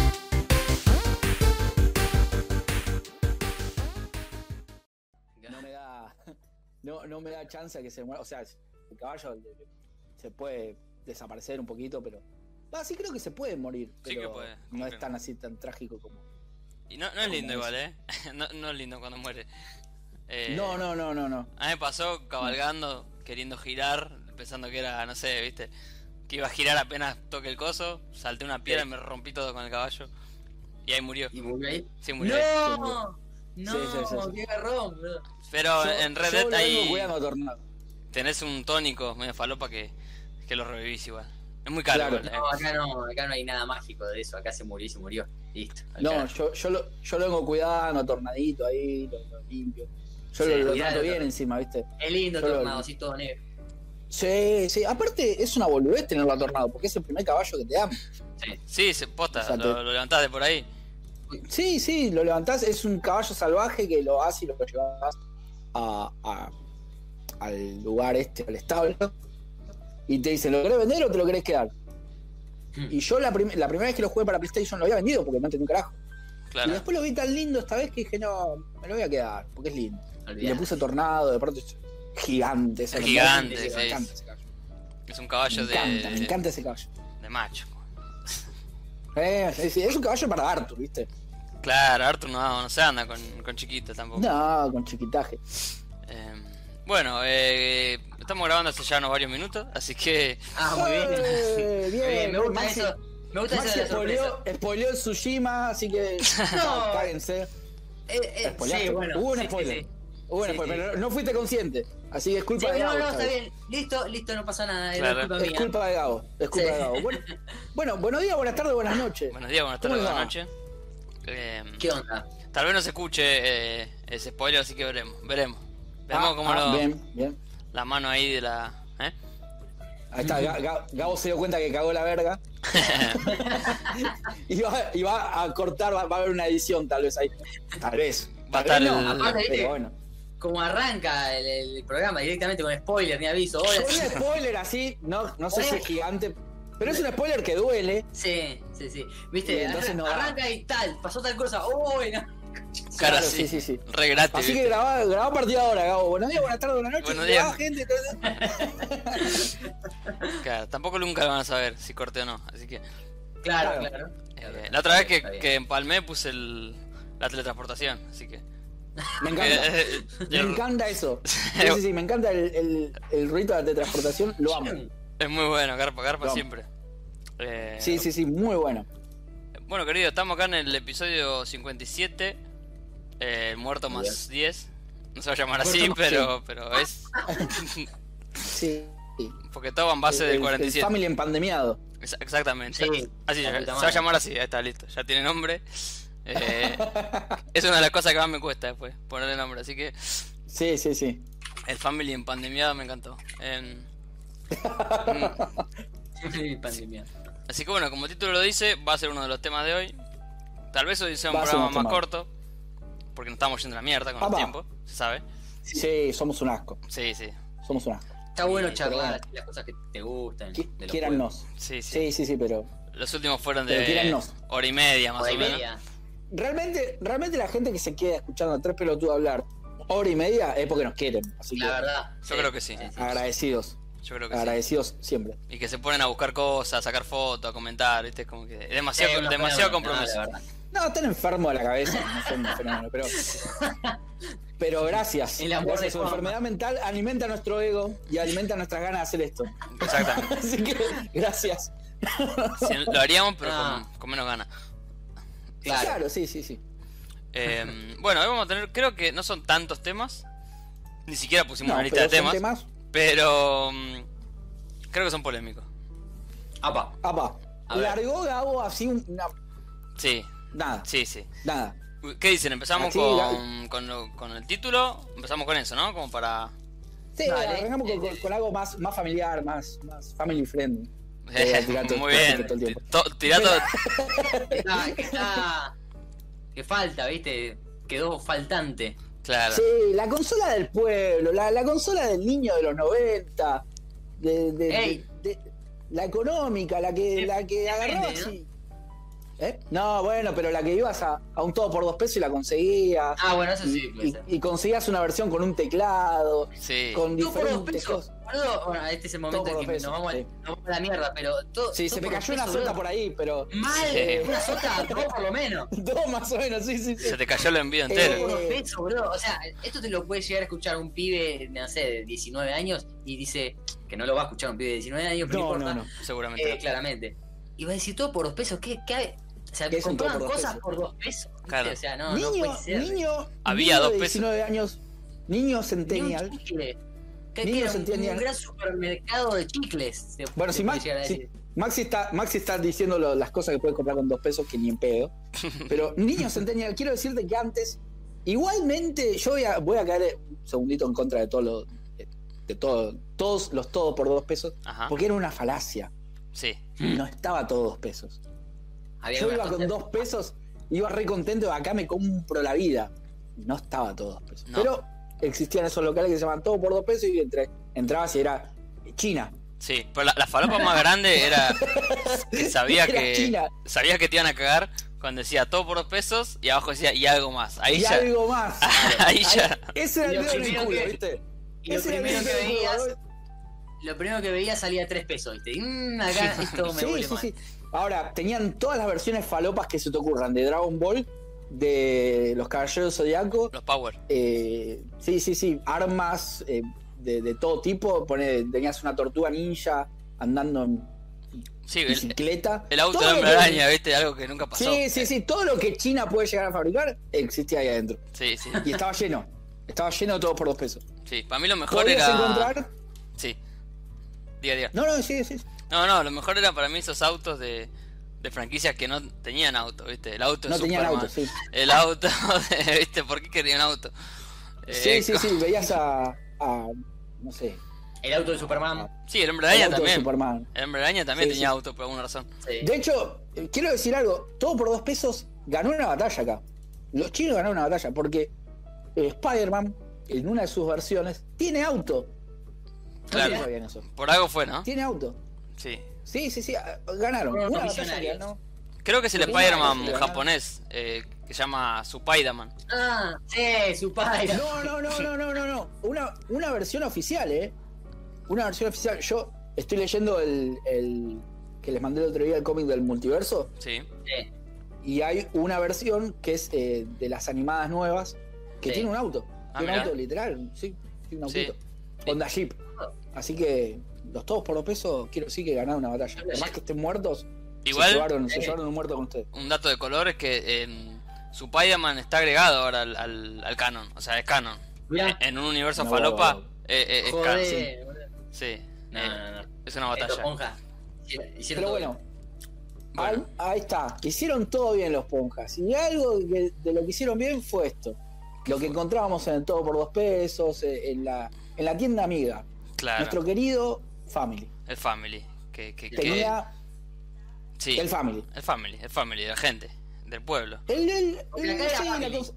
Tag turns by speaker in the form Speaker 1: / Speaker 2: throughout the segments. Speaker 1: da. No, no me da chance a que se muera. O sea, el caballo se puede desaparecer un poquito, pero. Ah, sí creo que se puede morir.
Speaker 2: Sí que
Speaker 1: pero
Speaker 2: puede,
Speaker 1: No
Speaker 2: confirmo.
Speaker 1: es tan así tan trágico como.
Speaker 2: Y no, no es lindo
Speaker 1: ¿Cómo
Speaker 2: igual, ¿eh? No, no es lindo cuando muere. Eh,
Speaker 1: No, no, no, no, no.
Speaker 2: A mí me pasó cabalgando, queriendo girar, pensando que era, no sé, viste, que iba a girar apenas toque el coso, salté una piedra y me rompí todo con el caballo. Y ahí murió.
Speaker 3: ¿Y volvió ahí?
Speaker 2: Sí, murió. ahí.
Speaker 3: ¡No!
Speaker 1: Sí,
Speaker 3: ¡No!
Speaker 1: sí, sí, sí.
Speaker 3: ¡Qué garrón, boludo!
Speaker 2: Pero
Speaker 1: Yo-
Speaker 2: en Red
Speaker 1: yo
Speaker 2: Dead
Speaker 1: lo vengo
Speaker 2: ahí
Speaker 1: cuidando a Tornado.
Speaker 2: tenés un tónico medio falopa que, que lo revivís igual. Es muy caro.
Speaker 1: Claro.
Speaker 2: igual, eh.
Speaker 3: No, acá no, acá no hay nada mágico de eso. Acá se murió y se murió. Listo. al
Speaker 1: No,
Speaker 3: carajo.
Speaker 1: yo, yo, lo, yo lo vengo cuidando, tornadito ahí, lo, lo limpio. Yo
Speaker 3: Sí,
Speaker 1: lo, lo
Speaker 3: cuidado,
Speaker 1: trato bien
Speaker 3: Tornado.
Speaker 1: encima, ¿viste?
Speaker 3: es lindo
Speaker 1: yo lo-
Speaker 3: tornado, así todo negro.
Speaker 1: Sí, sí. Aparte, es una boludez tenerlo a tornado, porque es el primer caballo que te dan.
Speaker 2: Sí, se posta,
Speaker 1: Exacto.
Speaker 2: lo, lo levantás de por ahí.
Speaker 1: Sí, sí, lo levantás, es un caballo salvaje que lo vas y lo llevas a, a- al lugar este, al establo, y te dicen, ¿lo querés vender o te lo querés quedar?
Speaker 3: Hmm.
Speaker 1: Y yo la, prim- la primera vez que lo jugué para PlayStation lo había vendido porque no tenía un carajo. Y
Speaker 2: Claro.
Speaker 1: después lo vi tan lindo esta vez que dije, no, me lo voy a quedar, porque es lindo. Y le
Speaker 3: Olvidate.
Speaker 1: puse tornado, de pronto es gigante, es
Speaker 2: Es
Speaker 1: hermoso,
Speaker 2: gigante,
Speaker 1: me
Speaker 2: sí.
Speaker 1: encanta ese caballo.
Speaker 2: Es un
Speaker 1: Me
Speaker 2: caballo de,
Speaker 1: encanta, me
Speaker 2: de,
Speaker 1: encanta ese caballo.
Speaker 2: de macho.
Speaker 1: Eh, sí, sí, es un caballo para Arthur, ¿viste?
Speaker 2: Claro, Arthur no, no se anda con, con chiquita
Speaker 3: Oh.
Speaker 2: tampoco.
Speaker 1: No, con chiquitaje.
Speaker 2: Eh, bueno, eh, estamos grabando hace ya unos varios minutos, así que
Speaker 3: Ah, muy bien.
Speaker 1: Eh, bien,
Speaker 3: Muy bien, me gusta
Speaker 1: Maxi-
Speaker 3: eso. Me gusta eso
Speaker 1: Maxi
Speaker 3: de la sorpresa.
Speaker 1: spoileó, spoileó el Tsushima, así que. no, cáguense.
Speaker 3: Eh, eh,
Speaker 1: Spoileaste.
Speaker 3: sí, bueno.
Speaker 1: Hubo un
Speaker 3: sí, sí,
Speaker 1: spoiler.
Speaker 3: sí.
Speaker 1: Hubo un
Speaker 3: Sí,
Speaker 1: spoiler,
Speaker 3: sí.
Speaker 1: pero no fuiste consciente. Así que es culpa
Speaker 3: Sí,
Speaker 1: de
Speaker 3: no,
Speaker 1: Gabo.
Speaker 3: no, está
Speaker 1: esta vez.
Speaker 3: bien. Listo, listo, no pasa nada. Era
Speaker 2: Claro.
Speaker 3: culpa
Speaker 1: Es
Speaker 3: mía.
Speaker 1: culpa de Gabo. Es culpa
Speaker 3: Sí.
Speaker 1: de Gabo. Bueno, bueno, buenos días, buenas tardes, buenas noches.
Speaker 2: buenos días, buenas tardes,
Speaker 1: ¿Cómo le
Speaker 2: buenas
Speaker 1: va?
Speaker 2: noches. Eh,
Speaker 3: ¿Qué onda?
Speaker 2: tal vez no se escuche eh, ese spoiler, así que veremos, veremos. Veremos
Speaker 1: Ah,
Speaker 2: cómo
Speaker 1: ah,
Speaker 2: lo-
Speaker 1: Bien, bien.
Speaker 2: la mano ahí de la... ¿eh?
Speaker 1: Ahí está, Ga- Ga- Gabo se dio cuenta que cagó la verga. y, va, y va a cortar, va, va a haber una edición tal vez ahí. Tal vez.
Speaker 2: Va a
Speaker 1: Tal vez
Speaker 2: estar
Speaker 1: no,
Speaker 2: el-
Speaker 3: Aparte, ¿viste?
Speaker 1: pero bueno.
Speaker 3: Como arranca el, el programa directamente con spoiler, ni aviso. Hola.
Speaker 1: Yo un spoiler así, no, no sé si es gigante, pero es un spoiler que duele.
Speaker 3: Sí, sí, sí. Viste,
Speaker 1: Y entonces no da.
Speaker 3: arranca y tal, pasó tal cosa. Uy, no.
Speaker 2: Cara,
Speaker 1: Claro,
Speaker 2: sí,
Speaker 1: sí, sí, sí.
Speaker 2: Re gratis.
Speaker 1: Así que
Speaker 2: ¿viste?
Speaker 1: grabá, grabá partida ahora, Gabo. Buenos días, buenas tardes, buenas noches.
Speaker 2: Buenos días.
Speaker 1: Ah, gente, todo-
Speaker 2: Claro, tampoco nunca lo van a saber si corté o no. Así que... eh,
Speaker 3: Claro,
Speaker 1: Claro.
Speaker 3: claro.
Speaker 2: la otra vez que,
Speaker 3: Está bien.
Speaker 2: que empalmé puse el, la teletransportación, así que... Eh,
Speaker 1: Me encanta. Me
Speaker 2: es,
Speaker 1: encanta eso. Sí, sí, sí, me encanta el, el, el ruido de la transportación. Lo amo.
Speaker 2: muy bueno, Garpa, Garpa
Speaker 1: Vamos.
Speaker 2: siempre. Eh,
Speaker 1: Sí, sí, sí, muy bueno.
Speaker 2: Bueno, querido, estamos acá en el episodio 57. eh, El muerto más 10. No se va a llamar así,
Speaker 1: Muerto más
Speaker 2: pero, pero es.
Speaker 1: Sí. sí.
Speaker 2: Porque todo va en base
Speaker 1: Eh, El-
Speaker 2: del
Speaker 1: el
Speaker 2: 47.
Speaker 1: family empandemiado.
Speaker 2: Ex- Exactamente.
Speaker 3: Sí,
Speaker 2: así
Speaker 3: la
Speaker 2: se,
Speaker 3: puta
Speaker 2: se va a
Speaker 3: madre.
Speaker 2: llamar así. Ahí está, listo. Ya tiene nombre. Eh, es una de las cosas que más me cuesta después, ponerle nombre. Así que
Speaker 1: Sí, sí, sí.
Speaker 2: el Family en pandemia me encantó. Em, mm,
Speaker 3: Sí, pandemia.
Speaker 2: Así que bueno, como el título lo dice, va a ser uno de los temas de hoy. Tal vez hoy sea un
Speaker 1: Va a ser
Speaker 2: programa
Speaker 1: un
Speaker 2: más
Speaker 1: tema.
Speaker 2: corto, porque nos estamos yendo a la mierda con
Speaker 1: Apa.
Speaker 2: el tiempo, se sabe.
Speaker 1: Sí, somos un asco.
Speaker 2: Sí, sí,
Speaker 1: Somos un asco.
Speaker 3: Está bueno
Speaker 2: Sí,
Speaker 3: charlar
Speaker 1: pero
Speaker 3: las cosas que te gustan.
Speaker 1: Qui-
Speaker 3: de los juegos.
Speaker 1: Quiérannos.
Speaker 2: sí, sí.
Speaker 1: Sí, sí, sí, pero.
Speaker 2: Los últimos fueron
Speaker 1: Pero
Speaker 2: de
Speaker 1: tírannos.
Speaker 2: hora y media más
Speaker 3: Hora
Speaker 2: o
Speaker 3: y
Speaker 2: menos.
Speaker 3: media.
Speaker 1: Realmente, realmente la gente que se queda escuchando a tres pelotudos hablar hora y media es porque nos quieren. Así que
Speaker 3: La verdad.
Speaker 2: Yo creo que sí.
Speaker 1: agradecidos.
Speaker 2: Yo creo que sí.
Speaker 1: Agradecidos siempre.
Speaker 2: Y que se ponen a buscar cosas, a sacar fotos, a comentar, ¿viste? Es como que es demasiado,
Speaker 3: Eh, unos
Speaker 2: demasiado
Speaker 3: fenómenos,
Speaker 2: compromiso.
Speaker 3: no, la verdad.
Speaker 1: No, están enfermos de la cabeza, no son un fenómeno, pero. Pero gracias.
Speaker 3: El amor
Speaker 1: Gracias.
Speaker 3: de
Speaker 1: Su
Speaker 3: Juanma.
Speaker 1: enfermedad mental alimenta nuestro ego y alimenta nuestras ganas de hacer esto.
Speaker 2: Exactamente.
Speaker 1: Así que, gracias.
Speaker 2: Sí, lo haríamos, pero
Speaker 3: Ah.
Speaker 2: con, con menos ganas.
Speaker 3: Claro.
Speaker 1: Claro, sí, sí, sí.
Speaker 2: Eh, bueno, hoy vamos a tener, creo que no son tantos temas. Ni siquiera pusimos una lista de
Speaker 1: pero
Speaker 2: temas,
Speaker 1: son temas.
Speaker 2: Pero mm, creo que son polémicos.
Speaker 3: Apa.
Speaker 1: Apa,
Speaker 3: A ver.
Speaker 1: largó Gabo así una.
Speaker 2: Sí,
Speaker 1: Nada,
Speaker 2: sí, sí.
Speaker 1: nada.
Speaker 2: ¿Qué dicen? Empezamos
Speaker 1: Así,
Speaker 2: con, con, lo- con el título. Empezamos con eso, ¿no? Como para...
Speaker 1: Sí,
Speaker 3: Dale.
Speaker 1: arrancamos con, con- con algo más, más familiar, más, más family friendly. Eh, tirá todo-
Speaker 2: Muy
Speaker 1: tirá todo el
Speaker 2: bien.
Speaker 1: tiempo.
Speaker 2: To- Tirá todo...
Speaker 3: Está, está... Que falta, viste. Quedó faltante.
Speaker 2: Claro.
Speaker 1: Sí, la consola del pueblo, la, la consola del niño de los 90, de, de-
Speaker 3: Ey.
Speaker 1: de- de- la económica, la que,
Speaker 3: Sí,
Speaker 1: la que agarraba
Speaker 3: depende,
Speaker 1: así. ¿Eh? No, bueno, pero la que ibas a, a un todo por dos pesos y la conseguías.
Speaker 3: Ah, bueno, eso sí, puede
Speaker 1: y,
Speaker 3: ser.
Speaker 1: y conseguías una versión con un teclado,
Speaker 2: Sí.
Speaker 1: con
Speaker 3: Todo por dos
Speaker 1: diferentes
Speaker 3: pesos.
Speaker 1: cosas.
Speaker 3: boludo. Bueno, este es el momento
Speaker 1: Todo
Speaker 3: en
Speaker 1: por
Speaker 3: que
Speaker 1: dos pesos,
Speaker 3: nos, vamos a,
Speaker 1: sí.
Speaker 3: nos vamos a la mierda, pero todo.
Speaker 1: Sí,
Speaker 3: todo
Speaker 1: se me
Speaker 3: por dos
Speaker 1: cayó una
Speaker 3: pesos,
Speaker 1: sota
Speaker 3: boludo.
Speaker 1: por ahí, pero.
Speaker 3: Mal, eh,
Speaker 2: Sí.
Speaker 3: una sota, dos por lo menos.
Speaker 1: Dos más o menos, sí, sí, sí.
Speaker 2: Se te cayó el envío
Speaker 1: Eh,
Speaker 2: entero.
Speaker 3: Todo por dos pesos, boludo. O sea, esto te lo puede llegar a escuchar un pibe, no sé, de 19 años y dice que no lo va a escuchar un pibe de 19 años, pero
Speaker 1: No,
Speaker 3: importa.
Speaker 1: no, no.
Speaker 2: Seguramente.
Speaker 3: Eh, claramente. Y va a decir todo por dos pesos. ¿Qué, qué hay? O sea,
Speaker 1: ¿Qué es un todo por
Speaker 3: compraban
Speaker 1: dos
Speaker 3: cosas
Speaker 1: pesos?
Speaker 3: por dos pesos. ¿viste?
Speaker 2: Claro.
Speaker 3: O sea, no, no
Speaker 1: niño,
Speaker 3: puede ser.
Speaker 1: niño.
Speaker 2: Había
Speaker 1: niño
Speaker 2: dos
Speaker 1: de
Speaker 2: pesos.
Speaker 1: 19 años, niño
Speaker 3: Ni un
Speaker 1: centennial.
Speaker 3: chicle. Que
Speaker 1: Niños
Speaker 3: que era un-
Speaker 1: entendían.
Speaker 3: un gran supermercado de chicles. se-
Speaker 1: Bueno,
Speaker 3: se
Speaker 1: si
Speaker 3: puede
Speaker 1: Max-
Speaker 3: llegar a
Speaker 1: sí.
Speaker 3: decir.
Speaker 1: Maxi está, Maxi está diciendo lo- las cosas que puedes comprar con dos pesos que ni en pedo. Pero niño centennial, quiero decirte que antes, igualmente, yo voy a, voy a caer un segundito en contra de todos los, de todo, todos los todos por dos pesos,
Speaker 2: Ajá.
Speaker 1: porque era una falacia.
Speaker 2: Sí.
Speaker 1: No estaba todo dos pesos.
Speaker 3: Había
Speaker 1: Yo
Speaker 3: algunas
Speaker 1: iba con
Speaker 3: cosas-
Speaker 1: dos pesos, iba re contento, acá me compro la vida. No estaba todo dos pesos.
Speaker 2: No.
Speaker 1: Pero existían esos locales que se llamaban todo por dos pesos y entre, entrabas y era China.
Speaker 2: Sí, pero la, la falopa más grande era que sabía
Speaker 1: Era
Speaker 2: que
Speaker 1: China.
Speaker 2: sabía que te iban a cagar cuando decía todo por dos pesos y abajo decía y algo más. Ahí
Speaker 1: y
Speaker 2: ya
Speaker 1: algo más.
Speaker 2: ahí ya
Speaker 1: Ese era
Speaker 3: Y
Speaker 1: el
Speaker 3: lo
Speaker 1: dedo en el
Speaker 3: primero
Speaker 1: culo,
Speaker 3: que-
Speaker 1: ¿viste?
Speaker 3: Y lo
Speaker 1: Ese era el
Speaker 3: primero que
Speaker 1: dedo en el culo,
Speaker 3: veías,
Speaker 1: ¿no?
Speaker 3: lo primero que veías salía a tres pesos, ¿viste? Y, mm, acá esto me
Speaker 1: Sí,
Speaker 3: huele
Speaker 1: sí,
Speaker 3: mal.
Speaker 1: sí. Ahora, tenían todas las versiones falopas que se te ocurran de Dragon Ball, de los Caballeros Zodiaco.
Speaker 2: los power.
Speaker 1: eh, sí, sí, sí. Armas eh, de, de todo tipo. Pone, tenías una tortuga ninja andando en
Speaker 2: Sí, el,
Speaker 1: bicicleta.
Speaker 2: el auto
Speaker 1: Todo
Speaker 2: de
Speaker 1: lo
Speaker 2: hombre
Speaker 1: que-
Speaker 2: araña, viste, algo que nunca pasó. Eh,
Speaker 1: Sí, sí, sí. Todo lo que China puede llegar a fabricar existía ahí adentro.
Speaker 2: Sí, sí,
Speaker 1: Y estaba lleno. Estaba lleno de todos por dos pesos.
Speaker 2: sí. Para mí lo mejor
Speaker 1: Podías
Speaker 2: era
Speaker 1: encontrar.
Speaker 2: Sí. Diga, diga.
Speaker 1: No, no, sí, sí.
Speaker 2: No, no, lo mejor era para mí esos autos de, de franquicias que no tenían auto, ¿viste? El auto de
Speaker 1: No tenían
Speaker 2: Superman,
Speaker 1: auto, sí.
Speaker 2: El auto de, ¿viste? ¿Por qué querían auto?
Speaker 1: Sí,
Speaker 2: Eh,
Speaker 1: sí,
Speaker 2: co-
Speaker 1: sí, veías a, a, no sé,
Speaker 3: El auto de Superman.
Speaker 1: Ah.
Speaker 2: sí, el hombre
Speaker 1: al
Speaker 2: araña
Speaker 1: auto de
Speaker 2: también.
Speaker 1: Superman.
Speaker 2: El hombre araña también
Speaker 1: Sí,
Speaker 2: tenía
Speaker 1: sí.
Speaker 2: auto por alguna razón.
Speaker 3: sí.
Speaker 1: De hecho, eh, quiero decir algo, todo por dos pesos ganó una batalla acá. Los chinos ganaron una batalla porque eh, Spider-Man, en una de sus versiones, tiene auto. No sé
Speaker 2: Claro.
Speaker 1: si sabían eso.
Speaker 2: Por algo fue, ¿no?
Speaker 1: Tiene auto.
Speaker 2: Sí.
Speaker 1: Sí, sí, sí, ah, ganaron.
Speaker 3: Fueron
Speaker 1: Una
Speaker 3: los
Speaker 1: batalla que
Speaker 3: visionarios.
Speaker 1: ganó.
Speaker 2: Creo que es el
Speaker 1: Tenía
Speaker 2: Spider-Man
Speaker 1: algo que le
Speaker 2: japonés eh, que se llama Supaidaman.
Speaker 3: Ah, sí, su padre.
Speaker 1: No, no, no, no, no, no, no. Una, una versión oficial, ¿eh? Una versión oficial. Yo estoy leyendo el, el que les mandé el otro día, el cómic del multiverso.
Speaker 2: Sí.
Speaker 3: Sí.
Speaker 1: y hay una versión que es eh, de las animadas nuevas que
Speaker 3: Sí.
Speaker 1: tiene un auto.
Speaker 2: Ah,
Speaker 1: Tiene un
Speaker 2: mirá.
Speaker 1: auto literal, sí, tiene un
Speaker 2: Sí.
Speaker 1: autito. Honda Jeep. Así que los todos por los pesos quiero sí que ganaron una batalla.
Speaker 3: Honda
Speaker 1: Por más
Speaker 3: Jeep.
Speaker 1: que estén muertos, se,
Speaker 2: Igual, eh,
Speaker 1: llevaron, se
Speaker 3: Sí.
Speaker 1: llevaron un muerto con ustedes.
Speaker 2: un dato de color es que eh, Supaidaman está agregado ahora al, al- al canon. O sea, es canon.
Speaker 3: Mirá.
Speaker 2: En un universo
Speaker 1: No.
Speaker 2: falopa, eh, eh, es canon. Sí.
Speaker 3: Joder. boludo.
Speaker 2: Sí.
Speaker 3: No,
Speaker 2: Eh,
Speaker 3: no, no.
Speaker 2: es una
Speaker 3: Esto,
Speaker 2: batalla.
Speaker 3: Ponja. Hicieron- hicieron
Speaker 1: Pero
Speaker 3: todo
Speaker 1: bueno,
Speaker 2: Bueno,
Speaker 1: al- ahí está. Hicieron todo bien los ponjas. Y algo que- de lo que hicieron bien fue esto. Lo que encontrábamos en el todo por dos pesos, eh, en la, en la tienda amiga.
Speaker 2: claro.
Speaker 1: Nuestro querido Family.
Speaker 2: El family. Que, que, que-
Speaker 1: Tenía
Speaker 2: sí.
Speaker 1: el Family.
Speaker 2: El family, el family, de la gente, del pueblo.
Speaker 1: El, el-
Speaker 3: Porque acá
Speaker 1: el-
Speaker 3: era
Speaker 1: sí, la
Speaker 3: family.
Speaker 1: cosa-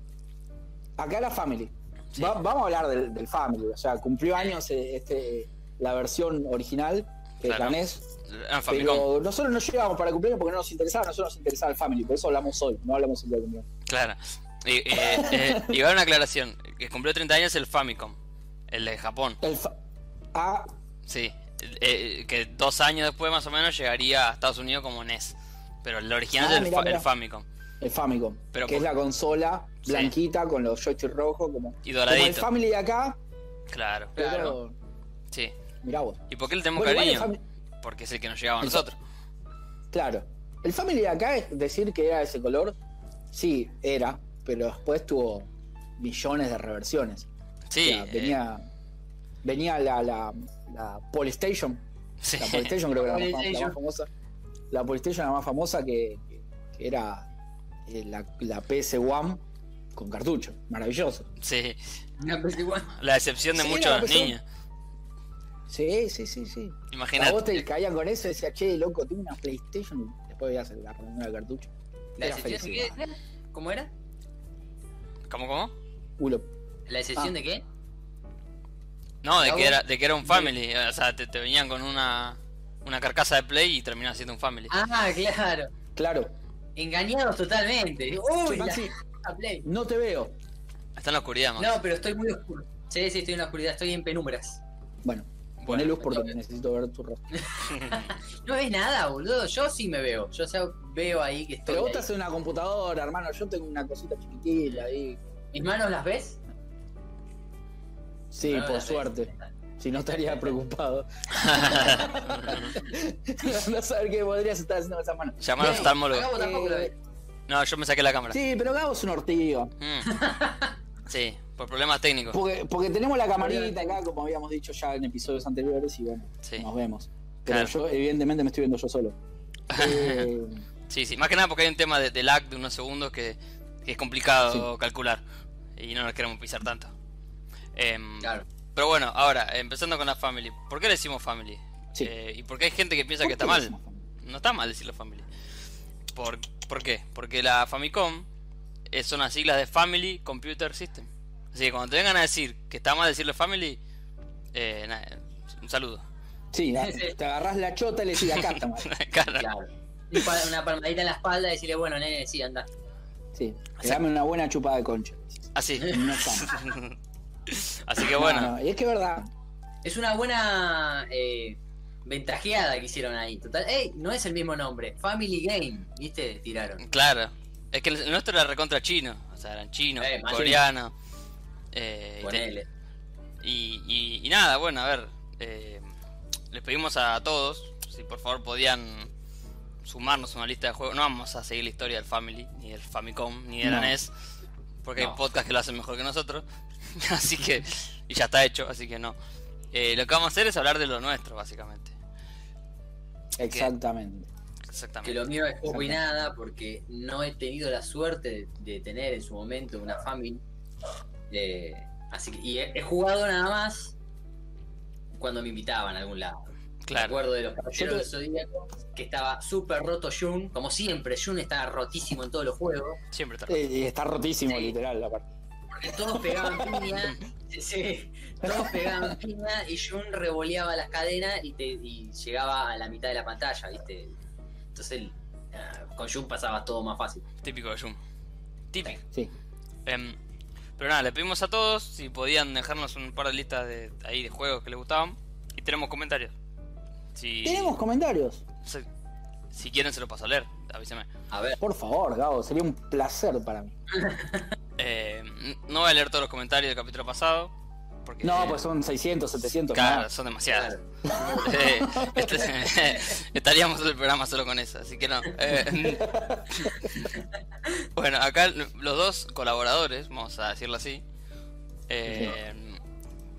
Speaker 1: Acá era Family.
Speaker 2: Sí.
Speaker 1: Va- vamos a hablar del, del Family. O sea, cumplió años eh, este, la versión original de
Speaker 2: Claro.
Speaker 1: la NES.
Speaker 2: Era un Ah, Famicom,
Speaker 1: Pero nosotros no llegábamos para cumpleaños porque no nos interesaba. Nosotros nos interesaba el Family. Por eso hablamos hoy. No hablamos el día del cumpleaños.
Speaker 2: claro. Y, eh, eh, y va una aclaración: el que cumplió 30 años es el Famicom, el de Japón.
Speaker 1: El fa- ah,
Speaker 2: Sí, Eh, que dos años después más o menos llegaría a Estados Unidos como NES. Pero el original
Speaker 1: Ah,
Speaker 2: es el,
Speaker 1: mirá,
Speaker 2: fa- el
Speaker 1: mirá.
Speaker 2: Famicom.
Speaker 1: el Famicom.
Speaker 2: Pero
Speaker 1: que es
Speaker 2: por-
Speaker 1: la consola
Speaker 2: Sí.
Speaker 1: blanquita con los joysticks rojos. Como,
Speaker 2: Y
Speaker 1: como el
Speaker 2: doradito.
Speaker 1: Family de acá.
Speaker 2: Claro,
Speaker 1: Pero
Speaker 3: Claro.
Speaker 2: sí.
Speaker 1: mirá vos.
Speaker 2: ¿Y por qué le tenemos
Speaker 1: Bueno, igual el
Speaker 2: cariño?
Speaker 1: Fami-
Speaker 2: Porque es el que nos llegaba a
Speaker 1: El-
Speaker 2: nosotros.
Speaker 1: Claro. El Family de acá es decir que era de ese color. Sí, era, pero después tuvo millones de reversiones. O
Speaker 2: Sí,
Speaker 1: sea,
Speaker 2: eh,
Speaker 1: venía venía la, la, la Polystation.
Speaker 2: sí.
Speaker 1: La Polystation creo que era la, más- la
Speaker 3: Polystation.
Speaker 1: más famosa. La Polystation la más famosa que, que era eh, la, la PS1 con cartucho. Maravilloso.
Speaker 2: Sí.
Speaker 3: Una vez pues, igual.
Speaker 2: La decepción de
Speaker 1: Sí, la
Speaker 2: muchos
Speaker 1: decepción.
Speaker 2: niños.
Speaker 1: Sí, sí, sí, sí. A vos te
Speaker 2: Imagínate.
Speaker 1: caían con eso y decías, che, loco, tengo una PlayStation. Después veías la reunión de cartucho.
Speaker 3: La
Speaker 1: Era
Speaker 3: decepción de
Speaker 1: felicidad.
Speaker 3: qué? ¿Cómo era?
Speaker 2: ¿Cómo, cómo?
Speaker 1: Uy, lo-
Speaker 3: ¿La decepción
Speaker 1: Ah.
Speaker 3: de qué?
Speaker 2: No, de
Speaker 3: Cabo.
Speaker 2: que, era, de que era un family. eh, O sea, te, te venían con una, una carcasa de play y terminaba siendo un family.
Speaker 3: Ah, claro.
Speaker 1: Claro.
Speaker 3: Engañados totalmente. Digo, Uy, la
Speaker 1: Maxi,
Speaker 3: puta Play.
Speaker 1: no te veo.
Speaker 2: Está en la oscuridad, Max.
Speaker 3: No, pero estoy muy oscuro. Sí, sí, estoy en la oscuridad, estoy en penumbras.
Speaker 1: Bueno, poné
Speaker 2: Bueno,
Speaker 1: luz porque necesito ver tu rostro.
Speaker 3: No ves nada, boludo. Yo sí me veo. Yo o sea, veo ahí que estoy.
Speaker 1: Pero vos
Speaker 3: ahí.
Speaker 1: estás en una computadora, hermano. Yo tengo una cosita chiquitita ahí.
Speaker 3: ¿Mis manos las ves?
Speaker 1: Sí,
Speaker 3: No,
Speaker 2: Ah,
Speaker 3: las
Speaker 1: por
Speaker 3: ves.
Speaker 1: suerte. Si no estaría preocupado. no saber qué podrías estar haciendo con esas manos.
Speaker 2: Llamar al
Speaker 3: Ey,
Speaker 2: oftalmólogo.
Speaker 3: acá vos tampoco lo ves.
Speaker 2: No, yo me saqué la cámara.
Speaker 1: Sí, pero Gabo es un ortigo.
Speaker 2: Mm. Sí, por problemas técnicos.
Speaker 1: Porque, porque tenemos la camarita acá, como habíamos dicho ya en episodios anteriores, y bueno,
Speaker 2: Sí,
Speaker 1: nos vemos. Pero
Speaker 2: Claro.
Speaker 1: yo, evidentemente, me estoy viendo yo solo. Eh,
Speaker 2: sí, sí. Más que nada porque hay un tema de, de lag de unos segundos que, que es complicado calcular. Y no nos queremos pisar tanto. Em,
Speaker 3: Claro.
Speaker 2: Pero bueno, ahora, empezando con la family. ¿Por qué le decimos family?
Speaker 1: Sí.
Speaker 2: Eh, y porque hay gente que piensa que está mal. No está mal decirlo family. ¿Por, ¿Por qué? Porque la Famicom eh, son las siglas de Family Computer System. Así que cuando te vengan a decir que está mal decirlo family, eh, nada, un saludo.
Speaker 1: Sí,
Speaker 3: Sí, sí.
Speaker 1: te agarrás la chota y le decís, acá está mal.
Speaker 2: Cara.
Speaker 3: Claro. Y pa- Una palmadita en la espalda y decirle, bueno, nene, sí, anda.
Speaker 1: Sí, te dame una buena chupada de concha.
Speaker 2: Así.
Speaker 1: No está.
Speaker 2: Así que bueno,
Speaker 1: No, no, Y es que es verdad.
Speaker 3: Es una buena eh, ventajeada que hicieron ahí. Total, ey, no es el mismo nombre. Family Game, ¿viste? Tiraron.
Speaker 2: claro. Es que el nuestro era recontra chino. O sea, eran chinos,
Speaker 3: Eh, más
Speaker 2: coreanos. eh, y te-
Speaker 3: Ponele.
Speaker 2: Y, y- y nada, bueno, a ver. eh, les pedimos a todos si por favor podían sumarnos a una lista de juegos. No vamos a seguir la historia del Family, ni del Famicom, ni de la
Speaker 1: No.
Speaker 2: NES. Porque hay
Speaker 3: No.
Speaker 2: podcasts que lo hacen mejor que nosotros. así que. Y ya está hecho, así que no. Eh, lo que vamos a hacer es hablar de lo nuestro, básicamente.
Speaker 1: Exactamente.
Speaker 2: Exactamente.
Speaker 3: Que lo mío es poco y
Speaker 1: Exacto.
Speaker 3: nada porque no he tenido la suerte de, de tener en su momento una Family. Eh, así que, y he, he jugado nada más cuando me invitaban a algún lado. Me
Speaker 2: Claro.
Speaker 3: acuerdo de los
Speaker 1: Yo
Speaker 3: caballeros
Speaker 1: te-
Speaker 3: del Zodíaco, que estaba súper roto Jun. Como siempre, Jun estaba rotísimo en todos los juegos.
Speaker 2: Siempre está.
Speaker 1: Eh, y está rotísimo,
Speaker 3: Sí.
Speaker 1: literal, la parte.
Speaker 3: Porque todos pegaban piña. sí, todos pegaban piña y Jun revoleaba las cadenas y, te, y llegaba a la mitad de la pantalla, ¿viste? Entonces, ah, con Jun pasaba todo más fácil.
Speaker 2: Típico de Jun. Típico.
Speaker 1: Sí.
Speaker 2: Em, pero nada, le pedimos a todos si podían dejarnos un par de listas de ahí de juegos que les gustaban. Y tenemos comentarios. Si,
Speaker 1: Tenemos comentarios.
Speaker 2: se- si quieren se los paso a leer, avísame.
Speaker 3: A ver,
Speaker 1: Por favor, Gabo, sería un placer para mí.
Speaker 2: Em, no voy a leer todos los comentarios del capítulo pasado. Porque,
Speaker 1: No, pues son 600, 700.
Speaker 2: Claro,
Speaker 1: nada.
Speaker 2: son demasiadas.
Speaker 3: claro.
Speaker 2: Eh, este- estaríamos todo el programa solo con eso, así que no. Eh, bueno, acá los dos colaboradores, vamos a decirlo así. eh,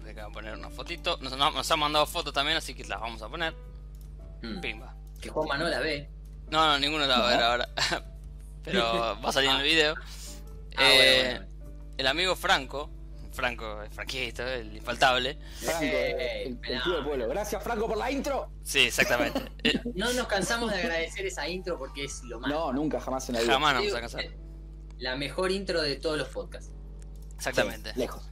Speaker 2: acá voy a poner una fotito. Nos, nos- nos han mandado fotos también, así que las vamos a poner.
Speaker 3: Mm.
Speaker 2: Pimba.
Speaker 3: Que Juanma no la ve.
Speaker 2: No, no, ninguno la va a ver
Speaker 1: No.
Speaker 2: ahora. Pero va a salir en el video.
Speaker 3: Ah,
Speaker 2: Eh,
Speaker 3: bueno, bueno.
Speaker 2: El amigo Franco, Franco, el franquista, el infaltable.
Speaker 1: Franco,
Speaker 3: Eh,
Speaker 1: el, el
Speaker 3: no.
Speaker 1: tío del pueblo. Gracias, Franco, por la intro.
Speaker 2: Sí, exactamente. Eh,
Speaker 3: No nos cansamos de agradecer esa intro porque es lo más.
Speaker 1: No, nunca, jamás en la vida.
Speaker 2: jamás nos vamos
Speaker 3: Digo,
Speaker 2: a cansar.
Speaker 3: La mejor intro de todos los podcasts.
Speaker 1: Sí,
Speaker 2: Exactamente.
Speaker 1: lejos.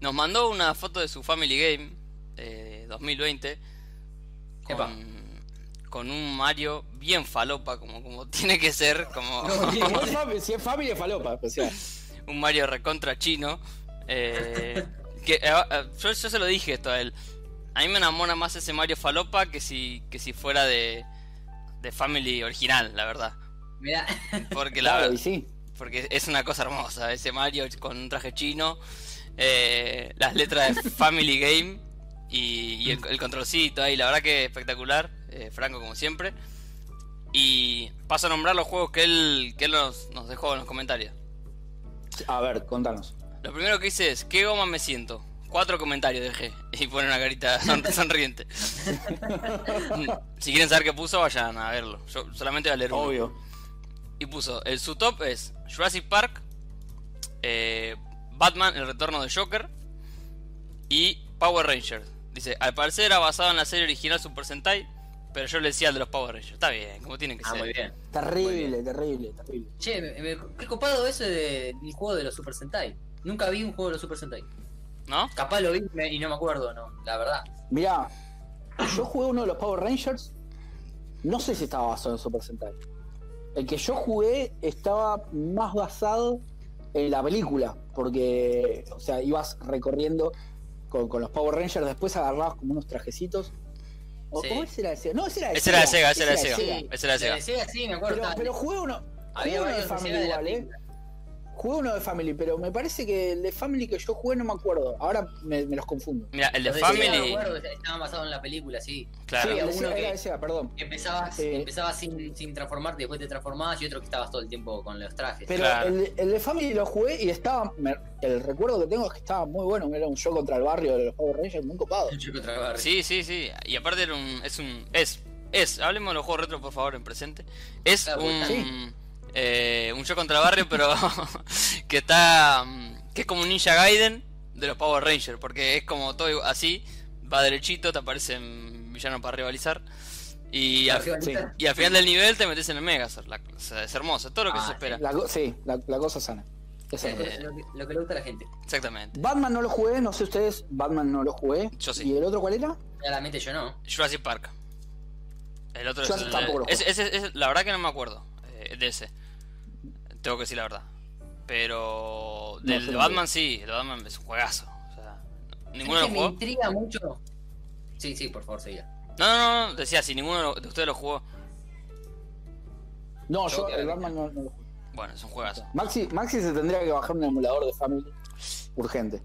Speaker 2: Nos mandó una foto de su Family Game eh, 2020
Speaker 3: Epa.
Speaker 2: con, con un Mario bien falopa, como, como tiene que ser, como
Speaker 1: Si es fami- si es familia, falopa. O sea,
Speaker 2: un Mario recontra chino. eh, que, eh, eh, yo, yo se lo dije esto a él. A mí me enamora más ese Mario falopa que si, que si fuera de, de Family original, la verdad.
Speaker 3: Mirá,
Speaker 2: Porque la,
Speaker 1: claro, y sí.
Speaker 2: porque es una cosa hermosa ese Mario con un traje chino, eh, las letras de Family Game y, y el, el controlcito ahí, la verdad que espectacular, eh, Franco como siempre. Y paso a nombrar los juegos que él, que él nos, nos dejó en los comentarios.
Speaker 1: A ver, contanos.
Speaker 2: Lo primero que hice es, ¿qué goma me siento? Cuatro comentarios dejé y pone una carita son- sonriente. si quieren saber qué puso, vayan a verlo. Yo solamente voy a leer uno.
Speaker 1: Obvio.
Speaker 2: Y puso, el, su top es Jurassic Park, eh, Batman, el retorno de Joker y Power Rangers. Dice, al parecer era basado en la serie original Super Sentai, pero yo le decía el de los Power Rangers. Está bien, como tienen que
Speaker 3: ah,
Speaker 2: ser.
Speaker 3: muy bien.
Speaker 1: Terrible, terrible, terrible.
Speaker 3: Che, me- me- qué copado eso del juego de los Super Sentai. Nunca vi un juego de los Super Sentai.
Speaker 2: ¿No?
Speaker 3: Capaz lo vi me- y no me acuerdo, no, la verdad.
Speaker 1: Mirá, yo jugué uno de los Power Rangers. No sé si estaba basado en Super Sentai. El que yo jugué estaba más basado en la película, porque, o sea, ibas recorriendo con, con los Power Rangers, después agarrabas como unos trajecitos. ¿O
Speaker 3: Sí.
Speaker 1: cómo ese era de Sega? No, ese era de
Speaker 2: Ese era de Sega, ese era de
Speaker 1: de
Speaker 2: Sega. Ese era de Sega.
Speaker 3: Sí, sí, me acuerdo.
Speaker 1: Pero,
Speaker 3: estaba-
Speaker 1: pero jugué uno,
Speaker 3: había
Speaker 1: uno de
Speaker 3: varios
Speaker 1: Family
Speaker 3: escenas de la
Speaker 1: igual, ¿eh?
Speaker 3: película.
Speaker 1: jugué uno de Family, pero me parece que el de Family que yo jugué no me acuerdo. Ahora me, me los confundo.
Speaker 2: Mira, el de
Speaker 3: Los de Sega, me
Speaker 2: Family,
Speaker 3: acuerdo, Estaban basados en la película, sí.
Speaker 1: sí,
Speaker 2: claro.
Speaker 1: el de
Speaker 3: uno
Speaker 1: Sega,
Speaker 3: que-
Speaker 1: era de Sega, perdón.
Speaker 3: Empezabas,
Speaker 1: Eh.
Speaker 3: empezabas sin, sin transformarte, después te transformabas y otro que estabas todo el tiempo con los trajes.
Speaker 1: Pero
Speaker 2: Claro.
Speaker 1: el, de- el de Family lo jugué y estaba. me- el recuerdo que tengo es que estaba muy bueno. Era un show contra el barrio de los Power Rangers, muy copado.
Speaker 3: Un chico trabar.
Speaker 2: Sí, sí, sí. Y aparte era un, es un. Es. Es. Hablemos de los juegos retro, por favor, en presente. Es
Speaker 3: Ah, bueno,
Speaker 2: un.
Speaker 1: sí.
Speaker 2: eh, un show contra barrio, pero. que está. mm, Que es como un Ninja Gaiden de los Power Rangers. Porque es como todo igu- así. Va derechito, te aparecen villanos para rivalizar. Y al,
Speaker 1: sí.
Speaker 2: y al final del nivel te metes en el Megazord. la- o sea, es hermoso, es todo lo que
Speaker 3: Ah,
Speaker 2: se espera.
Speaker 1: La, co- sí, la, la cosa sana. Esa es la cosa.
Speaker 2: Eh.
Speaker 3: Lo, que, lo que le gusta a la gente.
Speaker 2: Exactamente.
Speaker 1: Batman no lo jugué, no sé ustedes. Batman no lo jugué.
Speaker 2: Yo sí.
Speaker 1: ¿Y el otro cuál era?
Speaker 3: Claramente yo no.
Speaker 2: Jurassic Park. El otro
Speaker 1: Jurassic
Speaker 2: es, el-
Speaker 1: tampoco lo
Speaker 2: ese- ese- ese- La verdad que no me acuerdo eh, de ese. Tengo que decir la verdad. Pero
Speaker 1: No,
Speaker 2: del
Speaker 1: yo no
Speaker 2: Batman sí, el Batman es un juegazo. O sea, ninguno lo
Speaker 3: ¿Sabes qué me
Speaker 2: jugó.
Speaker 3: intriga mucho. Sí, sí, por favor, seguía.
Speaker 2: No, no, no, decía si ninguno lo- de ustedes lo jugó.
Speaker 1: No,
Speaker 3: Yo
Speaker 1: yo,
Speaker 3: que
Speaker 1: el
Speaker 3: era
Speaker 1: Batman no, no lo jugué.
Speaker 2: Bueno, es un juegazo.
Speaker 1: Maxi, Maxi se tendría que bajar un emulador de Family urgente.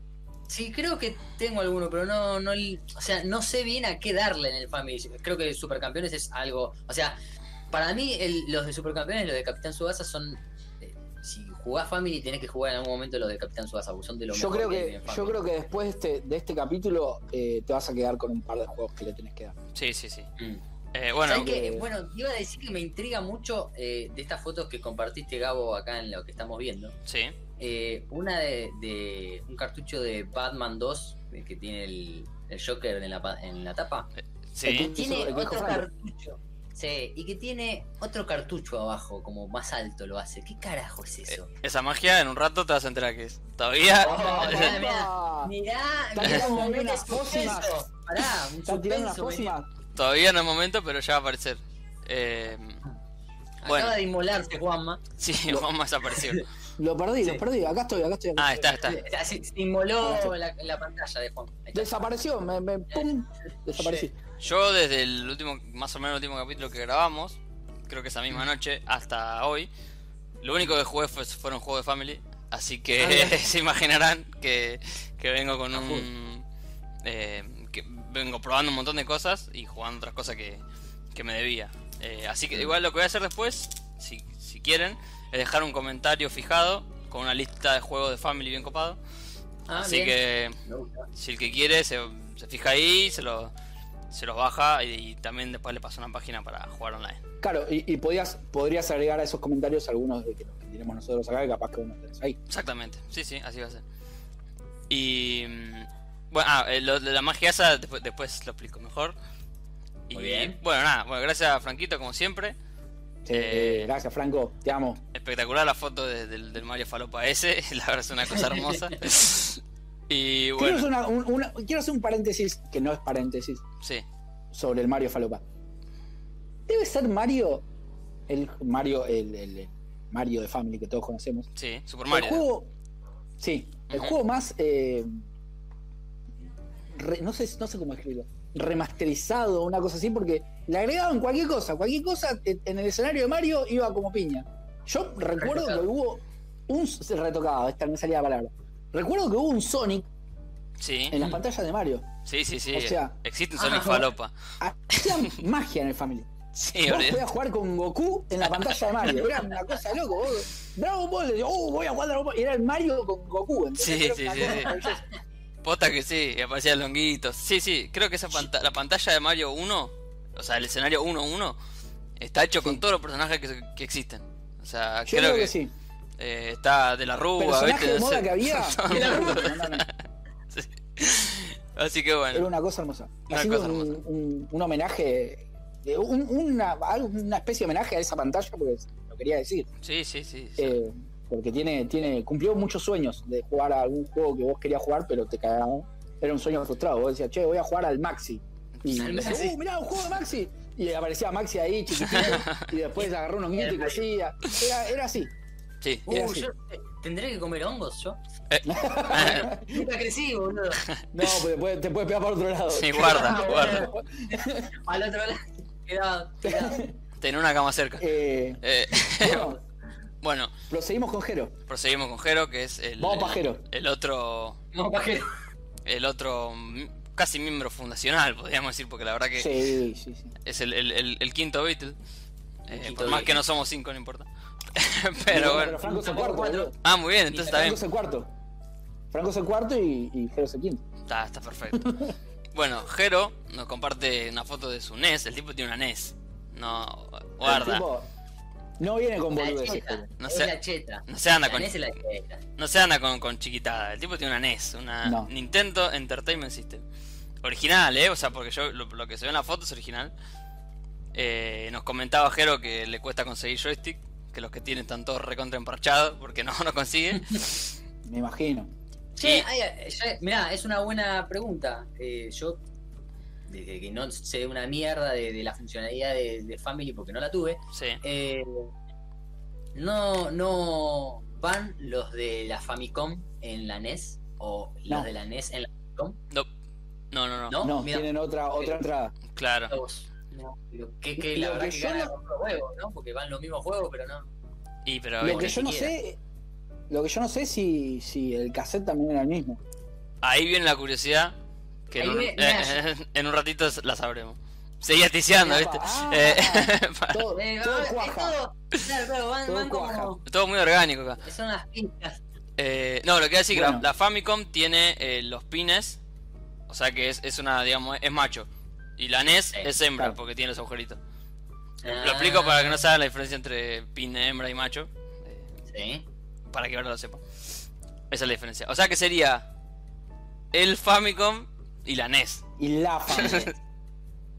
Speaker 3: Sí, creo que tengo alguno, pero no, no, o sea, no sé bien a qué darle en el Family. Creo que Supercampeones es algo, o sea, para mí el- los de Supercampeones, los de Capitán Subasa son, eh, si jugás Family tenés que jugar en algún momento los de Capitán Subasa, porque son de los
Speaker 1: Yo creo, que, yo creo que después de este, de este capítulo eh, te vas a quedar con un par de juegos que le tenés que dar.
Speaker 2: Sí, sí, sí.
Speaker 3: que
Speaker 2: Eh, bueno,
Speaker 3: Mm. ¿Sabés qué? Bueno, iba a decir que me intriga mucho eh, de estas fotos que compartiste, Gabo, acá en lo que estamos viendo.
Speaker 2: sí.
Speaker 3: Eh, una de, de un cartucho de Batman 2 eh, que tiene el, el Joker en la, pa- en la tapa.
Speaker 1: El
Speaker 2: Sí.
Speaker 1: que-
Speaker 3: Tiene
Speaker 1: el que dijo
Speaker 3: otro
Speaker 1: Franco.
Speaker 3: cartucho. Sí, y que tiene otro cartucho abajo, como más alto lo hace. ¿Qué carajo es eso?
Speaker 2: Esa magia en un rato te vas a enterar que es. Todavía.
Speaker 3: Oh, mirá,
Speaker 1: Ah,
Speaker 3: Mirá,
Speaker 1: Está
Speaker 3: mirá
Speaker 1: tirando
Speaker 3: cómo
Speaker 1: ahí
Speaker 3: viene
Speaker 1: unas pócimas.
Speaker 3: suspenso. Pará, un
Speaker 1: Está tirando unas
Speaker 3: suspenso, mirá.
Speaker 1: pócimas.
Speaker 2: Todavía no es momento, pero ya va a aparecer. Eh, Bueno.
Speaker 3: Acaba de inmolarse, Juanma.
Speaker 2: sí, Juanma desapareció.
Speaker 1: Lo perdí,
Speaker 3: Sí.
Speaker 1: lo perdí. Acá estoy, acá estoy. acá
Speaker 2: Ah,
Speaker 1: estoy.
Speaker 2: está, está.
Speaker 3: Eh, Se, se inmoló la, la pantalla de Juan. Ahí está.
Speaker 1: Desapareció, me, me- pum, desaparecí.
Speaker 2: Yo desde el último, más o menos el último capítulo que grabamos, creo que esa misma noche, hasta hoy, lo único que jugué fue, fueron juegos de Family, así que
Speaker 3: Ah, bien.
Speaker 2: se imaginarán que, que vengo con
Speaker 3: A
Speaker 2: un... eh, que vengo probando un montón de cosas y jugando otras cosas que, que me debía. Eh, así que igual lo que voy a hacer después, si, si quieren, es dejar un comentario fijado con una lista de juegos de Family bien copado.
Speaker 3: Ah,
Speaker 2: así
Speaker 3: bien.
Speaker 2: que
Speaker 3: Me gusta.
Speaker 2: si el que quiere se, se fija ahí, se, lo, se los baja y, y también después le pasa una página para jugar online.
Speaker 1: Claro, y, y podías, podrías agregar a esos comentarios algunos de que, los que tenemos nosotros acá, que capaz que uno tenés ahí.
Speaker 2: Exactamente, sí, sí, así va a ser. Y. mm, Bueno, ah, eh, lo de la magia esa después, después lo explico mejor. Y
Speaker 3: Muy bien.
Speaker 2: bueno, nada, bueno, gracias a Franquito como siempre.
Speaker 1: Sí,
Speaker 2: Eh.
Speaker 1: Gracias, Franco, te amo.
Speaker 2: Espectacular la foto de- del, del Mario Falopa ese, la verdad es una cosa hermosa. y
Speaker 1: Quiero hacer
Speaker 2: bueno,
Speaker 1: una- un- una- quiero hacer un paréntesis, que no es paréntesis,
Speaker 2: sí,
Speaker 1: sobre el Mario Falopa. Debe ser Mario, el Mario, el, el- el Mario de Family que todos conocemos.
Speaker 2: sí, Super
Speaker 1: El
Speaker 2: Mario.
Speaker 1: juego. Sí, el
Speaker 2: Ujú.
Speaker 1: juego más. eh, re- no, sé, no sé cómo escribirlo. Remasterizado, una cosa así, porque le agregaban cualquier cosa. Cualquier cosa en en el escenario de Mario iba como piña. Yo recuerdo
Speaker 3: Retocado.
Speaker 1: que hubo un. se Retocado, esta me salía la palabra. Recuerdo que hubo un Sonic
Speaker 2: Sí,
Speaker 1: en las pantallas de Mario.
Speaker 2: sí, sí, sí.
Speaker 1: o sea-
Speaker 2: Existe un
Speaker 3: Ah,
Speaker 2: Sonic
Speaker 3: bueno.
Speaker 2: Falopa.
Speaker 1: Hacían magia en el Family.
Speaker 2: Sí,
Speaker 1: Vos
Speaker 2: olvidé.
Speaker 1: podías jugar con Goku en la pantalla de Mario. Era una cosa de loco. vos- Dragon Ball, decías, oh, voy a jugar Dragon Ball. Y era el Mario con Goku. ¿entendés?
Speaker 2: Sí,
Speaker 1: Era
Speaker 2: sí,
Speaker 1: una
Speaker 2: sí,
Speaker 1: cosa
Speaker 2: sí.
Speaker 1: maravillosa.
Speaker 2: Posta que sí, y aparecía el longuito. Sí, sí, creo que esa panta- la pantalla de Mario 1, o sea, el escenario 1-1, está hecho con
Speaker 1: Sí.
Speaker 2: todos los personajes que, que existen. O sea,
Speaker 1: Yo
Speaker 2: creo, que,
Speaker 1: sí.
Speaker 2: eh, está de la rúa,
Speaker 1: Personaje
Speaker 2: ¿viste?
Speaker 1: de
Speaker 2: No
Speaker 1: moda
Speaker 2: sé.
Speaker 1: que había. No, no, no, no.
Speaker 2: Así que
Speaker 1: Era
Speaker 2: bueno,
Speaker 1: una cosa hermosa.
Speaker 2: Una
Speaker 1: Ha sido
Speaker 2: cosa
Speaker 1: un,
Speaker 2: hermosa.
Speaker 1: un- un homenaje, eh, un- una, algo- una especie de homenaje a esa pantalla, porque lo quería decir.
Speaker 2: sí, sí, sí. sí.
Speaker 1: Eh, porque tiene, tiene, cumplió muchos sueños de jugar a algún juego que vos querías jugar, pero te cagaba. Era un sueño frustrado. Vos decías, che, voy a jugar al Maxi. Y
Speaker 3: Al
Speaker 1: decías,
Speaker 3: Maxi.
Speaker 1: uh, mirá, un juego de Maxi. Y aparecía Maxi ahí, chiquitito. y después agarró unos nietos y cosía. Era, era así.
Speaker 2: Sí.
Speaker 3: Uh,
Speaker 1: Era así.
Speaker 3: yo eh, tendré que comer hongos yo.
Speaker 2: Eh,
Speaker 3: Nunca crecí, boludo. Ah,
Speaker 1: No, pues después te puedes pegar por otro lado.
Speaker 2: sí, guarda, guarda.
Speaker 3: Al otro lado. Cuidado, cuidado.
Speaker 2: Tener una cama cerca.
Speaker 1: Eh,
Speaker 2: Eh,
Speaker 1: bueno,
Speaker 2: bueno,
Speaker 1: proseguimos con Jero.
Speaker 2: proseguimos con Jero, que es el,
Speaker 1: Vamos pa' Jero.
Speaker 2: el, el otro
Speaker 3: No, pajero.
Speaker 2: el otro mm, casi miembro fundacional, podríamos decir, porque la verdad que
Speaker 1: Sí, sí, sí.
Speaker 2: es el, el- el- el quinto Beatle. Eh,
Speaker 3: quinto
Speaker 2: por más
Speaker 3: Beatle.
Speaker 2: que no somos cinco, no importa. Pero bueno.
Speaker 1: Franco es el cuarto. boludo.
Speaker 2: Ah, muy bien, entonces está
Speaker 1: Franco
Speaker 2: bien.
Speaker 1: es el cuarto. Franco es el cuarto y, y Jero es el quinto.
Speaker 2: Está, está perfecto. Bueno, Jero nos comparte una foto de su NES. El tipo tiene una NES. No,
Speaker 1: El
Speaker 2: guarda.
Speaker 1: tipo no viene con
Speaker 3: La
Speaker 1: boludeces.
Speaker 3: cheta.
Speaker 2: No
Speaker 3: es
Speaker 2: sé.
Speaker 3: la cheta.
Speaker 2: No se anda
Speaker 3: La
Speaker 2: con,
Speaker 3: NES es la cheta.
Speaker 2: no se anda con, con chiquitada. El tipo tiene una NES, una
Speaker 1: No.
Speaker 2: Nintendo Entertainment System. Original, ¿eh? O sea, porque yo lo, lo que se ve en la foto es original. Eh, nos comentaba Jero que le cuesta conseguir joystick. Que los que tienen están todos recontra emparchados porque no, no consiguen.
Speaker 1: Jero. Me imagino.
Speaker 3: Che,
Speaker 2: Y-
Speaker 3: ay, ya- mirá, es una buena pregunta. Eh, yo, desde que no sé una mierda de, de la funcionalidad de, de Family porque no la tuve,
Speaker 2: Sí.
Speaker 3: eh, no, no van los de la Famicom en la NES o
Speaker 1: No.
Speaker 3: los de la NES en la Famicom.
Speaker 2: No, no, no. Eh, no.
Speaker 3: No,
Speaker 1: No,
Speaker 3: mira.
Speaker 1: tienen otra, otra entrada.
Speaker 2: Claro.
Speaker 3: Los- no, lo que, que la
Speaker 1: Lo
Speaker 3: verdad
Speaker 1: que
Speaker 3: que
Speaker 1: yo
Speaker 3: ganan
Speaker 1: no-
Speaker 3: los juegos, ¿no? Porque van los mismos juegos, pero no.
Speaker 2: Y pero...
Speaker 1: Lo
Speaker 2: viste,
Speaker 1: que
Speaker 3: ni
Speaker 1: yo no
Speaker 3: siquiera.
Speaker 1: sé. Lo que yo no sé es si, si el cassette también era el mismo.
Speaker 2: Ahí viene la curiosidad. Que en
Speaker 3: Ahí
Speaker 2: un,
Speaker 3: viene-
Speaker 2: eh, en un ratito la sabremos. Seguía ticiando,
Speaker 1: Opa,
Speaker 2: ¿viste?
Speaker 1: ah.
Speaker 2: Eh,
Speaker 1: Todo,
Speaker 3: Eh,
Speaker 1: todo
Speaker 3: va- es
Speaker 1: cuaja.
Speaker 3: todo- claro, claro, van,
Speaker 1: Todo
Speaker 3: van como.
Speaker 1: cuaja.
Speaker 2: todo muy orgánico acá.
Speaker 3: Son las pistas.
Speaker 2: Eh, no, lo que voy a decir que
Speaker 1: Bueno.
Speaker 2: la, la Famicom tiene eh, los pines. O sea que es, es una, digamos, es macho. Y la NES
Speaker 3: Sí, Ah.
Speaker 2: es hembra
Speaker 1: claro.
Speaker 2: porque tiene los agujeritos. Lo explico para que no saben la diferencia entre pin hembra y macho. eh,
Speaker 3: Sí.
Speaker 2: para que ahora lo sepan. Esa es la diferencia. O sea que sería el Famicom y la E NES.
Speaker 1: Y la familia.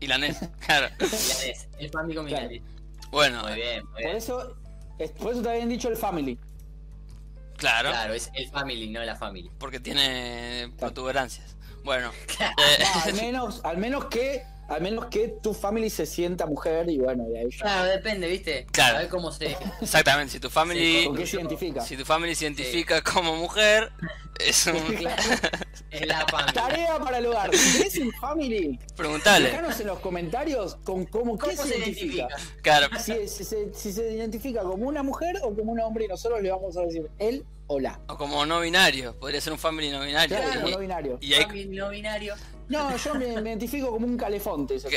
Speaker 2: Y la NES, claro.
Speaker 3: Milanés, el Famicom
Speaker 1: Claro.
Speaker 3: Milanés.
Speaker 2: Bueno,
Speaker 3: Muy bien, muy
Speaker 1: Por
Speaker 3: bien.
Speaker 1: eso, es- por eso te habían dicho el family.
Speaker 2: claro.
Speaker 3: Claro, es el Family, no la Family.
Speaker 2: Porque tiene protuberancias. Bueno,
Speaker 1: Ah, al menos, al menos que, al menos que tu family se sienta mujer y bueno, de ahí ya.
Speaker 3: Claro, depende, ¿viste?
Speaker 2: Claro.
Speaker 3: A ver cómo se.
Speaker 2: exactamente. Si tu
Speaker 1: ¿Con
Speaker 2: family,
Speaker 1: qué se identifica?
Speaker 2: si tu family se identifica como mujer, es un.
Speaker 3: Es la Family.
Speaker 1: Tarea para el hogar. ¿Qué es un family?
Speaker 2: Preguntale.
Speaker 1: Dejanos en los comentarios con cómo,
Speaker 3: ¿Cómo
Speaker 1: qué se, identifica.
Speaker 2: Claro.
Speaker 1: Si, si se, si se identifica como una mujer o como un hombre y nosotros le vamos a decir él o la.
Speaker 2: O como no binario. Podría ser un family no binario.
Speaker 1: Claro,
Speaker 2: Y-
Speaker 1: como no binario.
Speaker 2: Y, hay,
Speaker 3: Family no binario.
Speaker 1: No, yo me, me identifico como un calefonte. Ese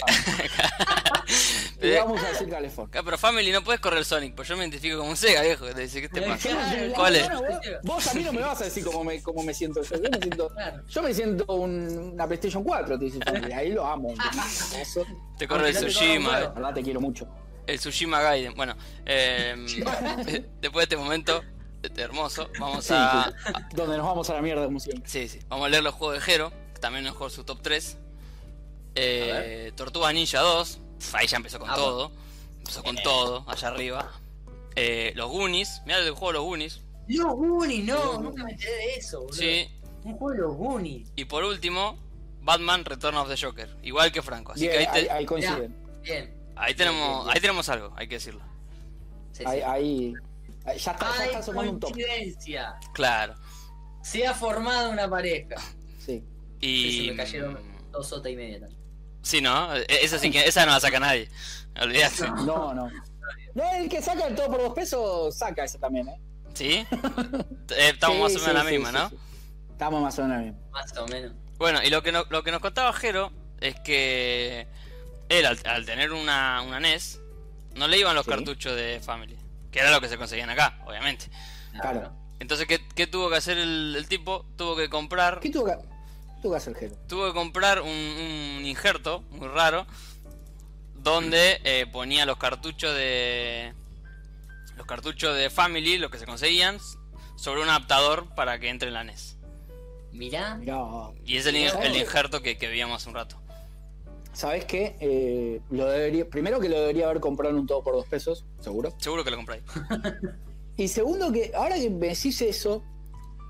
Speaker 1: family. Le vamos a decir calefonte.
Speaker 2: Ah, pero family no puedes correr el Sonic, pues yo me identifico como un Sega, viejo. Te dice, ¿qué te pasa? ¿Cuál es?
Speaker 1: Bueno, vos- Vos a mí no me vas a decir cómo me, cómo me siento yo. Yo me siento,
Speaker 3: Claro.
Speaker 1: yo me siento un- una PlayStation 4, te dice Family. Ahí lo amo. Eso,
Speaker 2: Te corre el
Speaker 3: Aunque no te corra un
Speaker 2: Tsushima.
Speaker 3: huevo.
Speaker 1: la verdad te quiero mucho.
Speaker 2: El Tsushima Gaiden. Bueno, eh, después de este momento este hermoso, vamos
Speaker 1: Sí,
Speaker 2: a,
Speaker 1: sí. Donde nos vamos a la mierda como siempre.
Speaker 2: Sí, sí. Vamos a leer los juegos de Jero. que También nos dejó su top 3.
Speaker 3: A
Speaker 2: Eh, Tortuga Ninja 2. Pf, Ahí ya empezó con
Speaker 3: Ah, bueno.
Speaker 2: todo. Empezó con
Speaker 3: Eh.
Speaker 2: todo, allá arriba. Eh, los Goonies. Mirá el juego de los Goonies.
Speaker 3: Los Goonies, no, nunca me enteré de eso, boludo.
Speaker 2: Sí.
Speaker 3: Un juego de los Goonies.
Speaker 2: Y por último, Batman Return of the Joker. Igual que Franco. Así
Speaker 1: Bien,
Speaker 2: que ahí,
Speaker 1: ahí,
Speaker 2: te-
Speaker 1: ahí coinciden.
Speaker 3: Bien.
Speaker 2: ahí
Speaker 1: bien,
Speaker 2: tenemos
Speaker 1: bien.
Speaker 2: ahí tenemos algo, hay que decirlo.
Speaker 3: Sí, sí.
Speaker 1: Ahí, ahí- ahí- ya está, ya
Speaker 3: Hay
Speaker 1: está sumando un top.
Speaker 3: coincidencia.
Speaker 2: Claro.
Speaker 3: Se ha formado una pareja.
Speaker 1: Sí.
Speaker 2: Y. mm,
Speaker 3: Sí, se me cayeron dos sotas y media. también.
Speaker 2: Sí, ¿no? E- Esa, sí que, esa no la saca nadie. Olvídate.
Speaker 1: No, no. No, el que saca el todo por dos pesos, saca ese también, ¿eh?
Speaker 2: ¿Sí? Eh, estamos
Speaker 1: Sí,
Speaker 2: más o menos
Speaker 1: sí,
Speaker 2: en la
Speaker 1: sí,
Speaker 2: misma,
Speaker 1: sí,
Speaker 2: ¿no?
Speaker 1: sí. Estamos más o menos en la misma.
Speaker 3: Más o menos.
Speaker 2: Bueno, y lo que, no- lo que nos contaba Jero es que él, al, al tener una, una NES, no le iban los
Speaker 1: Sí.
Speaker 2: cartuchos de Family, que era lo que se conseguían acá, obviamente.
Speaker 1: Claro.
Speaker 2: Entonces, ¿qué, qué tuvo que hacer el, el tipo? Tuvo que comprar
Speaker 1: ¿Qué tuvo que, tuvo que hacer Jero?
Speaker 2: tuvo que comprar un, un injerto muy raro, donde eh, ponía los cartuchos de. Los cartuchos de Family, los que se conseguían, sobre un adaptador para que entre en la NES.
Speaker 3: Mirá.
Speaker 1: Mirá,
Speaker 2: Y es el, in-
Speaker 1: Claro.
Speaker 2: el injerto que, que veíamos hace un rato.
Speaker 1: ¿sabes qué? Eh, lo debería, primero que lo debería haber comprado en un todo por dos pesos, seguro.
Speaker 2: Seguro que lo compráis.
Speaker 1: Y segundo que, ahora que me decís eso,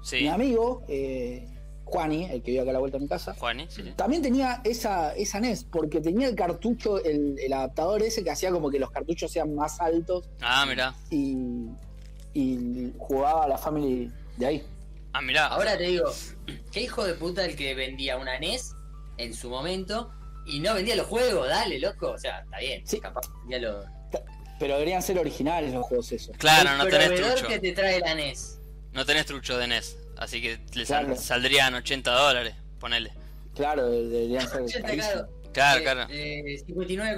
Speaker 2: Sí.
Speaker 1: mi amigo, eh, Juani, el que vive acá a la vuelta de mi casa,
Speaker 2: Juani, sí.
Speaker 1: también tenía esa, esa NES, porque tenía el cartucho, el, el adaptador ese que hacía como que los cartuchos sean más altos
Speaker 2: Ah, mirá.
Speaker 1: y, y jugaba a la Family de ahí.
Speaker 2: Ah, mirá.
Speaker 3: Ahora te digo, qué hijo de puta el que vendía una NES en su momento y no vendía los juegos, dale, loco. O sea, está bien,
Speaker 1: Sí.
Speaker 3: capaz vendía los.
Speaker 1: Pero deberían ser originales los juegos esos.
Speaker 2: Claro, no
Speaker 3: el
Speaker 2: tenés
Speaker 3: proveedor
Speaker 2: trucho.
Speaker 3: que te trae la E NES.
Speaker 2: No tenés trucho de NES. Así que le sal-
Speaker 1: Claro.
Speaker 2: saldrían 80 dólares. Ponele.
Speaker 1: Claro, deberían ser.
Speaker 3: Ya está
Speaker 1: carísimos.
Speaker 3: claro.
Speaker 2: Claro,
Speaker 3: Eh,
Speaker 2: claro.
Speaker 3: eh,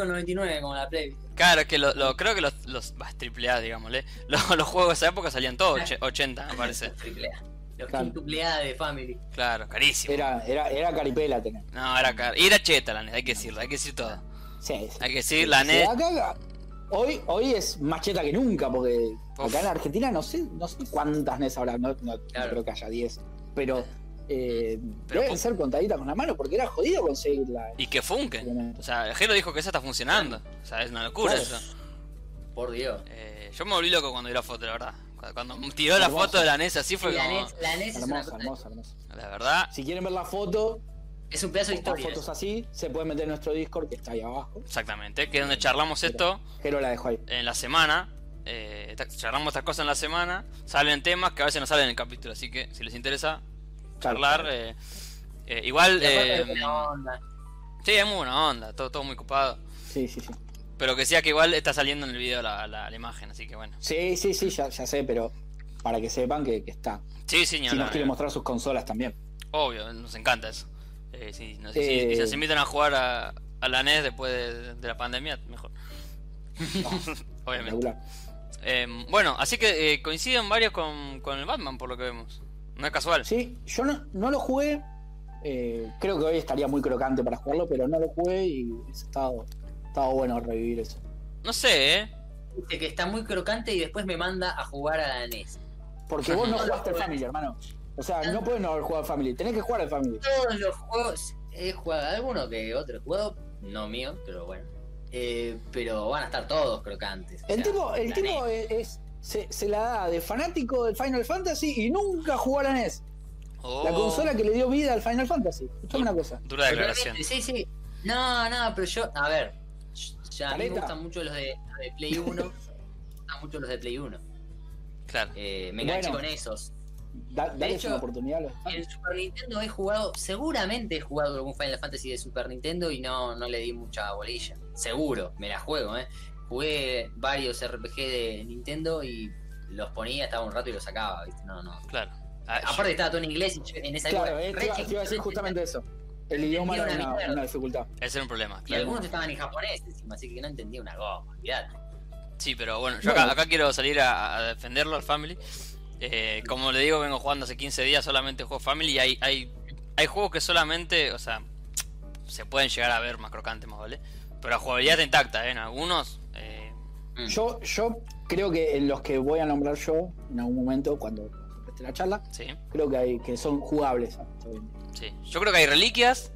Speaker 3: 59,99 como la Play.
Speaker 2: Claro, es que lo, lo- creo que los, los bah, triple A, digámosle, los, los juegos de esa época salían todos och- 80, me parece.
Speaker 3: Los triple A. Los
Speaker 1: Claro.
Speaker 3: quintuple A de Family.
Speaker 2: Claro, carísimo.
Speaker 1: Era, era, era caripela tener.
Speaker 2: No, era caro. Y era cheta la NES, hay que decirlo, hay que decir todo.
Speaker 1: Sí, sí.
Speaker 2: Hay que decir la E
Speaker 1: Sí,
Speaker 2: NES.
Speaker 1: acá- hoy, hoy es más cheta que nunca, porque
Speaker 2: Uf.
Speaker 1: acá en Argentina no sé, no sé cuántas NES habrá, no, no- no
Speaker 3: Claro.
Speaker 1: creo que haya 10, pero, eh,
Speaker 2: Pero
Speaker 1: deben
Speaker 2: po-
Speaker 1: ser contaditas con la mano, porque era jodido conseguirla.
Speaker 2: Y que funque. O sea, el Gelo dijo que esa está funcionando. O sea, es una locura
Speaker 1: Claro.
Speaker 2: eso.
Speaker 3: Por Dios.
Speaker 2: Eh, yo me volví loco cuando vi la foto, la verdad. Cuando- Cuando tiró la
Speaker 1: Hermoso.
Speaker 2: foto de la NES así fue
Speaker 3: la E
Speaker 2: como.
Speaker 3: NES, la NES es, una
Speaker 1: Hermosa, hermosa,
Speaker 3: cosa-
Speaker 1: hermosa.
Speaker 2: La verdad,
Speaker 1: Si quieren ver la foto,
Speaker 3: es un pedazo de
Speaker 1: las
Speaker 3: historia.
Speaker 1: fotos así, se pueden meter en nuestro Discord que está ahí abajo.
Speaker 2: exactamente. Que es donde charlamos esto
Speaker 1: Jero la dejó ahí.
Speaker 2: en la semana. Eh, ta- charlamos estas cosas en la semana. Salen temas que a veces no salen en el capítulo. Así que si les interesa charlar, eh, eh, igual.
Speaker 3: Y aparte
Speaker 2: eh,
Speaker 3: de buena onda.
Speaker 2: sí, es muy buena onda. Todo, todo muy copado.
Speaker 1: Sí, sí, sí.
Speaker 2: Pero que sea que igual está saliendo en el video la, la- la imagen. Así que bueno.
Speaker 1: Sí, sí, sí, ya, ya sé, pero para que sepan que, que está.
Speaker 2: Sí, sí, ni
Speaker 1: Si nos
Speaker 2: hablar,
Speaker 1: quiere
Speaker 2: eh.
Speaker 1: mostrar sus consolas también.
Speaker 2: Obvio, nos encanta eso. Eh, si, no sé, si-
Speaker 1: Eh.
Speaker 2: si nos invitan a jugar a, a la NES después de, de la pandemia, mejor. Obviamente.
Speaker 1: Espectacular.
Speaker 2: Eh, bueno, así que eh, coinciden varios con, con el Batman, por lo que vemos. No es casual.
Speaker 1: Sí, yo no, no lo jugué. eh, creo que hoy estaría muy crocante para jugarlo, pero no lo jugué y hubiese estado, estado bueno revivir eso.
Speaker 2: No sé, ¿eh?
Speaker 3: Dice que está muy crocante y después me manda a jugar a la E NES.
Speaker 1: Porque vos no
Speaker 3: No lo
Speaker 1: jugaste al
Speaker 3: jugué.
Speaker 1: Family, hermano. O sea, no puedes no haber jugado al Family. Tenés que jugar al Family.
Speaker 3: Todos los juegos he jugado, alguno que otro he jugado, no mío, pero bueno. Eh, pero van a estar todos crocantes. o
Speaker 1: El
Speaker 3: sea,
Speaker 1: tipo, el
Speaker 3: la E
Speaker 1: tipo
Speaker 3: NES.
Speaker 1: es, es- se, se la da de fanático del Final Fantasy y nunca jugó a la NES.
Speaker 2: Oh,
Speaker 1: La consola que le dio vida al Final Fantasy. Escuchame una cosa.
Speaker 2: Dura declaración.
Speaker 3: Realmente, Sí, sí. No, no, pero yo, a ver. Ya a mí me
Speaker 1: Caleta.
Speaker 3: gustan mucho los de, los de Play 1. me gustan mucho los de Play 1.
Speaker 2: Claro.
Speaker 3: Eh, me enganché
Speaker 1: Bueno.
Speaker 3: con esos.
Speaker 1: Da, dale
Speaker 3: hecho,
Speaker 1: una oportunidad. a los-
Speaker 3: En Super Nintendo he jugado, seguramente he jugado algún Final Fantasy de Super Nintendo y no, no le di mucha bolilla. Seguro, me la juego, ¿eh? Jugué varios RPG de Nintendo y los ponía, estaba un rato y los sacaba, ¿viste? No, no.
Speaker 2: Claro. Ah, yo-
Speaker 3: Aparte estaba todo en inglés y yo en esa
Speaker 1: Claro,
Speaker 3: época.
Speaker 1: eh, te
Speaker 3: re
Speaker 1: iba- te iba a decir
Speaker 3: chiquito,
Speaker 1: justamente eso. El idioma era
Speaker 3: una
Speaker 1: una,
Speaker 3: mierda.
Speaker 1: una dificultad.
Speaker 2: ese era un problema.
Speaker 3: Y
Speaker 2: claro.
Speaker 3: algunos estaban en japonés encima, así que no entendía una goma, olvidate.
Speaker 2: Sí, pero bueno, yo acá,
Speaker 1: Bueno.
Speaker 2: acá quiero salir a, a defenderlo al Family. Eh, como le digo, vengo jugando hace 15 días solamente juego Family y hay, hay, hay juegos que solamente, o sea, se pueden llegar a ver más crocantes, más vale. Pero la jugabilidad está intacta, ¿eh? En algunos, eh,
Speaker 3: Mm.
Speaker 1: Yo, yo creo que en los que voy a nombrar yo en algún momento, cuando esté la charla,
Speaker 2: sí,
Speaker 1: creo que hay, que son jugables. hasta hoy.
Speaker 2: sí. Yo creo que hay reliquias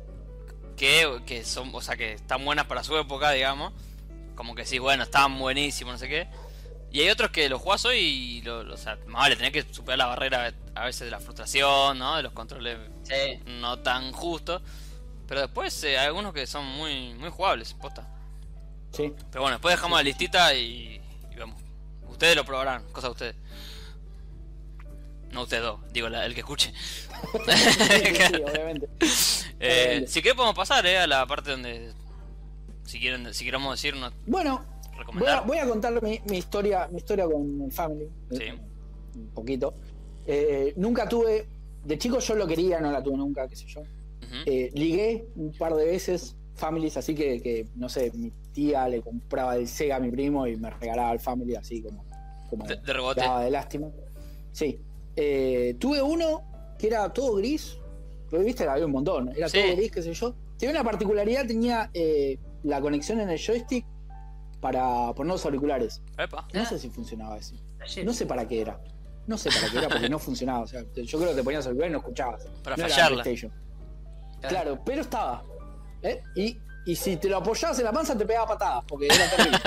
Speaker 2: que, que son, o sea, que están buenas para su época, digamos. Como que sí, bueno, estaban buenísimos, no sé qué. Y hay otros que los jugás hoy y, lo, lo- o sea, más vale, tenés que superar la barrera a veces de la frustración, ¿no? De los controles
Speaker 3: Sí.
Speaker 2: no tan justo. Pero después eh, hay algunos que son muy, muy jugables, posta.
Speaker 1: Sí.
Speaker 2: Pero bueno, después dejamos la listita y, y vemos. Ustedes lo probarán, cosa de ustedes. No ustedes dos, digo la- el que escuche.
Speaker 1: Sí, sí, sí, obviamente.
Speaker 2: Eh,
Speaker 1: Obviamente.
Speaker 2: si querés podemos pasar eh, a la parte donde si quieren, si queremos decirnos,
Speaker 1: Bueno, voy a,
Speaker 2: recomendar.
Speaker 1: voy a contar mi, mi historia, mi historia con el family. eh,
Speaker 2: Sí.
Speaker 1: Un poquito. Eh, nunca tuve. De chico yo lo quería, no la tuve nunca, qué sé yo.
Speaker 2: Ujú.
Speaker 1: Eh, ligué un par de veces families, así que, que, no sé, mi tía le compraba el Sega a mi primo y me regalaba el family así como. como
Speaker 2: De, de rebote.
Speaker 1: Daba de lástima. Sí. Eh, tuve uno que era todo gris. Lo viste, había un montón. Era
Speaker 2: Sí.
Speaker 1: todo gris, qué sé yo. Tenía una particularidad, tenía eh, la conexión en el joystick para poner los auriculares.
Speaker 2: Epa.
Speaker 1: No
Speaker 3: Ah.
Speaker 1: sé si funcionaba así.
Speaker 3: Ayer.
Speaker 1: No sé para qué era. No sé para qué era porque no funcionaba. O sea, yo creo que te ponías el auricular y no escuchabas.
Speaker 2: Para
Speaker 1: No era
Speaker 2: fallarla.
Speaker 1: PlayStation. Claro, pero estaba. ¿eh? Y, y si te lo apoyabas en la panza te pegaba patadas porque era terrible.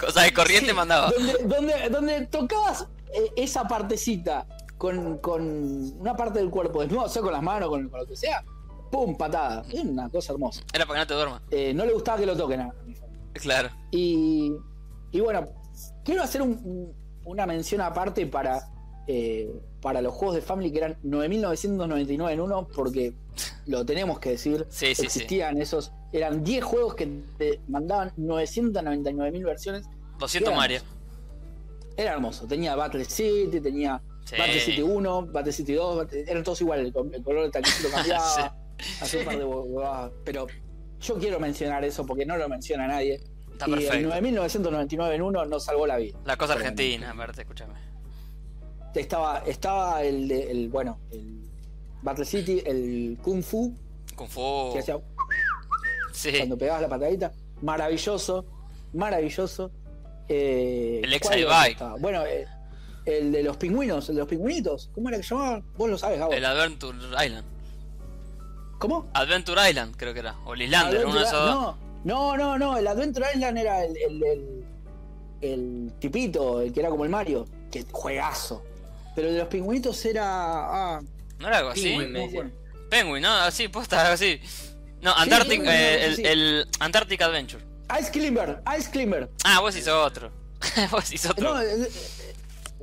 Speaker 2: Cosa de corriente
Speaker 1: Sí,
Speaker 2: mandaba.
Speaker 1: Donde, donde, donde tocabas eh, esa partecita con, con una parte del cuerpo desnudo, o sea, con las manos, con, con lo que sea, ¡pum! patada. Es una cosa hermosa.
Speaker 2: Era para que no te duermas.
Speaker 1: Eh, no le gustaba que lo toquen a mi familia.
Speaker 2: Claro.
Speaker 1: Y, y bueno, quiero hacer un- un- una mención aparte para, eh, para los juegos de Family que eran 9.999 en uno, porque lo tenemos que decir,
Speaker 2: Sí, sí, sí.
Speaker 1: existían esos, eran 10 juegos que te mandaban 999.000 versiones,
Speaker 2: 200
Speaker 1: Bien.
Speaker 2: Mario.
Speaker 1: era hermoso, tenía Battle City, tenía
Speaker 2: Sí.
Speaker 1: Battle City 1, Battle City 2, Battle- eran todos iguales, el, co- el color del taquito cambiaba, hacía un par de huevadas, pero yo quiero mencionar eso porque no lo menciona nadie,
Speaker 2: Está
Speaker 1: y el
Speaker 2: perfecto.
Speaker 1: 9.999 en uno nos salvó la vida.
Speaker 2: La cosa argentina, aparte, escúchame.
Speaker 1: Estaba, estaba el, de- el bueno, el Battle City, el Kung Fu,
Speaker 2: Kung Fu.
Speaker 1: que hacía
Speaker 2: Oh, Sí.
Speaker 1: cuando pegabas la patadita. Maravilloso, maravilloso. Eh,
Speaker 2: El ex
Speaker 1: ¿cuál
Speaker 2: del
Speaker 1: otro
Speaker 2: bike.
Speaker 1: estaba? Bueno, eh, el de los pingüinos, el de los pingüinitos. ¿Cómo era que se llamaba? Vos lo sabes, Gabo.
Speaker 2: El Adventure Island.
Speaker 1: ¿Cómo?
Speaker 2: Adventure Island, creo que era. O el Island, era uno de
Speaker 1: Adventure-
Speaker 2: esos dos.
Speaker 1: no, no, no, no, el Adventure Island era el, el, el- el tipito, el que era como el Mario. Que juegazo. Pero el de los pingüinitos era. Ah,
Speaker 2: ¿No era algo así?
Speaker 3: Penguin. Me
Speaker 1: ¿cómo
Speaker 3: dice.
Speaker 1: fueron?
Speaker 2: Penguin, ¿no? Así, posta, algo así. No, Antarctic,
Speaker 1: sí, no,
Speaker 2: eh,
Speaker 1: no,
Speaker 2: el,
Speaker 1: sí, sí.
Speaker 2: el Antarctic Adventure.
Speaker 1: Ice Climber, Ice Climber.
Speaker 2: Ah, vos hizo otro. vos hizo otro.
Speaker 1: No, eh, eh,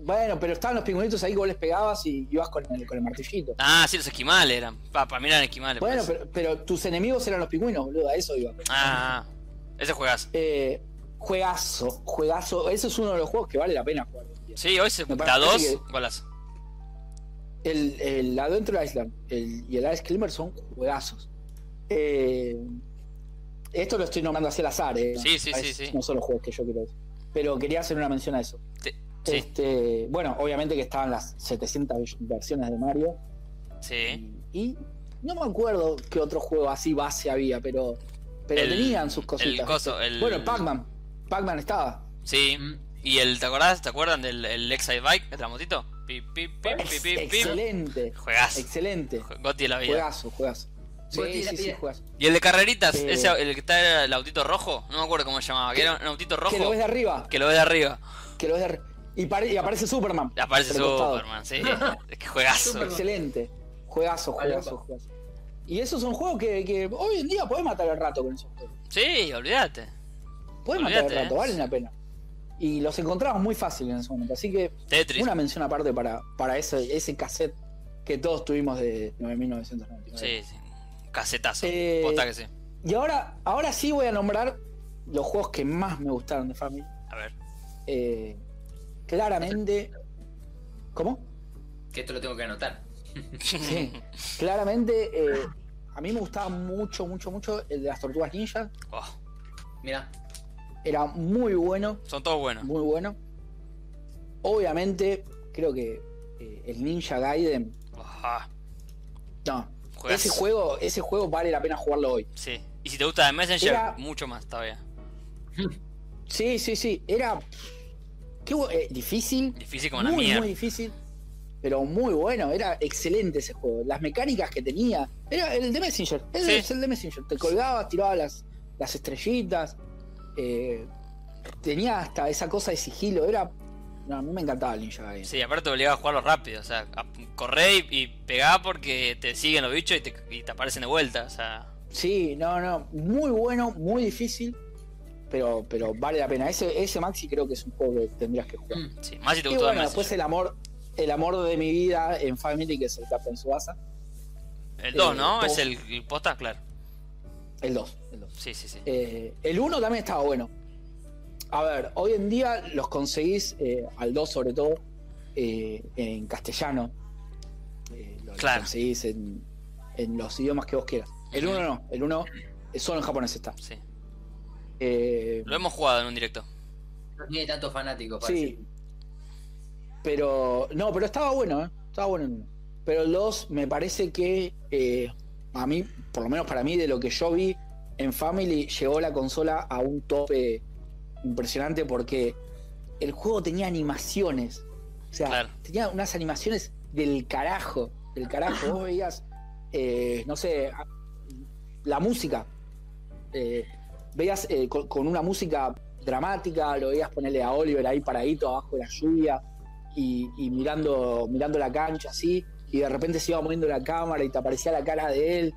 Speaker 1: bueno, pero estaban los pingüinitos ahí que vos les pegabas y ibas con el, con el martillito.
Speaker 2: Ah, sí, los esquimales eran. Pa, pa, mí eran esquimales. pues.
Speaker 1: Bueno,
Speaker 2: parece.
Speaker 1: pero, pero tus enemigos eran los pingüinos, boludo, a eso iba.
Speaker 2: Ah, ah. ese juegas.
Speaker 1: Eh, juegazo, juegazo. Eso es uno de los juegos que vale la pena jugar.
Speaker 2: Sí, hoy se
Speaker 1: Me
Speaker 2: da dos
Speaker 1: parece
Speaker 2: golazo.
Speaker 1: El, el Adventure Island el- y el Ice Climber son juegazos. Eh, esto lo estoy nombrando así al azar, eh.
Speaker 2: Sí, sí,
Speaker 1: No
Speaker 2: sí,
Speaker 1: es-
Speaker 2: sí.
Speaker 1: No son los juegos que yo quiero decir. Pero quería hacer una mención a eso.
Speaker 2: Te- Sí,
Speaker 1: Este, bueno, obviamente que estaban las 700 versiones de Mario.
Speaker 2: sí.
Speaker 1: Y no me acuerdo qué otro juego así base había, pero, pero
Speaker 2: El-
Speaker 1: tenían sus cositas.
Speaker 2: el coso, el-
Speaker 1: Bueno, Pac-Man. Pac-Man estaba.
Speaker 2: Sí.
Speaker 3: Mm,
Speaker 2: ¿Y el, te acordás, te acuerdan del el Excite Bike, el tramotito? Pi, pi, pi, pi,
Speaker 1: Ex-
Speaker 2: pi, pi.
Speaker 1: excelente.
Speaker 2: Juegazo.
Speaker 1: Excelente.
Speaker 2: Gotti de la vida.
Speaker 1: Juegazo, juegazo.
Speaker 3: Goti
Speaker 1: Sí,
Speaker 3: la
Speaker 1: sí, sí,
Speaker 3: pide.
Speaker 1: juegazo.
Speaker 2: Y el de carreritas,
Speaker 1: Eh.
Speaker 2: ese, el que está el autito rojo, no me acuerdo cómo se llamaba, que era un autito rojo
Speaker 1: Que lo ves de arriba.
Speaker 2: de arriba.
Speaker 1: Que lo ves de arri- Y, pare- y aparece Superman.
Speaker 2: Aparece
Speaker 1: Recostado.
Speaker 2: Superman, sí. Es que juegazo.
Speaker 3: Superman.
Speaker 1: Excelente. Juegazo,
Speaker 3: Vale,
Speaker 1: juegazo, juegazo. Y esos son juegos que, que hoy en día podés matar el rato con esos juegos.
Speaker 2: Sí, olvídate.
Speaker 1: Podés matar el
Speaker 2: Olvídate,
Speaker 1: rato,
Speaker 2: eh.
Speaker 1: valen la pena. Y los encontramos muy fácil en ese momento. Así que
Speaker 2: Tetris.
Speaker 1: Una mención aparte para, para ese, ese cassette que todos tuvimos de 9999.
Speaker 2: Sí, sí. Casetazo.
Speaker 1: Eh.
Speaker 2: Posta que sí.
Speaker 1: Y ahora, ahora sí voy a nombrar los juegos que más me gustaron de Family.
Speaker 2: A ver.
Speaker 1: Eh, claramente. ¿Cómo?
Speaker 3: Que esto lo tengo que anotar.
Speaker 1: Sí. claramente, eh, a mí me gustaba mucho, mucho, mucho el de las tortugas ninja.
Speaker 2: Oh,
Speaker 3: Mira,
Speaker 1: Era muy bueno,
Speaker 2: son todos buenos.
Speaker 1: muy bueno. Obviamente, creo que eh, el Ninja Gaiden.
Speaker 2: Ajá.
Speaker 1: No.
Speaker 2: Juegazo.
Speaker 1: Ese juego, ese juego vale la pena jugarlo hoy.
Speaker 2: Sí. Y si te gusta de Messenger,
Speaker 1: Era-
Speaker 2: mucho más todavía.
Speaker 1: Sí, sí, sí. Era. Qué bu- eh, difícil.
Speaker 2: Difícil como la
Speaker 1: Muy,
Speaker 2: mía.
Speaker 1: muy difícil. Pero muy bueno. Era excelente ese juego. Las mecánicas que tenía. Era el de Messenger. Ese
Speaker 2: Sí.
Speaker 1: Es el de Messenger. Te colgabas, tirabas las, las estrellitas. eh, tenía hasta esa cosa de sigilo. Era. No, a mí me encantaba el Ninja Gaiden.
Speaker 2: Sí, aparte te obligaba a jugarlo rápido. O sea, a- corré y, y pegá porque te siguen los bichos y te, y te aparecen de vuelta. O sea,
Speaker 1: Sí, no, no. Muy bueno, muy difícil. Pero, pero vale la pena. Ese, ese Maxi creo que es un juego que tendrías que jugar.
Speaker 2: sí. Más si Mm, te gustó
Speaker 1: Y
Speaker 2: de
Speaker 1: bueno, después
Speaker 2: Messenger.
Speaker 1: el amor, el amor de mi vida en Family, que es el Captain Subasa.
Speaker 2: El 2,
Speaker 1: eh,
Speaker 2: ¿no?
Speaker 1: dos.
Speaker 2: Es el, el posta, claro.
Speaker 1: El 2. El 2.
Speaker 2: Sí, sí, sí.
Speaker 1: Eh, el 1 también estaba bueno. A ver, hoy en día los conseguís, eh, al 2 sobre todo, eh, en castellano. Eh, los
Speaker 2: Claro.
Speaker 1: conseguís en, en los idiomas que vos quieras. El 1 no, el 1 solo en japonés está.
Speaker 2: sí.
Speaker 1: Eh,
Speaker 2: Lo hemos jugado en un directo.
Speaker 3: no tiene tantos fanáticos.
Speaker 1: Sí. Pero. No, pero estaba bueno, ¿eh? Estaba bueno el uno. Pero el 2 me parece que. eh, a mí, por lo menos para mí, de lo que yo vi en Family, llegó la consola a un tope impresionante porque el juego tenía animaciones. O sea,
Speaker 2: Claro.
Speaker 1: tenía unas animaciones del carajo. Del carajo. Vos veías. eh, no sé. a- La música. eh, veías eh, con, con una música dramática, lo veías ponerle a Oliver ahí paradito abajo de la lluvia, y, y mirando, mirando la cancha así, y de repente se iba moviendo la cámara y te aparecía la cara de él,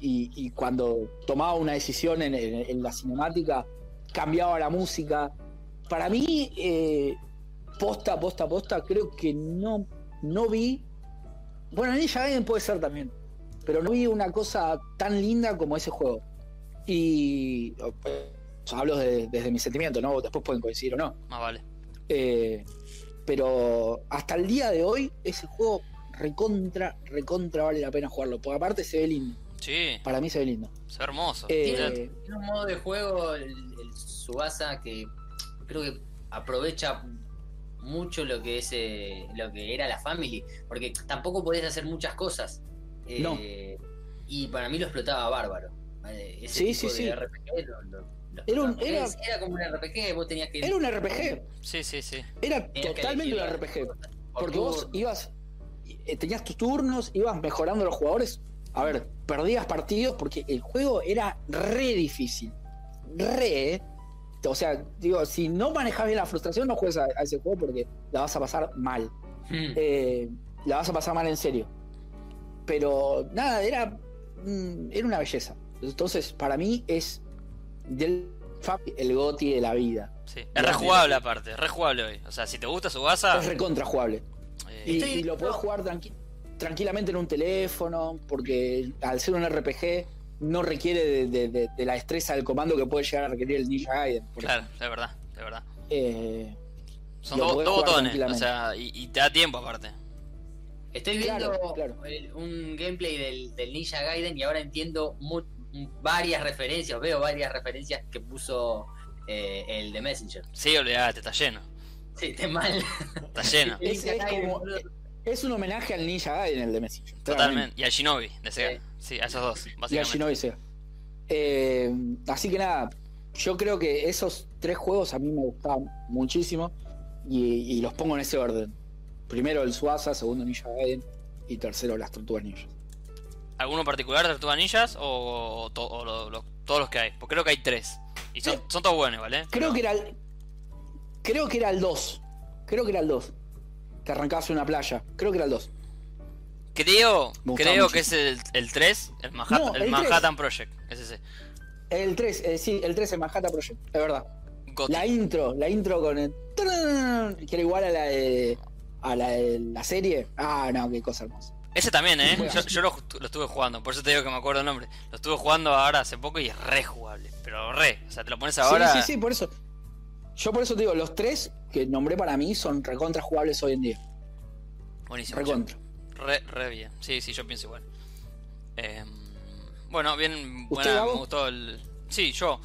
Speaker 1: y, y cuando tomaba una decisión en, en- en la cinemática, cambiaba la música. Para mí, eh, posta, posta, posta, creo que no, no vi, bueno, en ella Gaiden puede ser también, pero no vi una cosa tan linda como ese juego. Y o sea, hablo de- desde mi sentimiento, ¿no? Después pueden coincidir o no.
Speaker 2: Más vale.
Speaker 1: Eh, pero hasta el día de hoy, ese juego recontra, recontra vale la pena jugarlo. Porque aparte se ve lindo.
Speaker 2: Sí,
Speaker 1: Para mí se ve lindo.
Speaker 2: es hermoso. literal.
Speaker 1: Eh,
Speaker 3: Tiene un modo de juego, el, el Tsubasa, que creo que aprovecha mucho lo que es eh, lo que era la family, porque tampoco podés hacer muchas cosas. Eh,
Speaker 1: No.
Speaker 3: Y para mí lo explotaba bárbaro. Eh, Ese
Speaker 1: Sí,
Speaker 3: tipo
Speaker 1: sí,
Speaker 3: de
Speaker 1: sí.
Speaker 3: RPG lo- lo- lo
Speaker 1: Era un-
Speaker 3: explotaba.
Speaker 1: era-
Speaker 3: Es- era como un RPG, vos tenías que.
Speaker 1: era un RPG.
Speaker 2: Sí, sí, sí.
Speaker 1: Era
Speaker 3: tenías que
Speaker 1: totalmente un
Speaker 3: elegir
Speaker 1: RPG.
Speaker 3: las cosas.
Speaker 1: Porque vos ibas, eh, tenías tus turnos, ibas mejorando a los jugadores. A ver, perdías partidos porque el juego era re difícil. Re. eh. O sea, digo, si no manejas bien la frustración, no juegues a- a ese juego porque la vas a pasar mal.
Speaker 3: Mm.
Speaker 1: eh, la vas a pasar mal en serio. Pero nada, era, mm, era una belleza. Entonces, para mí es del fa- el goti de la vida.
Speaker 2: sí. Es
Speaker 1: Bien,
Speaker 2: rejugable aparte, es rejugable hoy. O sea, si te gusta su eh, gasa,
Speaker 1: Es recontrajugable. Y,
Speaker 3: Estoy-
Speaker 1: y lo puedes
Speaker 3: no.
Speaker 1: jugar tranqui- tranquilamente en un teléfono, porque al ser un RPG no requiere de, de- de- de la destreza del comando que puede llegar a requerir el Ninja Gaiden. por
Speaker 2: claro, de verdad, de verdad.
Speaker 1: ejemplo. Eh,
Speaker 2: Son
Speaker 1: Lo
Speaker 2: dos,
Speaker 1: podés
Speaker 2: dos
Speaker 1: jugar
Speaker 2: botones, o
Speaker 1: tranquilamente.
Speaker 2: sea, y, y te da tiempo aparte.
Speaker 3: Estoy
Speaker 1: Claro,
Speaker 3: viendo
Speaker 1: claro.
Speaker 3: el- un gameplay del, del Ninja Gaiden y ahora entiendo mu- varias referencias, veo varias referencias que puso eh, el de Messenger.
Speaker 2: Sí, olvidate, está lleno.
Speaker 3: Sí, está mal.
Speaker 2: Está lleno.
Speaker 1: Ese
Speaker 3: Ninja
Speaker 1: es
Speaker 3: Gaiden,
Speaker 1: como-
Speaker 3: boludo.
Speaker 1: es un homenaje al Ninja Gaiden, el de Messi.
Speaker 2: Totalmente. Y al Shinobi, de Sega. Sí, a esos dos,
Speaker 1: y a
Speaker 2: básicamente.
Speaker 1: Shinobi Sega. Eh, así que nada, yo creo que esos tres juegos a mí me gustaban muchísimo y, y los pongo en ese orden. Primero el Suaza, segundo Ninja Gaiden y tercero las Tortugas Ninjas.
Speaker 2: ¿Alguno particular de Tortugas Ninjas o, o to- o lo- lo- todos los que hay? Porque creo que hay tres. Y son,
Speaker 1: Sí.
Speaker 2: son todos buenos, ¿eh? ¿vale?
Speaker 1: Creo que era el, creo que era el 2. Creo que era el 2. Que arrancabas en una playa. Creo que era el 2.
Speaker 2: Creo,
Speaker 1: Me gustaba
Speaker 2: creo
Speaker 1: mucho.
Speaker 2: que es el, el 3, el, Manhattan,
Speaker 1: No,
Speaker 2: el
Speaker 1: el
Speaker 2: Manhattan Project. Es ese.
Speaker 1: El 3, eh, sí, el 3 en Manhattan Project, es verdad.
Speaker 2: Gothic.
Speaker 1: La intro, la intro con el tarán, que era igual a la de, a la de la serie. Ah, no, qué cosa hermosa.
Speaker 2: Ese también, ¿eh?
Speaker 1: Bueno.
Speaker 2: Yo, yo lo, ju- lo estuve jugando, por eso te digo que me acuerdo el nombre. Lo estuve jugando ahora hace poco y es re jugable. Pero re. O sea, te lo pones ahora.
Speaker 1: Sí, sí, sí, por eso. Yo por eso te digo, los tres que nombré para mí son recontra jugables hoy en día.
Speaker 2: Buenísimo.
Speaker 1: Recontra.
Speaker 2: Re, re bien. Sí, sí, yo pienso igual. Eh, bueno, bien,
Speaker 1: ¿Usted,
Speaker 2: buena, me
Speaker 1: Gabo?
Speaker 2: gustó el. Sí, yo.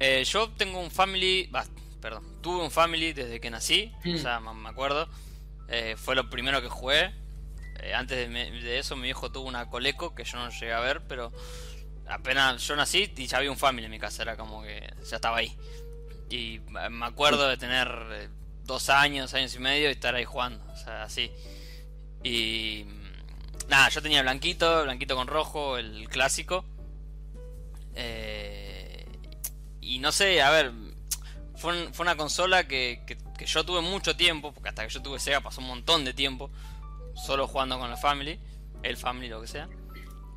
Speaker 2: Eh, yo tengo un family. bah, perdón. Tuve un family desde que nací.
Speaker 3: Mm.
Speaker 2: O sea, me me acuerdo. Eh, fue lo primero que jugué. Eh, antes de, me- de eso, mi viejo tuvo una Coleco que yo no llegué a ver, pero apenas yo nací y ya había un family en mi casa. Era como que ya estaba ahí. Y eh, me acuerdo de tener eh, dos años, años y medio y estar ahí jugando. O sea, así. Y. mm, Nada, yo tenía blanquito, blanquito con rojo, el clásico. Eh, y no sé, a ver. Fue, un- fue una consola que, que- que yo tuve mucho tiempo, porque hasta que yo tuve Sega pasó un montón de tiempo, solo jugando con la Family, el Family, lo que sea.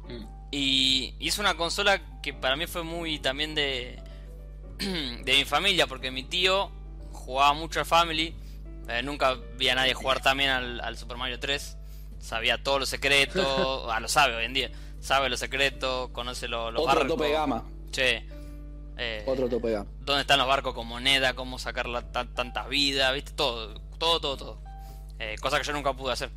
Speaker 3: Mm.
Speaker 2: Y, y es una consola que para mí fue muy también de, de mi familia, porque mi tío jugaba mucho al Family. eh, nunca vi a nadie jugar también al, al Super Mario 3. Sabía todos los secretos, ah, lo sabe hoy en día. Sabe los secretos, conoce lo- los
Speaker 1: Otro
Speaker 2: barcos.
Speaker 1: tope de gama.
Speaker 2: Che, eh,
Speaker 1: Otro tope de gama.
Speaker 2: dónde están los barcos con moneda, cómo sacar la- tan- tantas vidas, viste, todo, todo, todo, todo. Eh, cosa que yo nunca pude hacer.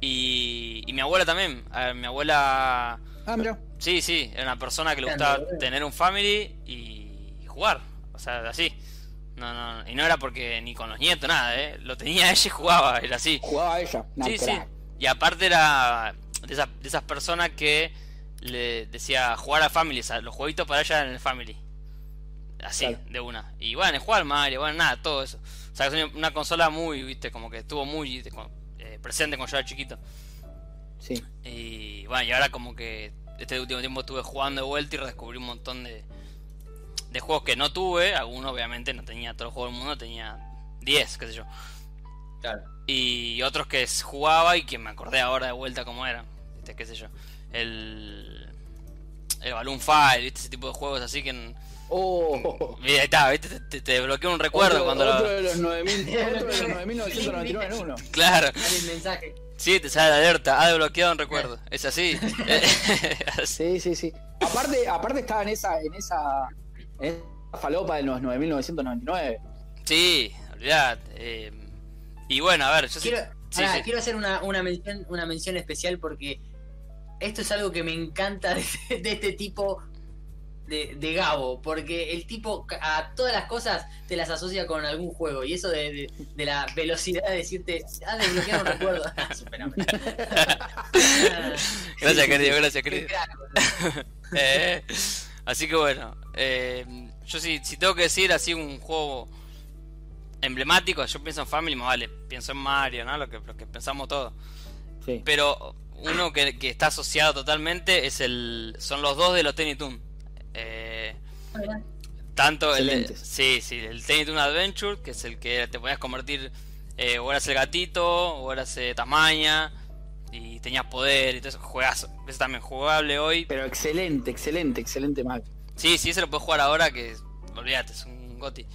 Speaker 2: Y, y mi abuela también. A ver, mi abuela.
Speaker 1: Ah, mira.
Speaker 2: Sí, sí, era una persona que le
Speaker 3: Grande,
Speaker 2: gustaba
Speaker 3: boludo.
Speaker 2: tener un family y jugar. O sea, así. No, no, y no era porque ni con los nietos, nada, ¿eh? Lo tenía ella y jugaba, era así.
Speaker 1: Jugaba ella. Nah,
Speaker 2: Sí, sí.
Speaker 1: crack.
Speaker 2: Y aparte era de esas, de esas personas que le decía jugar a Family, o sea, los jueguitos para ella eran el Family. Así,
Speaker 1: Claro.
Speaker 2: de una. Y bueno, jugar al Mario, bueno, nada, todo eso. O sea, es una- una consola muy, viste, como que estuvo muy viste, con- eh, presente cuando yo era chiquito.
Speaker 1: Sí.
Speaker 2: Y bueno, y ahora como que este último tiempo estuve jugando de vuelta y descubrí un montón de, de juegos que no tuve. Algunos obviamente no tenía todo el juego del mundo, tenía 10, qué sé yo.
Speaker 3: Claro.
Speaker 2: Y otros que s- jugaba y que me acordé ahora de vuelta cómo eran. Este, qué sé yo. El. El Balloon Fight, ¿viste? Ese tipo de juegos así que. en-
Speaker 1: Oh,
Speaker 2: Mira, ahí está, ¿viste? Te, te- te bloquea un recuerdo
Speaker 1: otro,
Speaker 2: cuando
Speaker 1: otro
Speaker 2: lo.
Speaker 1: de los 9.000, otro de los 9.999 en uno.
Speaker 2: Claro.
Speaker 3: Dale el mensaje.
Speaker 2: Sí, te sale la alerta. Ha desbloqueado un recuerdo. Es así. Así.
Speaker 1: Sí, sí, sí. Aparte, aparte estaba en esa, en esa, en esa falopa de los 9.999.
Speaker 2: sí, olvidate. eh, y bueno, a ver, yo sí-
Speaker 3: Quiero,
Speaker 2: sí,
Speaker 3: pará,
Speaker 2: sí.
Speaker 3: quiero hacer una, una mención, una mención especial porque esto es algo que me encanta de, de este tipo de, de Gabo. Porque el tipo ca- a todas las cosas te las asocia con algún juego. Y eso de, de- de la velocidad de decirte, ah, desbloquear un recuerdo. Ah, es un fenómeno. Ah,
Speaker 2: Gracias,
Speaker 3: sí,
Speaker 2: querido,
Speaker 3: sí,
Speaker 2: gracias,
Speaker 3: qué
Speaker 2: querido.
Speaker 3: crack, boludo.
Speaker 2: Eh, así que bueno, eh, yo sí, si tengo que decir así un juego emblemático, yo pienso en Family, más vale, pienso en Mario, ¿no? Lo que, lo que pensamos todos.
Speaker 1: Sí.
Speaker 2: Pero uno que, que está asociado totalmente es el, son los dos de los Tiny Toon. Eh, tanto el de,
Speaker 1: Excelentes.
Speaker 2: sí, sí, el Tiny Toon Adventure, que es el que te podías convertir, eh, o eras el gatito, o eras eh, tamaña, y tenías poder, y todo eso, juegazo. Es también jugable hoy,
Speaker 1: Pero excelente, excelente, excelente mal.
Speaker 2: Sí, sí, se lo puedes jugar ahora que olvídate, es un goti.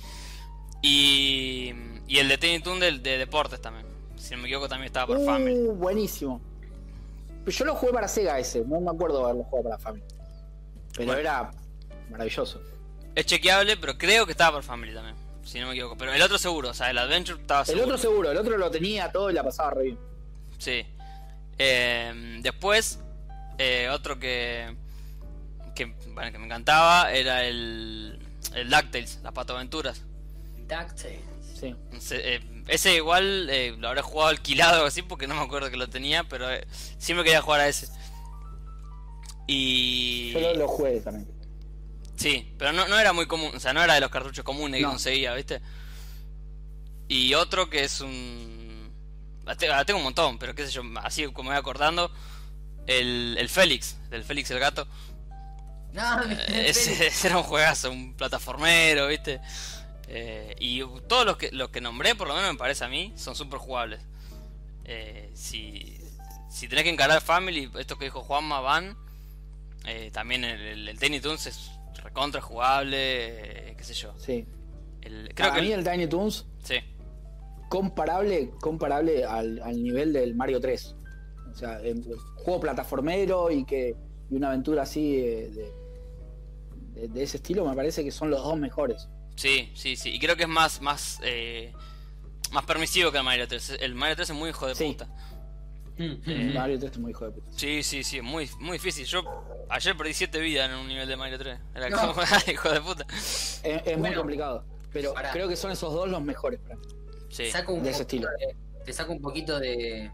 Speaker 2: Y, y el de Tiny Toon del- de, deportes también. Si no me equivoco también estaba Ah, por Family.
Speaker 1: Uh, buenísimo. Yo lo jugué para Sega ese, no me acuerdo haberlo jugado para Family. Pero
Speaker 2: Bueno.
Speaker 1: era maravilloso.
Speaker 2: Es chequeable, pero creo que estaba por Family también. Si no me equivoco. Pero el otro seguro, o sea, el Adventure estaba
Speaker 1: El
Speaker 2: seguro.
Speaker 1: otro seguro, el otro lo tenía todo y la pasaba re bien.
Speaker 2: Sí. Eh, después, eh, otro que, que, bueno, que me encantaba era el, el DuckTales, las Pato Aventuras.
Speaker 3: Ducktail.
Speaker 1: Sí.
Speaker 2: Se- eh, ese igual eh, lo habré jugado alquilado o así porque no me acuerdo que lo tenía, pero eh, siempre quería jugar a ese. Y...
Speaker 1: Yo lo, lo jugué también.
Speaker 2: Sí, pero no, no era muy común, o sea, no era de los cartuchos comunes
Speaker 1: No.
Speaker 2: que conseguía, ¿viste? Y otro que es un... ah, te- ah, Tengo un montón, pero qué sé yo, así como me voy acordando, el, el Félix, del Félix el gato.
Speaker 3: No, me-
Speaker 2: Eh, Ese, ese era un juegazo, un plataformero, ¿viste? Eh, y todos los que, los que nombré, por lo menos me parece a mí, son súper jugables. Eh, si, si tenés que encarar Family, esto que dijo Juanma Van, eh, también el, el, el Tiny Toons es recontra jugable, eh, qué sé yo.
Speaker 1: Sí.
Speaker 2: El- creo
Speaker 1: para
Speaker 2: que
Speaker 1: Ah, mí
Speaker 2: el-
Speaker 1: el Tiny Toons,
Speaker 2: sí,
Speaker 1: comparable, comparable al, al nivel del Mario 3. O sea, en- juego plataformero y que y una aventura así eh, de, de- de ese estilo me parece que son los dos mejores.
Speaker 2: sí, sí, sí. Y creo que es más, más, eh, más permisivo que el Mario 3. El Mario 3 es muy hijo de
Speaker 1: Sí.
Speaker 2: puta.
Speaker 1: El
Speaker 3: Eh.
Speaker 2: Mm.
Speaker 1: Mario 3 es muy hijo de puta.
Speaker 2: Sí, sí, sí, es muy, muy difícil. Yo ayer perdí 7 vidas en un nivel de Mario 3. Era
Speaker 3: No.
Speaker 2: como, ah, hijo de puta.
Speaker 1: Es, es muy
Speaker 3: Bueno,
Speaker 1: complicado. Pero
Speaker 3: pará.
Speaker 1: creo que son esos dos los mejores. para mí.
Speaker 2: Sí,
Speaker 3: saco un
Speaker 1: de ese
Speaker 3: poquito
Speaker 1: estilo.
Speaker 3: de- te saco un poquito de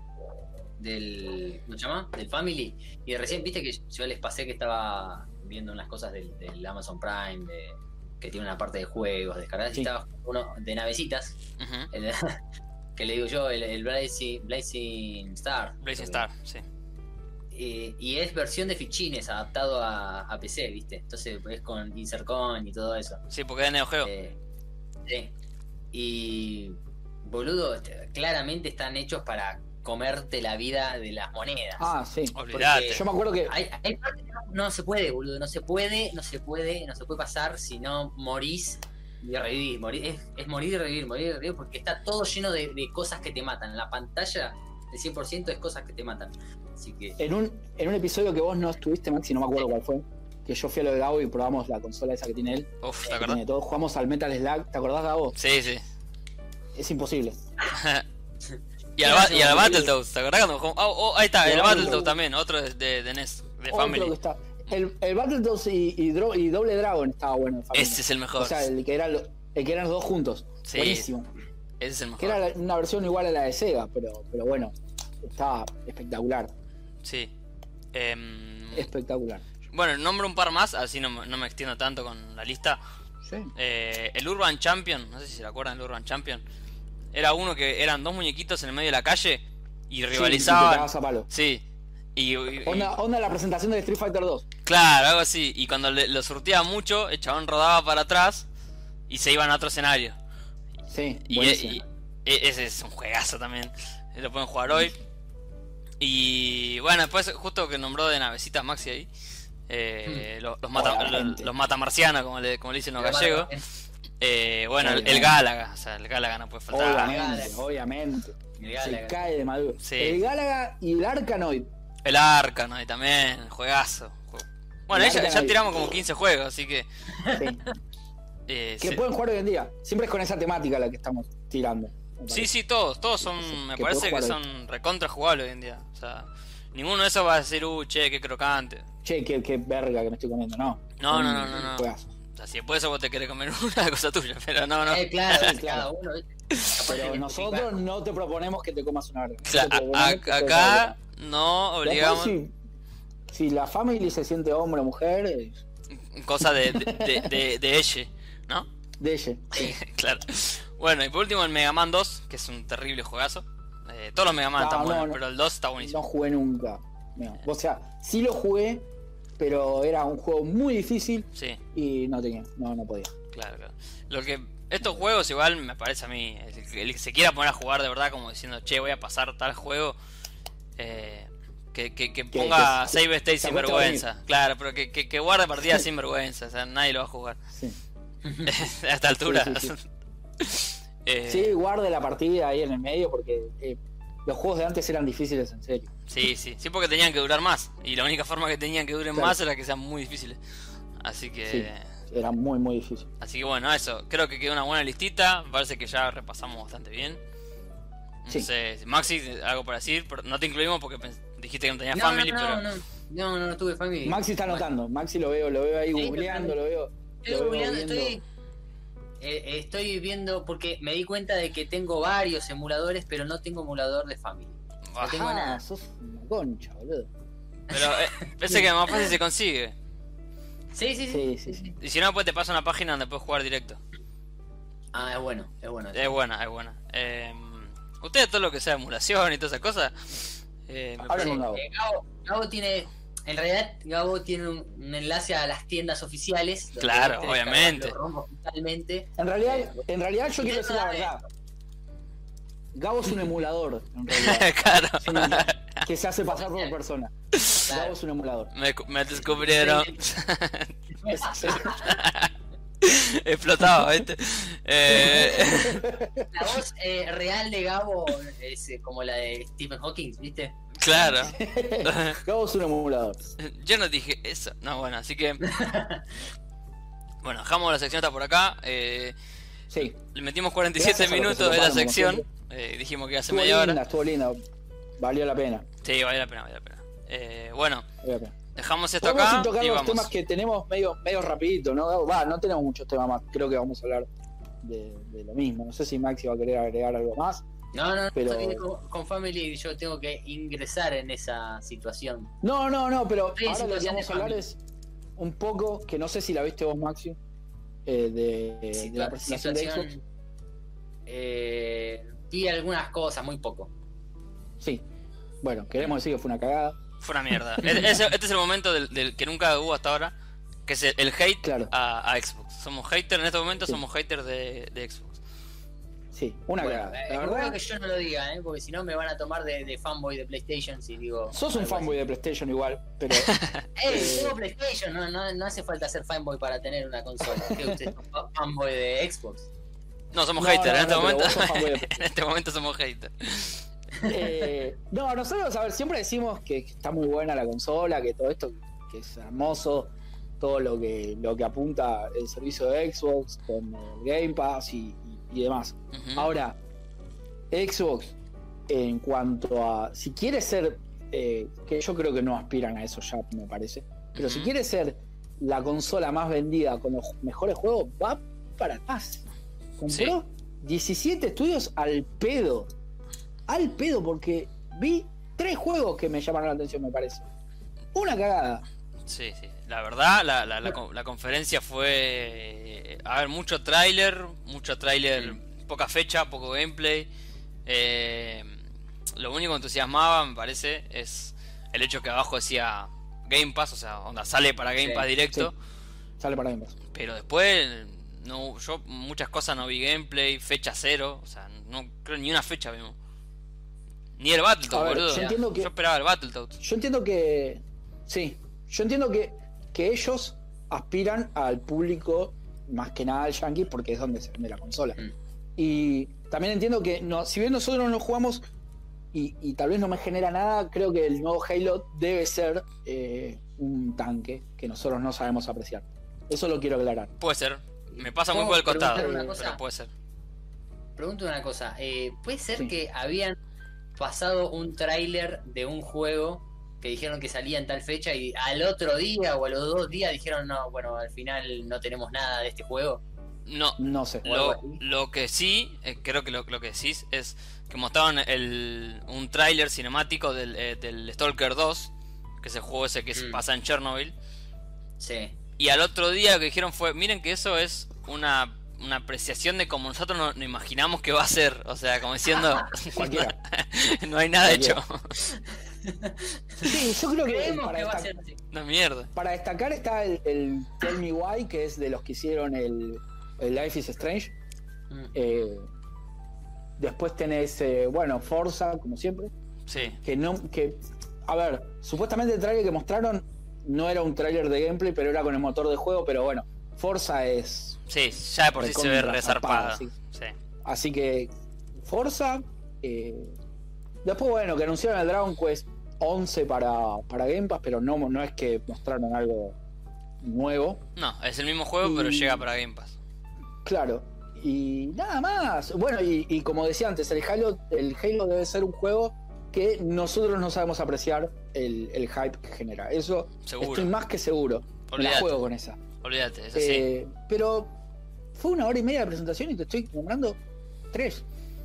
Speaker 3: del ¿cómo se llama? del family y recién viste que yo les pasé que estaba viendo unas cosas del, del Amazon Prime de- que tiene una parte de juegos descargadas
Speaker 1: Sí.
Speaker 3: y estaba uno de navecitas
Speaker 2: ujú.
Speaker 3: el- que le digo yo el, el Blazing, Blazing Star
Speaker 2: Blazing Star, sí.
Speaker 3: Eh, y es versión de fichines adaptado a, a PC viste entonces es con Insercon y todo eso
Speaker 2: Sí, porque es de Neo Geo.
Speaker 3: eh, sí. Y boludo, este, claramente están hechos para comerte la vida de las monedas.
Speaker 1: Ah, sí.
Speaker 2: Olvidate.
Speaker 1: Yo me acuerdo que
Speaker 3: Hay, hay partes que no, no se puede, boludo, no se puede, no se puede, no se puede pasar si no morís y revivís. morir es, es morir y revivir, morir y revivir, porque está todo lleno de, de cosas que te matan. La pantalla, el 100% es cosas que te matan. Así que,
Speaker 1: en un, en un episodio que vos no estuviste, Maxi, no me acuerdo cuál fue, que yo fui a lo de Gabo y probamos la consola esa que tiene él.
Speaker 2: Uf, ¿te
Speaker 1: que
Speaker 2: acordás?
Speaker 1: tiene todo. Jugamos al Metal Slug. ¿Te acordás, Gabo?
Speaker 2: Sí, sí.
Speaker 1: Es imposible.
Speaker 2: Y al, ba- y al Battletoads, ¿te acordás cuando jugamos? Oh, oh, ahí está, el
Speaker 1: Claro.
Speaker 2: Battletoads también, otro de, de, de NES, de
Speaker 1: Otro que
Speaker 2: Family.
Speaker 1: está- El, el Battletoads y, y Dro- y Doble Dragon estaba bueno. en Family.
Speaker 2: Ese es el mejor.
Speaker 1: O sea, el que, era lo- el que eran los dos juntos.
Speaker 2: Sí.
Speaker 1: Buenísimo.
Speaker 2: Ese es el
Speaker 1: Que era
Speaker 2: mejor.
Speaker 1: la- una versión igual a la de Sega, pero, pero bueno, estaba espectacular.
Speaker 2: Sí. Em,
Speaker 1: Espectacular.
Speaker 2: bueno, nombro un par más, así no, me- no me extiendo tanto con la lista.
Speaker 1: Sí.
Speaker 2: Eh, el Urban Champion, no sé si se acuerdan del Urban Champion. Era uno que eran dos muñequitos en el medio de la calle y
Speaker 1: Sí, te
Speaker 2: rivalizaban.
Speaker 1: cagabas a palo.
Speaker 2: Sí. Y, y- y-
Speaker 1: Onda, onda la presentación de Street Fighter 2.
Speaker 2: claro, algo así. Y cuando le- lo surtía mucho, el chabón rodaba para atrás y se iban a otro escenario.
Speaker 1: Sí,
Speaker 2: Y, e,
Speaker 1: buenísimo.
Speaker 2: y- E- Ese es un juegazo también. Lo pueden jugar hoy. Y bueno, después justo que nombró de navecitas Maxi ahí. eh,
Speaker 1: Hmm.
Speaker 2: los, los mata,
Speaker 1: Hola,
Speaker 2: los-
Speaker 1: gente.
Speaker 2: los matamarcianos, como le, como le dicen los gallegos. Eh, bueno, el, el
Speaker 1: Obviamente.
Speaker 2: Gálaga. O sea, el Gálaga no
Speaker 1: Oh,
Speaker 2: puede faltar.
Speaker 1: Obviamente, obviamente. Se cae de maduro.
Speaker 2: Sí.
Speaker 1: El Gálaga y el Arcanoid.
Speaker 2: El Arkanoid también, juegazo. Ju- Bueno,
Speaker 1: El
Speaker 2: ya, ya
Speaker 1: Arkanoid.
Speaker 2: tiramos como 15 juegos, así que. eh,
Speaker 1: que
Speaker 2: se-
Speaker 1: pueden jugar hoy en día. Siempre es con esa temática la que estamos tirando. me
Speaker 2: Sí,
Speaker 1: parece.
Speaker 2: sí, todos, todos son, me
Speaker 1: que
Speaker 2: parece que
Speaker 1: puedes jugar
Speaker 2: son recontra jugables hoy en día. O sea, ninguno de esos va a decir, uh, che, qué crocante.
Speaker 1: Che, qué, qué verga que me estoy comiendo. No.
Speaker 2: No,
Speaker 1: Son
Speaker 2: no, no, no, no.
Speaker 1: juegazos.
Speaker 2: O sea, si después de eso vos te querés comer una cosa tuya, pero no, no.
Speaker 3: Eh, claro,
Speaker 1: Sí,
Speaker 3: cada
Speaker 1: claro.
Speaker 3: uno, ¿viste?
Speaker 1: Pero nosotros no te proponemos que te comas una verga.
Speaker 2: Cla-
Speaker 1: Nosotros
Speaker 2: a-
Speaker 1: proponemos que te
Speaker 2: acá no
Speaker 1: comas una verga. Después,
Speaker 2: obligamos
Speaker 1: Si, si la family se siente hombre o mujer, eh,
Speaker 2: cosa de, de, de, de- de ella, ¿no?
Speaker 1: de ella.
Speaker 2: claro. Bueno, y por último el Mega Man 2, que es un terrible juegazo. Eh, todos los Mega Man
Speaker 1: No,
Speaker 2: están
Speaker 1: no,
Speaker 2: buenos,
Speaker 1: no.
Speaker 2: pero el 2 está buenísimo.
Speaker 1: No jugué nunca. No. O sea, sí lo jugué, pero era un juego muy difícil
Speaker 2: Sí.
Speaker 1: y no tenía, no, no podía.
Speaker 2: Claro, claro. Lo que estos juegos igual me parece a mí, el, el que se quiera poner a jugar de verdad como diciendo, che, voy a pasar tal juego, eh, que, que- que ponga
Speaker 1: que-
Speaker 2: save state
Speaker 1: se
Speaker 2: sin
Speaker 1: acueste a
Speaker 2: vergüenza. Claro, pero que, que, que guarde partidas sin vergüenza, o sea, nadie lo va a jugar
Speaker 1: Sí.
Speaker 2: a esta altura.
Speaker 1: sí,
Speaker 2: Eh,
Speaker 1: Sí, guarde la partida ahí en el medio porque eh, los juegos de antes eran difíciles en serio.
Speaker 2: sí, sí, sí, porque tenían que durar más, y la única forma que tenían que duren
Speaker 1: Claro.
Speaker 2: más era que sean muy difíciles. Así que...
Speaker 1: Era muy, muy difícil.
Speaker 2: Así que bueno, eso. Creo que quedó una buena listita. Parece que ya repasamos bastante bien. No
Speaker 1: Sí.
Speaker 2: sé, Maxi, algo para decir. Pero no te incluimos porque pens- dijiste que no tenías
Speaker 3: No,
Speaker 2: family,
Speaker 3: no, no,
Speaker 2: pero.
Speaker 3: no, no, no, no tuve family.
Speaker 1: Maxi está anotando, Maxi lo veo, lo veo ahí
Speaker 3: Sí,
Speaker 1: googleando, lo veo.
Speaker 3: Estoy
Speaker 1: lo veo
Speaker 3: googleando,
Speaker 1: viendo.
Speaker 3: estoy. eh, estoy viendo porque me di cuenta de que tengo varios emuladores, pero no tengo emulador de family.
Speaker 2: Bah,
Speaker 3: tengo
Speaker 1: Ah,
Speaker 3: nada.
Speaker 1: sos una concha, boludo.
Speaker 2: pero eh, pensé que más fácil se consigue.
Speaker 3: Sí, sí,
Speaker 1: Sí,
Speaker 3: sí.
Speaker 1: sí, sí.
Speaker 2: Y si no, pues te paso una página donde puedes jugar directo.
Speaker 3: Ah, es bueno, es bueno.
Speaker 2: Es buena, es buena. Eh, Ustedes, todo lo que sea emulación y todas esas cosas. eh, me
Speaker 1: Ahora
Speaker 2: parece-
Speaker 1: con Gabo.
Speaker 3: Eh, Gabo, Gabo tiene. En realidad, Gabo tiene un, un enlace a las tiendas oficiales. donde
Speaker 2: Claro,
Speaker 3: vos tenés que
Speaker 2: obviamente.
Speaker 3: lo rompo totalmente.
Speaker 1: En realidad, en realidad yo quiero decir la verdad. Gabo es un emulador, en realidad.
Speaker 2: claro,
Speaker 1: Es un emulador que se hace pasar por persona. Gabo es un emulador.
Speaker 2: me, me descubrieron.
Speaker 1: Es-
Speaker 2: Explotado, ¿viste? Eh,
Speaker 3: La voz eh, real de Gabo es eh, como la de Stephen Hawking, ¿viste?
Speaker 2: claro.
Speaker 1: Gabo es un emulador.
Speaker 2: Yo no dije eso. No, bueno, así que. Bueno, dejamos la sección hasta por acá. eh,
Speaker 1: Sí.
Speaker 2: le metimos 47
Speaker 1: Gracias a los que
Speaker 2: minutos
Speaker 1: se
Speaker 2: de la
Speaker 1: coparon, como
Speaker 2: sección. eh, dijimos que iba a ser
Speaker 1: Estuvo
Speaker 2: media
Speaker 1: linda,
Speaker 2: hora.
Speaker 1: estuvo linda. Valió la pena.
Speaker 2: Sí, vale la pena, vale la pena. Eh, bueno,
Speaker 1: Valió la pena.
Speaker 2: dejamos esto
Speaker 1: Podemos
Speaker 2: acá
Speaker 1: ir tocar
Speaker 2: y
Speaker 1: los
Speaker 2: vamos.
Speaker 1: temas que tenemos medio, medio rapidito, ¿no? Gabo? Va, no tenemos muchos temas más. Creo que vamos a hablar de, de lo mismo. No sé si Maxi va a querer agregar algo más.
Speaker 3: No, no, no,
Speaker 1: Pero-
Speaker 3: estoy con, con Family yo tengo que ingresar en esa situación.
Speaker 1: No, no, no, pero
Speaker 3: Sí,
Speaker 1: ahora lo que
Speaker 3: situación
Speaker 1: vamos a
Speaker 3: de
Speaker 1: hablar
Speaker 3: familia.
Speaker 1: es un poco, que no sé si la viste vos, Maxi, eh, de, de
Speaker 3: Situa-
Speaker 1: la presentación de Xbox.
Speaker 3: situación, eh, vi algunas cosas, muy poco.
Speaker 1: Sí. Bueno, queremos decir que fue una cagada.
Speaker 2: Fue una mierda. E- ese- este es el momento del, del que nunca hubo hasta ahora. Que es el, el hate
Speaker 1: Claro.
Speaker 2: a, a Xbox. Somos haters en este momento,
Speaker 1: Sí.
Speaker 2: somos haters de, de Xbox.
Speaker 1: Sí, una
Speaker 3: Bueno,
Speaker 1: cagada.
Speaker 3: eh,
Speaker 1: La
Speaker 3: espero
Speaker 1: verdad,
Speaker 3: que yo no lo diga, ¿eh? porque si no me van a tomar de, de fanboy de PlayStation si digo.
Speaker 1: sos un
Speaker 3: algo
Speaker 1: fanboy de PlayStation igual, pero
Speaker 3: así. ¡Eh! Tengo PlayStation, no, no, no hace falta ser fanboy para tener una consola. ¿Qué usted es un fa- fanboy de Xbox?
Speaker 2: No, somos
Speaker 1: No,
Speaker 2: haters. en, este
Speaker 1: no, no, pero
Speaker 2: momento,
Speaker 1: vos sos fanboy de-
Speaker 2: en este momento somos haters.
Speaker 1: Eh, no, nosotros, a ver, siempre decimos que, que está muy buena la consola, que todo esto, que es hermoso, todo lo que, lo que apunta el servicio de Xbox con el Game Pass y, y- y demás.
Speaker 2: Ujú.
Speaker 1: Ahora, Xbox, en cuanto a, si quiere ser, eh, que yo creo que no aspiran a eso ya, me parece, pero si
Speaker 2: Ujú.
Speaker 1: quiere ser la consola más vendida con los mejores juegos, va para atrás. Compró 17 estudios al pedo. Al pedo, porque vi tres juegos que me llamaron la atención, me parece. Una cagada.
Speaker 2: Sí, sí. La verdad, la, la, la con- la conferencia fue. eh, A ver, mucho tráiler, mucho tráiler, poca fecha, poco gameplay. Eh, lo único que entusiasmaba, me parece, es el hecho que abajo decía Game Pass, o sea, onda sale para Game
Speaker 3: Sí,
Speaker 2: Pass directo,
Speaker 1: Sale para Game Pass.
Speaker 2: pero después No, yo muchas cosas no vi gameplay, fecha cero, o sea, no creo ni una fecha vimos. Ni el
Speaker 1: A
Speaker 2: Battletoads,
Speaker 1: ver,
Speaker 2: boludo.
Speaker 1: yo entiendo que-
Speaker 2: Yo esperaba el Battletoads.
Speaker 1: Yo entiendo que. Sí, yo entiendo que, que ellos aspiran al público más que nada al yankee porque es donde se vende la consola.
Speaker 3: Mm.
Speaker 1: Y también entiendo que, no, si bien nosotros no jugamos y, y tal vez no me genera nada, creo que el nuevo Halo debe ser eh, un tanque que nosotros no sabemos apreciar. Eso lo quiero aclarar.
Speaker 2: Puede ser. Me pasa muy
Speaker 3: ¿Puedo
Speaker 2: por el
Speaker 3: preguntar
Speaker 2: costado,
Speaker 1: una
Speaker 3: cosa?
Speaker 2: pero puede ser.
Speaker 3: Pregunto una cosa, eh, ¿puede ser
Speaker 1: Sí.
Speaker 3: que habían pasado un tráiler de un juego que dijeron que salía en tal fecha y al otro día o a los dos días dijeron, no, bueno, al final no tenemos nada de este juego?
Speaker 2: No,
Speaker 1: No sé.
Speaker 3: O algo
Speaker 2: Lo,
Speaker 3: así.
Speaker 2: lo que sí, eh, creo que lo, lo que decís es que mostraron el, un tráiler cinemático del, eh, del Stalker 2, que es el juego ese que se
Speaker 3: Mm.
Speaker 2: pasa en Chernobyl.
Speaker 3: Sí.
Speaker 2: Y al otro día lo que dijeron fue, miren que eso es una, una apreciación de como nosotros no, no imaginamos que va a ser. O sea, como diciendo,
Speaker 1: Cualquiera.
Speaker 2: no hay nada hecho.
Speaker 1: Sí, yo creo que
Speaker 3: Creemos
Speaker 1: para
Speaker 3: que va a
Speaker 1: destacar-
Speaker 3: ser así.
Speaker 2: Una mierda.
Speaker 1: Para destacar está el, el Tell Me Why, que es de los que hicieron el, el Life is Strange.
Speaker 3: Mm.
Speaker 1: Eh, después tenés, eh, bueno, Forza, como siempre.
Speaker 2: Sí.
Speaker 1: Que no, que, a ver, supuestamente el tráiler que mostraron no era un tráiler de gameplay, pero era con el motor de juego, pero bueno, Forza es...
Speaker 2: Sí, ya de por sí se ve
Speaker 1: Recontra
Speaker 2: resarpada.
Speaker 1: zarpada, sí.
Speaker 2: Sí.
Speaker 1: Así que Forza... eh, después, bueno, que anunciaron el Dragon Quest 11 para, para Game Pass, pero no, no es que mostraron algo nuevo.
Speaker 2: No, es el mismo juego, pero
Speaker 1: Y-
Speaker 2: llega para Game Pass.
Speaker 1: Claro. Y nada más. Bueno, y, y como decía antes, el Halo, el Halo debe ser un juego que nosotros no sabemos apreciar el, el hype que genera. Eso
Speaker 2: Seguro.
Speaker 1: estoy más que seguro. La
Speaker 2: Olvídate.
Speaker 1: juego con esa.
Speaker 2: Olvídate, es así.
Speaker 1: Eh, pero fue una hora y media de presentación y te estoy nombrando tres,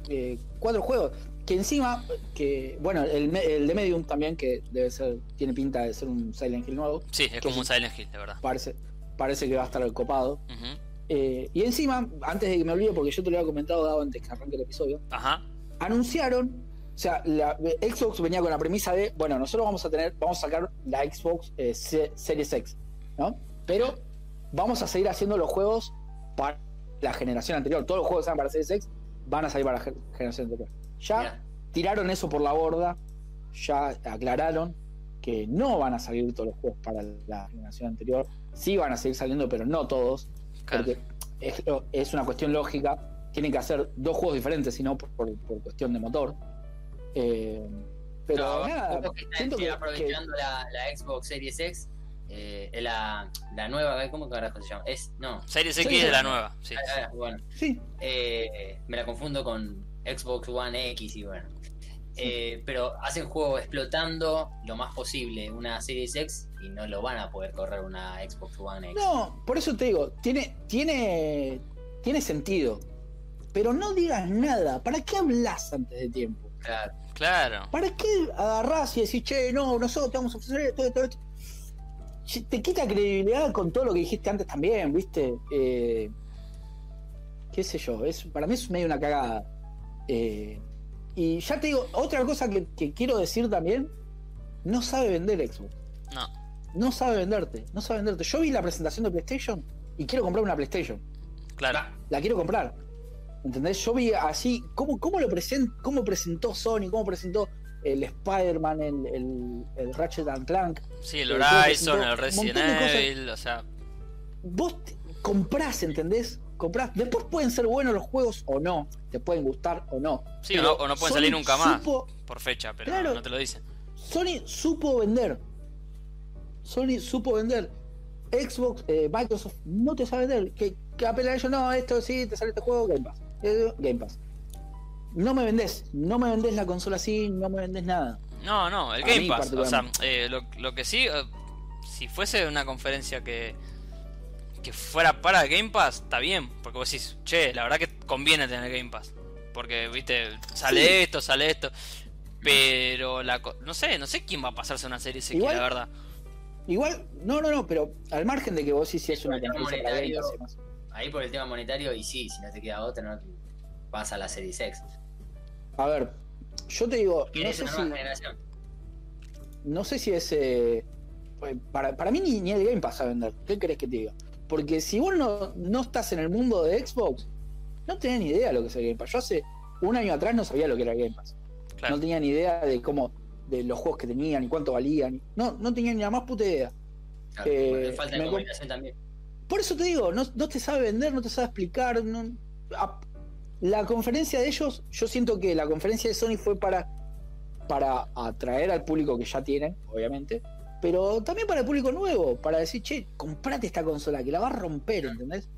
Speaker 1: eh, cuatro juegos. Que encima, que bueno, el, me- el de Medium también, que debe ser, tiene pinta de ser un Silent Hill nuevo,
Speaker 2: sí, es como
Speaker 1: que-
Speaker 2: un Silent Hill, de verdad.
Speaker 1: parece, parece que va a estar copado.
Speaker 2: Ujú.
Speaker 1: Eh, y encima, antes de que me olvide, porque yo te lo había comentado Dado, antes que arranque el episodio,
Speaker 2: Ajá.
Speaker 1: anunciaron, o sea, la, Xbox venía con la premisa de, bueno, nosotros vamos a tener, vamos a sacar la Xbox eh, Se- Series X, ¿no? Pero vamos a seguir haciendo los juegos para la generación anterior. Todos los juegos que salgan para Series X van a salir para la gen- generación anterior. Ya
Speaker 3: Mirá.
Speaker 1: tiraron eso por la borda, ya aclararon que no van a salir todos los juegos para la generación anterior. Sí van a seguir saliendo, pero no todos.
Speaker 2: Claro.
Speaker 1: Porque es, lo- es una cuestión lógica. Tienen que hacer dos juegos diferentes, sino por, por- por cuestión de motor. Eh, pero
Speaker 3: No,
Speaker 1: nada,
Speaker 3: creo que están
Speaker 1: siento que, que-
Speaker 3: aprovechando La, la Xbox Series X, eh, la, la nueva, ¿cómo carajo se llama? Es, no,
Speaker 2: Series
Speaker 1: Sí,
Speaker 2: X es
Speaker 1: sí.
Speaker 2: la nueva, sí.
Speaker 3: ah, ah, bueno,
Speaker 1: sí,
Speaker 3: eh, me la confundo con Xbox One X y bueno. Eh, pero hacen juego explotando lo más posible una Series X y no lo van a poder correr una Xbox One X.
Speaker 1: no, por eso te digo, tiene, tiene, tiene sentido. Pero no digas nada. ¿Para qué hablas antes de tiempo?
Speaker 3: Claro.
Speaker 2: Claro.
Speaker 1: ¿Para qué agarrás y decís, che, no, nosotros te vamos a ofrecer esto, esto, esto? Che, Te quita credibilidad con todo lo que dijiste antes también, ¿viste? Eh, ¿Qué sé yo? Es, para mí es medio una cagada. Eh, y ya te digo, otra cosa que, que quiero decir también, no sabe vender Xbox.
Speaker 2: No,
Speaker 1: No sabe venderte, no sabe venderte. Yo vi la presentación de PlayStation y quiero comprar una PlayStation
Speaker 2: claro.
Speaker 1: la quiero comprar. ¿Entendés? Yo vi así, ¿cómo, cómo lo present, cómo presentó Sony? ¿Cómo presentó el Spider-Man, el, el, el Ratchet and Clank?
Speaker 2: Sí, el
Speaker 1: Pero creo que
Speaker 2: Horizon,
Speaker 1: presentó
Speaker 2: el
Speaker 1: un
Speaker 2: Resident
Speaker 1: montón de cosas.
Speaker 2: Evil, o sea,
Speaker 1: Vos te- comprás, ¿entendés? Comprás. Después pueden ser buenos los juegos o no, te pueden gustar o no.
Speaker 2: sí,
Speaker 1: Pero
Speaker 2: o no, o no pueden
Speaker 1: Sony
Speaker 2: salir nunca más
Speaker 1: supo-
Speaker 2: por fecha, pero
Speaker 1: Claro.
Speaker 2: no te lo dicen.
Speaker 1: Sony supo vender. Sony supo vender. Xbox, eh, Microsoft no te sabe vender. Que, que apela a ellos, no, esto sí, te sale este juego, Game Pass. Eh, Game Pass. No me vendés, no me vendés la consola así, no me vendés nada.
Speaker 2: No, no, el
Speaker 1: Para
Speaker 2: Game
Speaker 1: mí,
Speaker 2: Pass, o sea,
Speaker 1: particularmente.
Speaker 2: eh, lo, lo que sí, eh, si fuese una conferencia que que fuera para el Game Pass, está bien, porque vos decís, che, la verdad que conviene tener Game Pass, porque, viste, sale
Speaker 1: Sí.
Speaker 2: esto, sale esto, pero la co- no sé, no sé quién va a pasarse una serie X,
Speaker 1: Igual-
Speaker 2: la verdad.
Speaker 1: Igual, no, no, no, pero al margen de que vos sí, sí es una
Speaker 3: Pero
Speaker 1: conferencia para Game
Speaker 3: monetario.
Speaker 1: Pass y demás.
Speaker 3: Ahí por el tema monetario, y sí, si no te queda otra, no pasa a la Series X.
Speaker 1: A ver, yo te digo, no
Speaker 3: ¿Quieres
Speaker 1: sé
Speaker 3: una
Speaker 1: si,
Speaker 3: nueva generación?
Speaker 1: pues, no sé si es. eh, para, para mí ni, ni el Game Pass a vender. ¿Qué querés que te diga? Porque si vos no, no estás en el mundo de Xbox, no tenés ni idea de lo que es el Game Pass. Yo hace un año atrás no sabía lo que era el Game Pass.
Speaker 2: Claro.
Speaker 1: No tenía ni idea de cómo, de los juegos que tenían y cuánto valían. No, no tenía ni la más puta idea.
Speaker 3: Claro,
Speaker 1: Eh,
Speaker 3: porque falta de
Speaker 1: me-
Speaker 3: comunicación también.
Speaker 1: Por eso te digo, no, no te sabe vender, no te sabe explicar. no- a- la conferencia de ellos, yo siento que la conferencia de Sony fue para, para atraer al público que ya tienen, obviamente, pero también para el público nuevo, para decir, che, comprate esta consola que la va a romper, ¿entendés?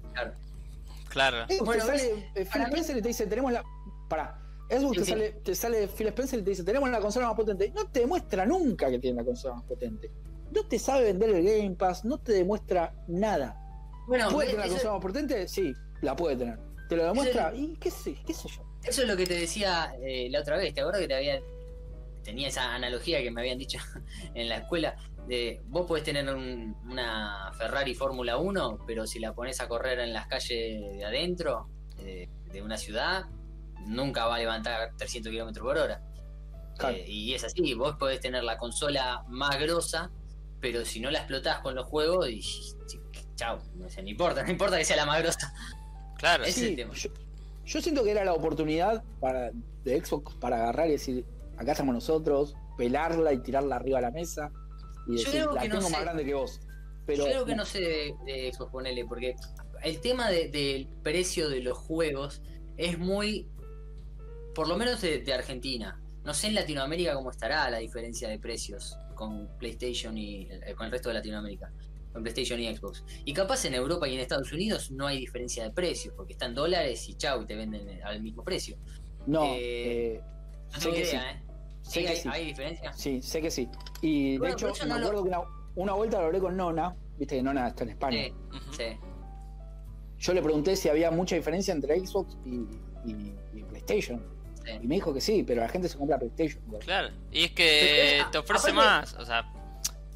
Speaker 2: Claro.
Speaker 1: Eh,
Speaker 3: Bueno,
Speaker 1: te sale eh, Phil
Speaker 3: para mí-
Speaker 1: Spencer y te dice, tenemos la. Pará. Xbox
Speaker 3: Sí,
Speaker 1: te,
Speaker 3: sí.
Speaker 1: Sale, te sale Phil Spencer y te dice, tenemos la consola más potente. No te demuestra nunca que tiene la consola más potente. No te sabe vender el Game Pass, no te demuestra nada.
Speaker 3: Ah, Bueno,
Speaker 1: ¿Puede
Speaker 3: eso-
Speaker 1: tener la
Speaker 3: eso,
Speaker 1: consola más potente? Sí, la puede tener. ¿Te lo demuestra? ¿Y qué sé, qué sé yo?
Speaker 3: eso es lo que te decía eh, la otra vez. ¿Te acuerdas que te había. Tenía esa analogía que me habían dicho en la escuela? De vos podés tener un- una Ferrari Fórmula 1, pero si la pones a correr en las calles de adentro eh, de una ciudad, nunca va a levantar 300 kilómetros por hora.
Speaker 1: Claro.
Speaker 3: Eh, y es así, vos podés tener la consola más grosa, pero si no la explotás con los juegos, y, chao, no, sé, no importa, no importa que sea la más grosa.
Speaker 2: Claro.
Speaker 3: ese es el
Speaker 1: Sí,
Speaker 3: tema.
Speaker 1: yo, yo siento que era la oportunidad para, de Xbox para agarrar y decir, acá estamos nosotros, pelarla y tirarla arriba a la mesa y
Speaker 3: Yo
Speaker 1: decir,
Speaker 3: creo
Speaker 1: la
Speaker 3: que no
Speaker 1: tengo
Speaker 3: sé.
Speaker 1: más grande que vos. Pero
Speaker 3: Yo creo que no sé de, de Xbox, ponele, porque el tema de- del precio de los juegos es muy, por lo menos de, de Argentina. No sé en Latinoamérica cómo estará la diferencia de precios con PlayStation y eh, con el resto de Latinoamérica, con PlayStation y Xbox. Y capaz en Europa y en Estados Unidos no hay diferencia de precios, porque están dólares y chau, y te venden al mismo precio.
Speaker 1: no,
Speaker 3: eh,
Speaker 1: eh,
Speaker 3: No
Speaker 1: sé
Speaker 3: tengo
Speaker 1: que sí.
Speaker 3: idea, ¿eh?
Speaker 1: Sé
Speaker 3: Sí,
Speaker 1: que
Speaker 3: hay,
Speaker 1: sí.
Speaker 3: hay diferencia.
Speaker 1: Sí, sé que sí. Y
Speaker 3: Bueno,
Speaker 1: de
Speaker 3: pero
Speaker 1: hecho,
Speaker 3: eso
Speaker 1: me
Speaker 3: no lo-
Speaker 1: acuerdo que una, una vuelta lo hablé con Nona, viste que Nona está en España.
Speaker 3: Sí,
Speaker 2: Ujú.
Speaker 3: sí.
Speaker 1: Yo le pregunté si había mucha diferencia entre Xbox y, y- y PlayStation.
Speaker 3: Sí.
Speaker 1: Y me dijo que sí, pero la gente se compra PlayStation.
Speaker 2: Claro. Y es
Speaker 3: Pero,
Speaker 2: que
Speaker 3: eh,
Speaker 2: te ofrece
Speaker 3: aparte-
Speaker 2: más. O sea,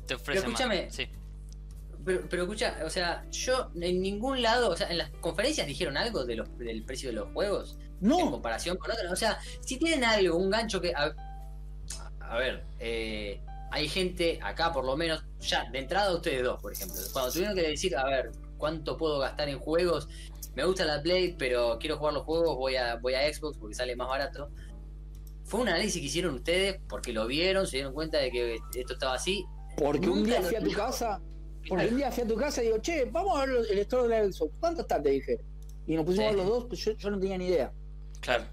Speaker 2: te ofrece más.
Speaker 3: escúchame.
Speaker 2: Sí.
Speaker 3: Pero, pero escucha, o sea, yo en ningún lado, o sea, en las conferencias dijeron algo de los, del precio de los juegos en
Speaker 1: No,
Speaker 3: comparación con otros. O sea, si tienen algo, un gancho que. A, a ver, eh, hay gente acá, por lo menos, ya de entrada ustedes dos, por ejemplo, cuando tuvieron que decir, a ver, ¿cuánto puedo gastar en juegos? Me gusta la Play, pero quiero jugar los juegos, voy a, voy a Xbox porque sale más barato. Fue un análisis que hicieron ustedes porque lo vieron, se dieron cuenta de que esto estaba así.
Speaker 1: porque un
Speaker 3: nunca
Speaker 1: día
Speaker 3: lo
Speaker 1: fui a tu
Speaker 3: dijo.
Speaker 1: casa, porque un día fui a tu casa y digo, che, vamos a ver el store de Xbox. ¿Cuánto está? Te dije. Y nos pusimos
Speaker 3: Sí.
Speaker 1: a ver los dos, pues yo, yo no tenía ni idea.
Speaker 2: Claro.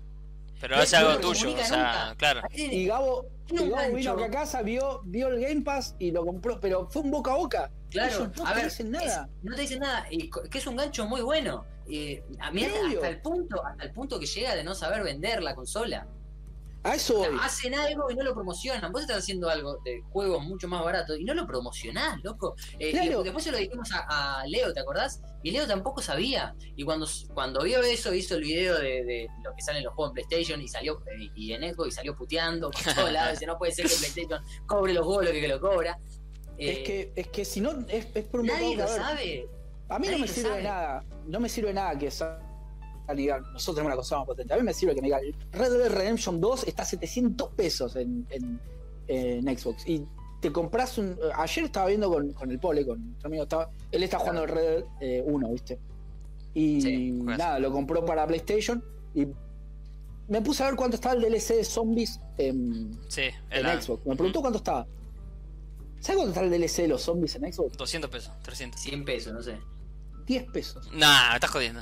Speaker 2: Pero
Speaker 3: No,
Speaker 2: es
Speaker 3: no
Speaker 2: algo
Speaker 3: lo
Speaker 2: tuyo. O
Speaker 3: comunica
Speaker 2: sea,
Speaker 3: nunca.
Speaker 2: claro.
Speaker 3: Ahí tienen-
Speaker 1: Y Gabo, y
Speaker 3: Tiene un
Speaker 1: Gabo vino
Speaker 3: gancho.
Speaker 1: acá a casa, vio, vio el Game Pass y lo compró, pero fue un boca a boca.
Speaker 3: Claro,
Speaker 1: Ellos no
Speaker 3: a
Speaker 1: te
Speaker 3: ver,
Speaker 1: dicen nada.
Speaker 3: es- no te dicen nada, y co- que es un gancho muy bueno. Eh, a mí
Speaker 1: Sí,
Speaker 3: hasta,
Speaker 1: obvio.
Speaker 3: hasta el punto, hasta el punto que llega de no saber vender la consola.
Speaker 1: A eso
Speaker 3: O sea,
Speaker 1: voy.
Speaker 3: hacen algo y no lo promocionan. Vos estás haciendo algo de juegos mucho más baratos y no lo promocionás, loco. Eh, y
Speaker 1: Claro.
Speaker 3: después se lo dijimos a, a Leo, ¿te acordás? Y Leo tampoco sabía. Y cuando, cuando vio eso, hizo el video de, de lo que sale en los juegos en PlayStation y salió eh, y en Xbox y salió puteando por todos lados. Dice, no puede ser que PlayStation cobre los juegos lo que, que lo cobra.
Speaker 1: es,
Speaker 3: Eh,
Speaker 1: que, es que si no, es, es por un boca a
Speaker 3: nadie
Speaker 1: boca.
Speaker 3: lo
Speaker 1: a ver.
Speaker 3: sabe.
Speaker 1: A mí no
Speaker 3: Nadie
Speaker 1: me
Speaker 3: lo
Speaker 1: sirve
Speaker 3: sabe.
Speaker 1: de nada. No me sirve de nada que salga y diga, nosotros tenemos una cosa más potente. A mí me sirve que me diga, Red Dead Redemption 2 está a 700 pesos en, en- en Xbox. Y te compras un. Ayer estaba viendo con, con el Pole, con nuestro amigo. estaba- él está jugando el Red Dead eh, 1, ¿viste? Y
Speaker 3: Sí,
Speaker 2: juegas.
Speaker 1: nada, lo compró para PlayStation. Y me puse a ver cuánto estaba el DLC de Zombies en,
Speaker 2: Sí.
Speaker 1: en
Speaker 2: era
Speaker 1: Xbox. Me preguntó cuánto estaba. ¿Sabes cuánto está el DLC de los zombies en Xbox?
Speaker 2: 200 pesos. 300.
Speaker 3: 100 pesos, no sé.
Speaker 1: 10 pesos.
Speaker 2: Nah, me estás jodiendo.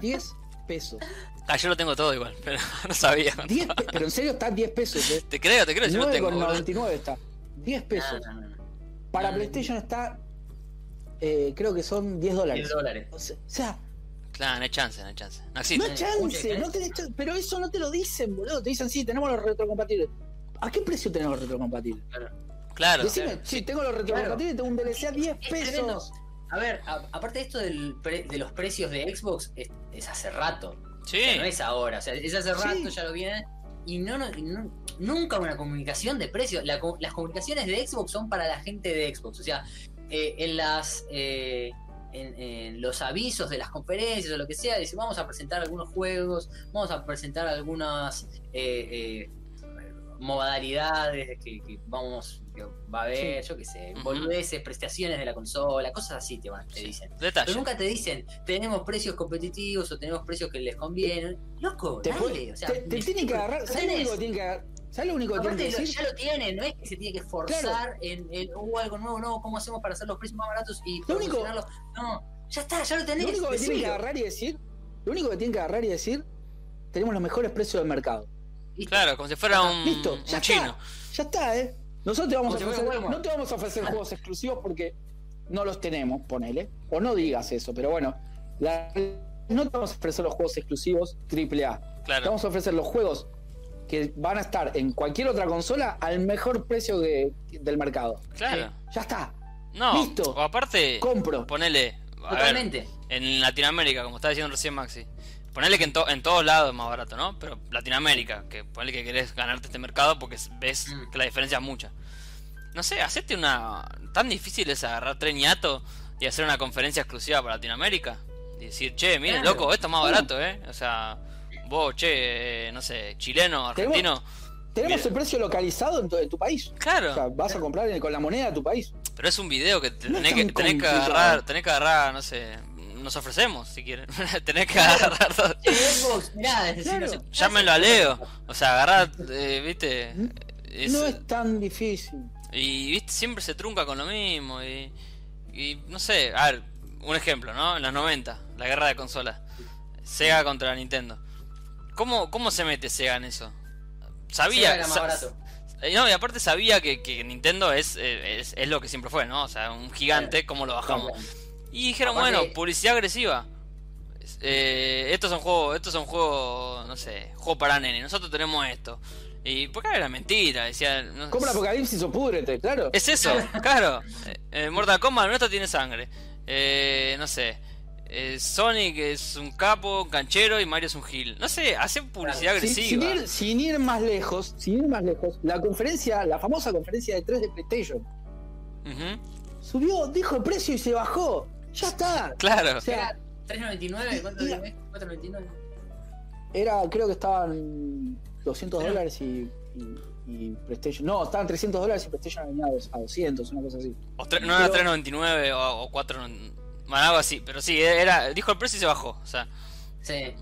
Speaker 1: 10 pesos.
Speaker 2: Ah, yo lo tengo todo igual. Pero no sabía.
Speaker 1: 10 pe- pero en serio está 10 pesos. eh.
Speaker 2: Te creo, te creo. Yo lo tengo. boludo.
Speaker 1: 9,99 está. 10 pesos.
Speaker 3: No, no, Ah, no.
Speaker 1: Para
Speaker 3: no.
Speaker 1: PlayStation está. eh, creo que son 10 dólares.
Speaker 3: 10 dólares.
Speaker 1: O se- o sea,
Speaker 2: Claro, no hay chance, no hay chance. No
Speaker 1: no
Speaker 2: existe.
Speaker 1: hay
Speaker 3: mucha
Speaker 1: chance,
Speaker 3: diferencia.
Speaker 1: no tenés chan- pero eso no te lo dicen, boludo. Te dicen, sí, tenemos los retrocompatibles. ¿A qué precio tenemos los retrocompatibles?
Speaker 2: Claro.
Speaker 1: Decime, sí, tengo los retrocompatibles, tengo un DLC a 10
Speaker 3: Es tremendo.
Speaker 1: pesos.
Speaker 3: A ver, a- aparte de esto del pre- de los precios de Xbox, es, es hace rato. O sea,
Speaker 2: Sí.
Speaker 3: no es ahora. O sea, es hace rato,
Speaker 1: Sí.
Speaker 3: ya lo viene. Y no, no- y no- nunca una comunicación de precios. La co- las comunicaciones de Xbox son para la gente de Xbox. O sea, eh, en las. eh, en, en los avisos de las conferencias o lo que sea, dice vamos a presentar algunos juegos, vamos a presentar algunas eh, eh, modalidades que, que vamos, que va a haber, yo qué sé,
Speaker 2: Ujú.
Speaker 3: boludeces, prestaciones de la consola, cosas así te, van, te dicen. Pero
Speaker 2: Detalle.
Speaker 3: nunca te dicen, tenemos precios competitivos o tenemos precios que les convienen. Loco,
Speaker 1: Te,
Speaker 3: dale,
Speaker 1: pone-
Speaker 3: o sea,
Speaker 1: te- te tienen que agarrar.
Speaker 3: lo
Speaker 1: ¿Sabes lo
Speaker 3: tenés.
Speaker 1: único que tienen que agarrar? ¿Sabes lo único que tienen que
Speaker 3: Aparte lo-
Speaker 1: decir?
Speaker 3: ya lo tienen, no es que se tiene que esforzar
Speaker 1: Claro.
Speaker 3: en, en "Uh, algo nuevo, no, cómo hacemos para hacer los precios más baratos y
Speaker 1: Lo único-
Speaker 3: promocionarlo. No, ya está, ya lo tenés.
Speaker 1: Lo único que tienen que
Speaker 3: decilo.
Speaker 1: agarrar y decir. Lo único que tienen que agarrar y decir. Tenemos los mejores precios del mercado.
Speaker 3: Listo.
Speaker 2: Claro, como si fuera un,
Speaker 1: Listo,
Speaker 2: un
Speaker 1: ya
Speaker 2: chino.
Speaker 1: está. Ya está, ¿eh? Nosotros te vamos
Speaker 3: Como
Speaker 1: a
Speaker 3: si fuera
Speaker 1: ofrecer,
Speaker 3: Walmart.
Speaker 1: no te vamos a ofrecer juegos exclusivos porque no los tenemos, ponele. O no digas eso, pero bueno. la- no te vamos a ofrecer los juegos exclusivos AAA. Te
Speaker 2: Claro.
Speaker 1: vamos a ofrecer los juegos que van a estar en cualquier otra consola al mejor precio de- del mercado.
Speaker 2: Claro. Eh,
Speaker 1: Ya está,
Speaker 2: No,
Speaker 1: Listo.
Speaker 2: o aparte,
Speaker 1: compro.
Speaker 2: ponele. A ver,
Speaker 3: Totalmente.
Speaker 2: en Latinoamérica, como estaba diciendo recién Maxi. Ponele que en, to- en todos lados es más barato, ¿no? Pero Latinoamérica, que ponele que querés ganarte este mercado porque s- ves
Speaker 3: Mm.
Speaker 2: que la diferencia es mucha. No sé, hacete una. Tan difícil es agarrar tren y Ato y hacer una conferencia exclusiva para Latinoamérica. Y decir, che, miren,
Speaker 3: Claro.
Speaker 2: loco, esto es más
Speaker 1: Bueno.
Speaker 2: barato, ¿eh? O sea, vos, che, eh, no sé, chileno,
Speaker 1: Tenemos-
Speaker 2: argentino.
Speaker 1: Tenemos
Speaker 2: Mira.
Speaker 1: el precio localizado en tu, en tu país.
Speaker 2: Claro.
Speaker 1: O sea, vas a comprar en- con la moneda de tu país.
Speaker 2: Pero es un video que te-
Speaker 1: No es
Speaker 2: tenés, que,
Speaker 1: tan
Speaker 2: tenés que
Speaker 1: complicado.
Speaker 2: agarrar, tenés que agarrar, no sé, nos ofrecemos si quieren. tenés que agarrar dos.
Speaker 3: Che, Xbox, mirá, es decir,
Speaker 1: Claro.
Speaker 3: no sé,
Speaker 2: Llámenlo a Leo. O sea, agarrar, eh, viste. es-
Speaker 1: ¿Mm? No es tan difícil.
Speaker 2: Y viste, siempre se trunca con lo mismo. Y, y no sé, a ver, un ejemplo, ¿no? En los 90, la guerra de consolas. Sega contra Nintendo. ¿Cómo, cómo se mete Sega en eso? Sabía,
Speaker 3: Sega era más
Speaker 2: sa-
Speaker 3: barato.
Speaker 2: Eh, No, y aparte sabía que, que Nintendo es, eh, es, es lo que siempre fue, ¿no? O sea, un gigante, ¿cómo lo bajamos? Y dijeron,
Speaker 3: Aparte-
Speaker 2: bueno, publicidad agresiva. Eh, estos son juegos, estos son juegos, no sé, juego para nene. Nosotros tenemos esto. Y porque era mentira, decían. no-
Speaker 1: Compra Apocalipsis o púdrete, claro.
Speaker 2: es eso, claro. Eh, eh, Mortal Kombat, el nuestro tiene sangre. Eh, no sé. Eh, Sonic es un capo, un canchero y Mario es un gil. No sé, hacen publicidad
Speaker 1: Sin, sin
Speaker 2: agresiva.
Speaker 1: ir, sin ir más lejos, sin ir más lejos, la conferencia, la famosa conferencia de 3 de PlayStation,
Speaker 2: Ujú,
Speaker 1: subió, dijo el precio y se bajó. Ya está.
Speaker 2: Claro.
Speaker 1: O sea,
Speaker 3: Era 3.99, ¿cuánto
Speaker 1: Mira.
Speaker 3: dije? 4.99.
Speaker 1: era, creo que estaban 200
Speaker 3: Era-
Speaker 1: dólares y, y- y PlayStation. No, estaban 300 dólares y PlayStation venía a dos- a 200, una cosa así.
Speaker 2: O tre- no era
Speaker 1: Pero-
Speaker 2: 3.99 o, o 4. Bueno, algo así. Pero sí, era, dijo el precio y se bajó. O sea,
Speaker 3: Sí.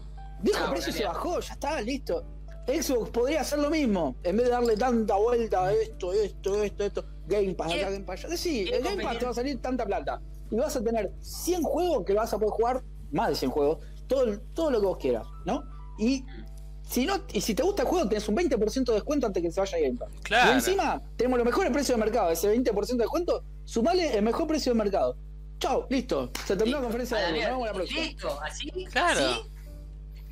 Speaker 1: Dijo
Speaker 3: Ah,
Speaker 1: el precio
Speaker 3: bueno,
Speaker 1: se
Speaker 3: bien.
Speaker 1: bajó, ya está, listo. Xbox podría hacer lo mismo. En vez de darle tanta vuelta a esto, esto, esto, esto. Game Pass,
Speaker 3: ¿Quiere-
Speaker 1: acá, Game Pass. allá. Sí,
Speaker 3: quiere
Speaker 1: el Game Pass
Speaker 3: competir?
Speaker 1: te va a salir tanta plata. Y vas a tener 100 juegos que vas a poder jugar, más de 100 juegos, todo, el- todo lo que vos quieras, ¿no? Y si, no, y si te gusta el juego, tenés un 20% de descuento antes que se vaya Game Pass.
Speaker 2: claro.
Speaker 1: Y encima tenemos los mejores precios de mercado. Ese 20% de descuento, sumale el mejor precio de mercado. Chau, listo. Se terminó la conferencia
Speaker 3: A la
Speaker 1: de hoy. Nos
Speaker 3: mierda.
Speaker 1: vemos la próxima.
Speaker 3: Listo, así.
Speaker 2: Claro.
Speaker 3: así.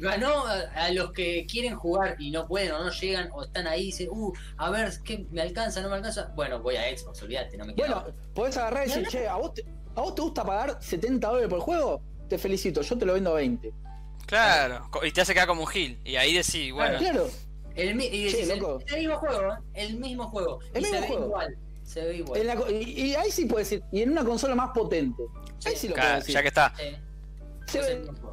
Speaker 3: Ganó a, a los que quieren jugar y no pueden o no llegan o están ahí y dicen, uh, a ver, ¿qué me alcanza? ¿No me alcanza? Bueno, voy a Xbox, olvídate, no me queda.
Speaker 1: Bueno,
Speaker 3: otra.
Speaker 1: podés agarrar y decir, che, ¿a vos, te, ¿a vos te gusta pagar 70 dólares por juego? Te felicito, yo te lo vendo a 20.
Speaker 2: Claro, co- y te hace quedar como un gil. Y ahí decís, bueno,
Speaker 1: Claro,
Speaker 3: El, mi- y decís,
Speaker 1: Che,
Speaker 3: el,
Speaker 1: loco.
Speaker 3: el mismo juego, ¿eh? el mismo juego.
Speaker 1: El
Speaker 3: y se
Speaker 1: mismo
Speaker 3: ve
Speaker 1: juego.
Speaker 3: igual. Se ve igual.
Speaker 1: en la co- y, y ahí sí puedes decir, y en una consola más potente. Ahí sí lo
Speaker 2: ca-
Speaker 1: puedes decir.
Speaker 2: ya que está.
Speaker 3: Sí.
Speaker 1: Se
Speaker 3: es
Speaker 1: ve-
Speaker 3: el mismo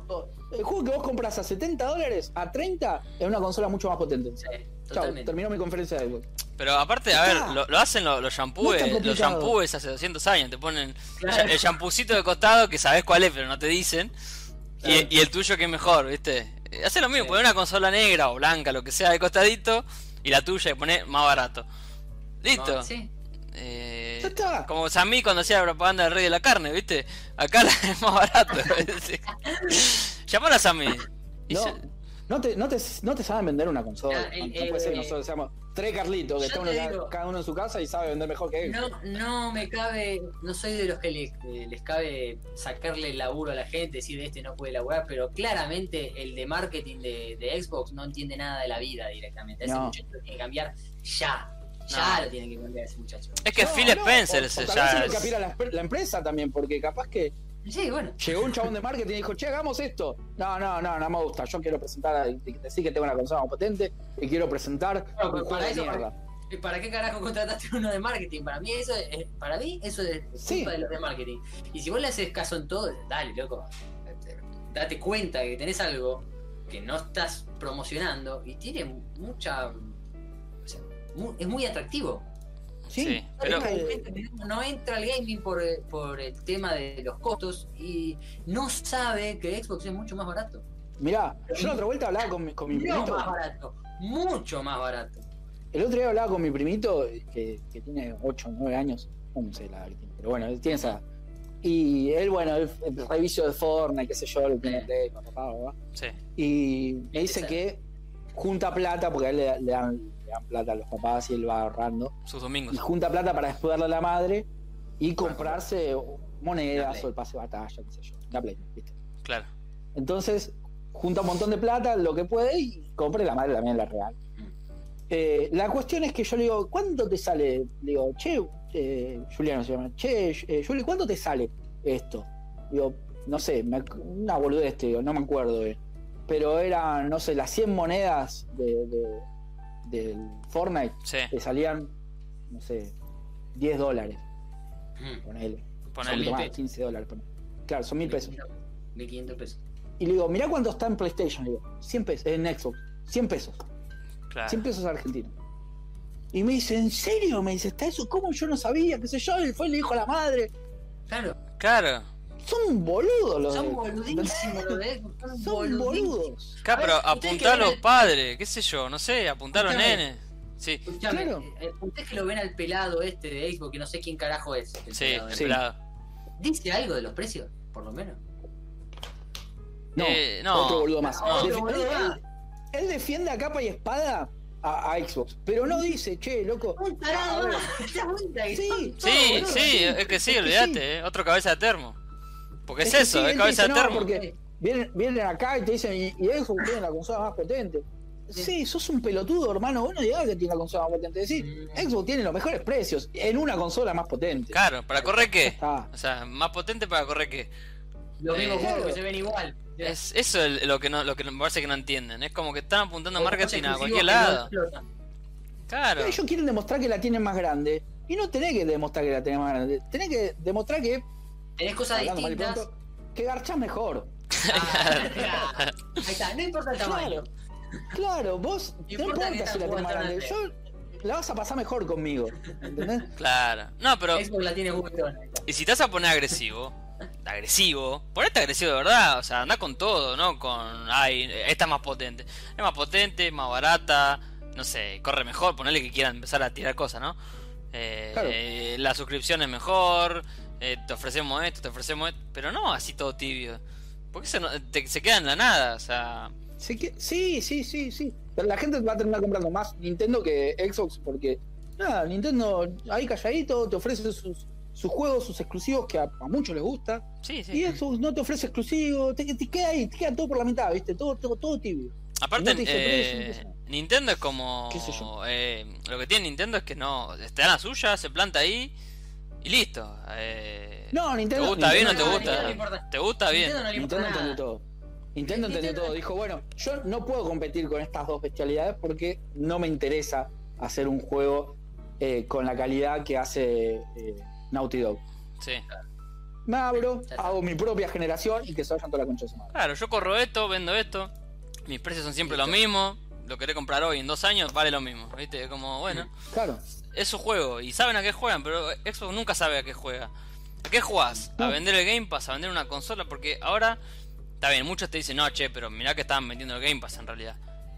Speaker 1: el juego que vos compras a 70 dólares, a 30, en una consola mucho más potente.
Speaker 3: Sí,
Speaker 1: Chau,
Speaker 3: totalmente.
Speaker 1: terminó mi conferencia de Xbox.
Speaker 2: Pero aparte, a ver,
Speaker 1: está.
Speaker 2: lo, lo hacen lo- los
Speaker 1: No es
Speaker 2: shampoos, eh,
Speaker 1: tan
Speaker 2: los
Speaker 1: complicado.
Speaker 2: shampoos hace 200 años. Te ponen
Speaker 3: Claro.
Speaker 2: el champucito de costado que sabes cuál es, pero no te dicen. Y-
Speaker 3: Claro.
Speaker 2: Y, el tuyo que es mejor, ¿viste? Eh, Hace lo mismo,
Speaker 3: Sí.
Speaker 2: poner una consola negra o blanca, lo que sea, de costadito. Y la tuya y poner más barato. Listo.
Speaker 3: No, sí.
Speaker 2: Eh,
Speaker 1: Ya está.
Speaker 2: como Sammy cuando hacía la propaganda del rey de la carne, ¿viste? Acá la- es más barato. Llamar a Sammy. Y
Speaker 1: No,
Speaker 2: se-
Speaker 1: no, te, no, te, no te saben vender una consola.
Speaker 3: Ah, el-
Speaker 1: no puede ser que
Speaker 3: eh,
Speaker 1: nosotros seamos tres Carlitos, que
Speaker 3: yo
Speaker 1: está uno
Speaker 3: te
Speaker 1: cada-
Speaker 3: digo.
Speaker 1: cada uno en su casa y sabe vender mejor que él.
Speaker 3: No, no me cabe, no soy de los que les, eh, les cabe sacarle el laburo a la gente, decir este no puede laburar, pero claramente el de marketing de, de Xbox no entiende nada de la vida directamente. A Ese
Speaker 1: No.
Speaker 3: muchacho lo tiene que cambiar ya. Ya
Speaker 2: No.
Speaker 3: lo tiene que cambiar a ese muchacho.
Speaker 2: Es que
Speaker 1: No,
Speaker 2: Phil
Speaker 1: no,
Speaker 2: Spencer
Speaker 1: o-
Speaker 2: ese
Speaker 1: o tal vez
Speaker 2: ya
Speaker 1: es lo que
Speaker 2: es-
Speaker 1: apela la, espe- la empresa también, porque capaz que
Speaker 3: Sí, bueno.
Speaker 1: llegó un chabón de marketing y dijo, che, hagamos esto. No, no, no, no me gusta. Yo quiero presentar, a- decir que tengo una consola más potente y quiero presentar
Speaker 3: pero
Speaker 1: un juego
Speaker 3: para
Speaker 1: de
Speaker 3: eso-
Speaker 1: mierda.
Speaker 3: ¿Y eh, ¿Para qué carajo contrataste uno de marketing? Para mí eso es, para mí eso es
Speaker 1: Sí.
Speaker 3: culpa de los de marketing. Y si vos le haces caso en todo, dale, loco. este, Date cuenta que tenés algo que no estás promocionando y tiene mucha o sea, mu- es muy atractivo.
Speaker 2: Sí, pero-
Speaker 3: Pero, no entra al gaming por, por el tema de los costos y no sabe que Xbox es mucho más barato.
Speaker 1: Mirá, yo la otra vuelta hablaba con mi, con mi
Speaker 3: Mucho
Speaker 1: primito.
Speaker 3: más barato. Mucho más barato.
Speaker 1: El otro día hablaba con mi primito, que, que tiene 8, 9 años, 11 la verdad que tiene, pero bueno, él tiene esa. Y él, bueno, el, el reviso de Fortnite, qué sé yo, lo tiene
Speaker 3: Sí.
Speaker 1: Play, papá, papá, papá.
Speaker 2: Sí.
Speaker 1: Y me dice
Speaker 3: Esa.
Speaker 1: que junta plata, porque a él le, le dan, le dan plata a los papás y él va ahorrando.
Speaker 2: Sus
Speaker 1: Y
Speaker 2: domingos.
Speaker 1: junta plata para después darle a la madre y comprarse
Speaker 3: Una
Speaker 1: monedas
Speaker 3: Play.
Speaker 1: o el pase de batalla, qué sé yo. La Play, ¿viste?
Speaker 2: Claro.
Speaker 1: Entonces, junta un montón de plata, lo que puede, y compre la madre también la real. Eh, la cuestión es que yo le digo, ¿cuánto te sale? Le digo, che, eh, Juliano se llama, che, eh, Juli, ¿cuánto te sale esto? Digo, no sé, me ac- una boludez, te digo, no me acuerdo. bien. Pero eran, no sé, las 100 monedas de, de- del Fortnite,
Speaker 2: Sí.
Speaker 1: te salían, no sé, 10 dólares,
Speaker 3: Mm.
Speaker 1: ponele. Son
Speaker 2: Ponele.
Speaker 1: un poquito más, 15 dólares, ponele. Claro, son mil pesos.
Speaker 3: 1500 pesos.
Speaker 1: Y le digo, mirá cuánto está en PlayStation. Le digo, 100 pesos, en Xbox, 100 pesos,
Speaker 2: Claro.
Speaker 1: 100 pesos argentinos. Y me dice, ¿en serio? Me dice, ¿está eso? ¿Cómo yo no sabía? ¿Qué sé yo? Y fue y le dijo a la madre,
Speaker 3: Claro,
Speaker 2: Claro.
Speaker 1: son boludos los de-
Speaker 3: son boludísimos los de Xbox, Son,
Speaker 1: Son boludos.
Speaker 2: Claro, pero
Speaker 3: A ver, ustedes
Speaker 2: apuntar a
Speaker 3: que ven
Speaker 2: los
Speaker 3: el-
Speaker 2: padres, qué sé yo, no sé, apuntar a los
Speaker 3: Escúchame.
Speaker 2: nenes. Sí,
Speaker 3: Escuchame,
Speaker 1: Claro.
Speaker 3: eh, ustedes que lo ven al pelado este de Xbox, que no sé quién carajo es. el
Speaker 2: sí,
Speaker 3: pelado de-
Speaker 1: Sí.
Speaker 2: pelado.
Speaker 3: ¿Dice algo de los precios? Por lo menos.
Speaker 1: No,
Speaker 2: Eh, no.
Speaker 1: otro boludo más.
Speaker 2: No,
Speaker 1: Defi-
Speaker 3: otro boludo
Speaker 1: él,
Speaker 3: más.
Speaker 1: él defiende a capa y espada a, a Xbox, pero no dice, che, loco.
Speaker 3: Un
Speaker 1: a
Speaker 3: tarado
Speaker 1: ver,
Speaker 3: más. ¿Te das cuenta que
Speaker 1: Sí,
Speaker 3: son
Speaker 2: Sí,
Speaker 1: No, boludo,
Speaker 2: sí,
Speaker 1: sí,
Speaker 2: es que
Speaker 1: es
Speaker 2: sí,
Speaker 1: que
Speaker 2: olvídate, eh, otro cabeza de termo. Porque es,
Speaker 1: Es que
Speaker 2: eso,
Speaker 1: sí,
Speaker 2: es
Speaker 1: él
Speaker 2: cabeza
Speaker 1: dice,
Speaker 2: de
Speaker 1: "No,
Speaker 2: termo.
Speaker 1: porque-
Speaker 3: Eh,
Speaker 1: Vienen, vienen acá y te dicen, y, y Xbox tiene la consola más potente.
Speaker 3: Sí.
Speaker 1: Sí, sos un pelotudo, hermano. Bueno, digas que tiene la consola más potente. Decís,
Speaker 3: Mm.
Speaker 1: Xbox tiene los mejores precios en una consola más potente.
Speaker 2: Claro, ¿para correr qué?
Speaker 1: Ah,
Speaker 2: O sea, más potente para correr qué.
Speaker 3: los mismos
Speaker 2: Eh,
Speaker 3: juegos que se ven igual.
Speaker 2: Es, eso es lo que no, lo que me parece que no entienden. Es como que están apuntando
Speaker 3: Otros
Speaker 2: marketing a
Speaker 3: exclusivos
Speaker 2: cualquier
Speaker 3: que no
Speaker 2: lado.
Speaker 3: explotan.
Speaker 2: Claro.
Speaker 1: Ellos quieren demostrar que la tienen más grande. Y no tenés que demostrar que la tenés más grande. Tenés que demostrar que,
Speaker 3: Tenés cosas
Speaker 1: hablando mal y
Speaker 3: distintas.
Speaker 1: pronto, que garchás mejor.
Speaker 3: Ah, Ahí está, no importa el tamaño.
Speaker 1: Claro, vos
Speaker 3: Y
Speaker 1: no
Speaker 3: importa
Speaker 1: importa
Speaker 3: que
Speaker 1: si la
Speaker 3: esta
Speaker 1: tenés más
Speaker 3: jugada
Speaker 1: grande.
Speaker 3: está
Speaker 1: Yo la vas a pasar mejor conmigo. ¿Entendés?
Speaker 2: Claro. No, pero.
Speaker 3: Xbox la tiene juguetona.
Speaker 2: Y si te vas a poner agresivo, agresivo, ponete agresivo de verdad, o sea, anda con todo, ¿no? Con, ay, esta es más potente. Es más potente, más barata, no sé, corre mejor, ponele que quieran empezar a tirar cosas, ¿no? Eh,
Speaker 1: Claro.
Speaker 2: eh, la suscripción es mejor, eh, te ofrecemos esto, te ofrecemos esto, pero no así todo tibio. Porque se, no- te- se queda en la nada, o sea,
Speaker 1: Sí, que- sí, sí, sí, sí. Pero la gente va a terminar comprando más Nintendo que Xbox porque, nada, Nintendo ahí calladito te ofrece sus, sus juegos, sus exclusivos que a, a muchos les gusta.
Speaker 2: sí, sí.
Speaker 1: Y Xbox no te ofrece exclusivo, te, te queda ahí, te queda todo por la mitad, ¿viste? Todo, todo, todo tibio.
Speaker 2: Aparte,
Speaker 1: No te dice
Speaker 2: eh,
Speaker 1: precio, no
Speaker 2: Nintendo es como.
Speaker 1: Qué sé yo.
Speaker 2: eh, lo que tiene Nintendo es que no. Está en la suya, se planta ahí y listo. Eh,
Speaker 1: No,
Speaker 2: ¿Te
Speaker 1: Nintendo.
Speaker 2: gusta bien o no te
Speaker 1: Nintendo-
Speaker 2: gusta?
Speaker 3: no importa.
Speaker 2: ¿Te gusta bien?
Speaker 3: Nintendo no le importa
Speaker 1: Nintendo entendió
Speaker 3: nada.
Speaker 1: todo. Nintendo entendió
Speaker 3: Nintendo-
Speaker 1: todo. Dijo, bueno, yo no puedo competir con estas dos bestialidades porque no me interesa hacer un juego eh, con la calidad que hace eh, Naughty Dog.
Speaker 2: Sí.
Speaker 1: Me abro,
Speaker 3: Ya está.
Speaker 1: hago mi propia generación y que se vayan toda la concha de su madre.
Speaker 2: Claro, yo corro esto, vendo esto. Mis precios son siempre los mismos. Lo querés comprar hoy, en dos años vale lo mismo. ¿Viste? Es Como, bueno,
Speaker 1: Claro.
Speaker 2: es su juego y saben a qué juegan, pero Xbox nunca sabe a qué juega. ¿A qué jugás? ¿A
Speaker 1: No.
Speaker 2: vender el Game Pass? ¿A vender una consola? Porque ahora, está bien, muchos te dicen, no, che, pero mirá que estaban vendiendo el Game Pass en realidad.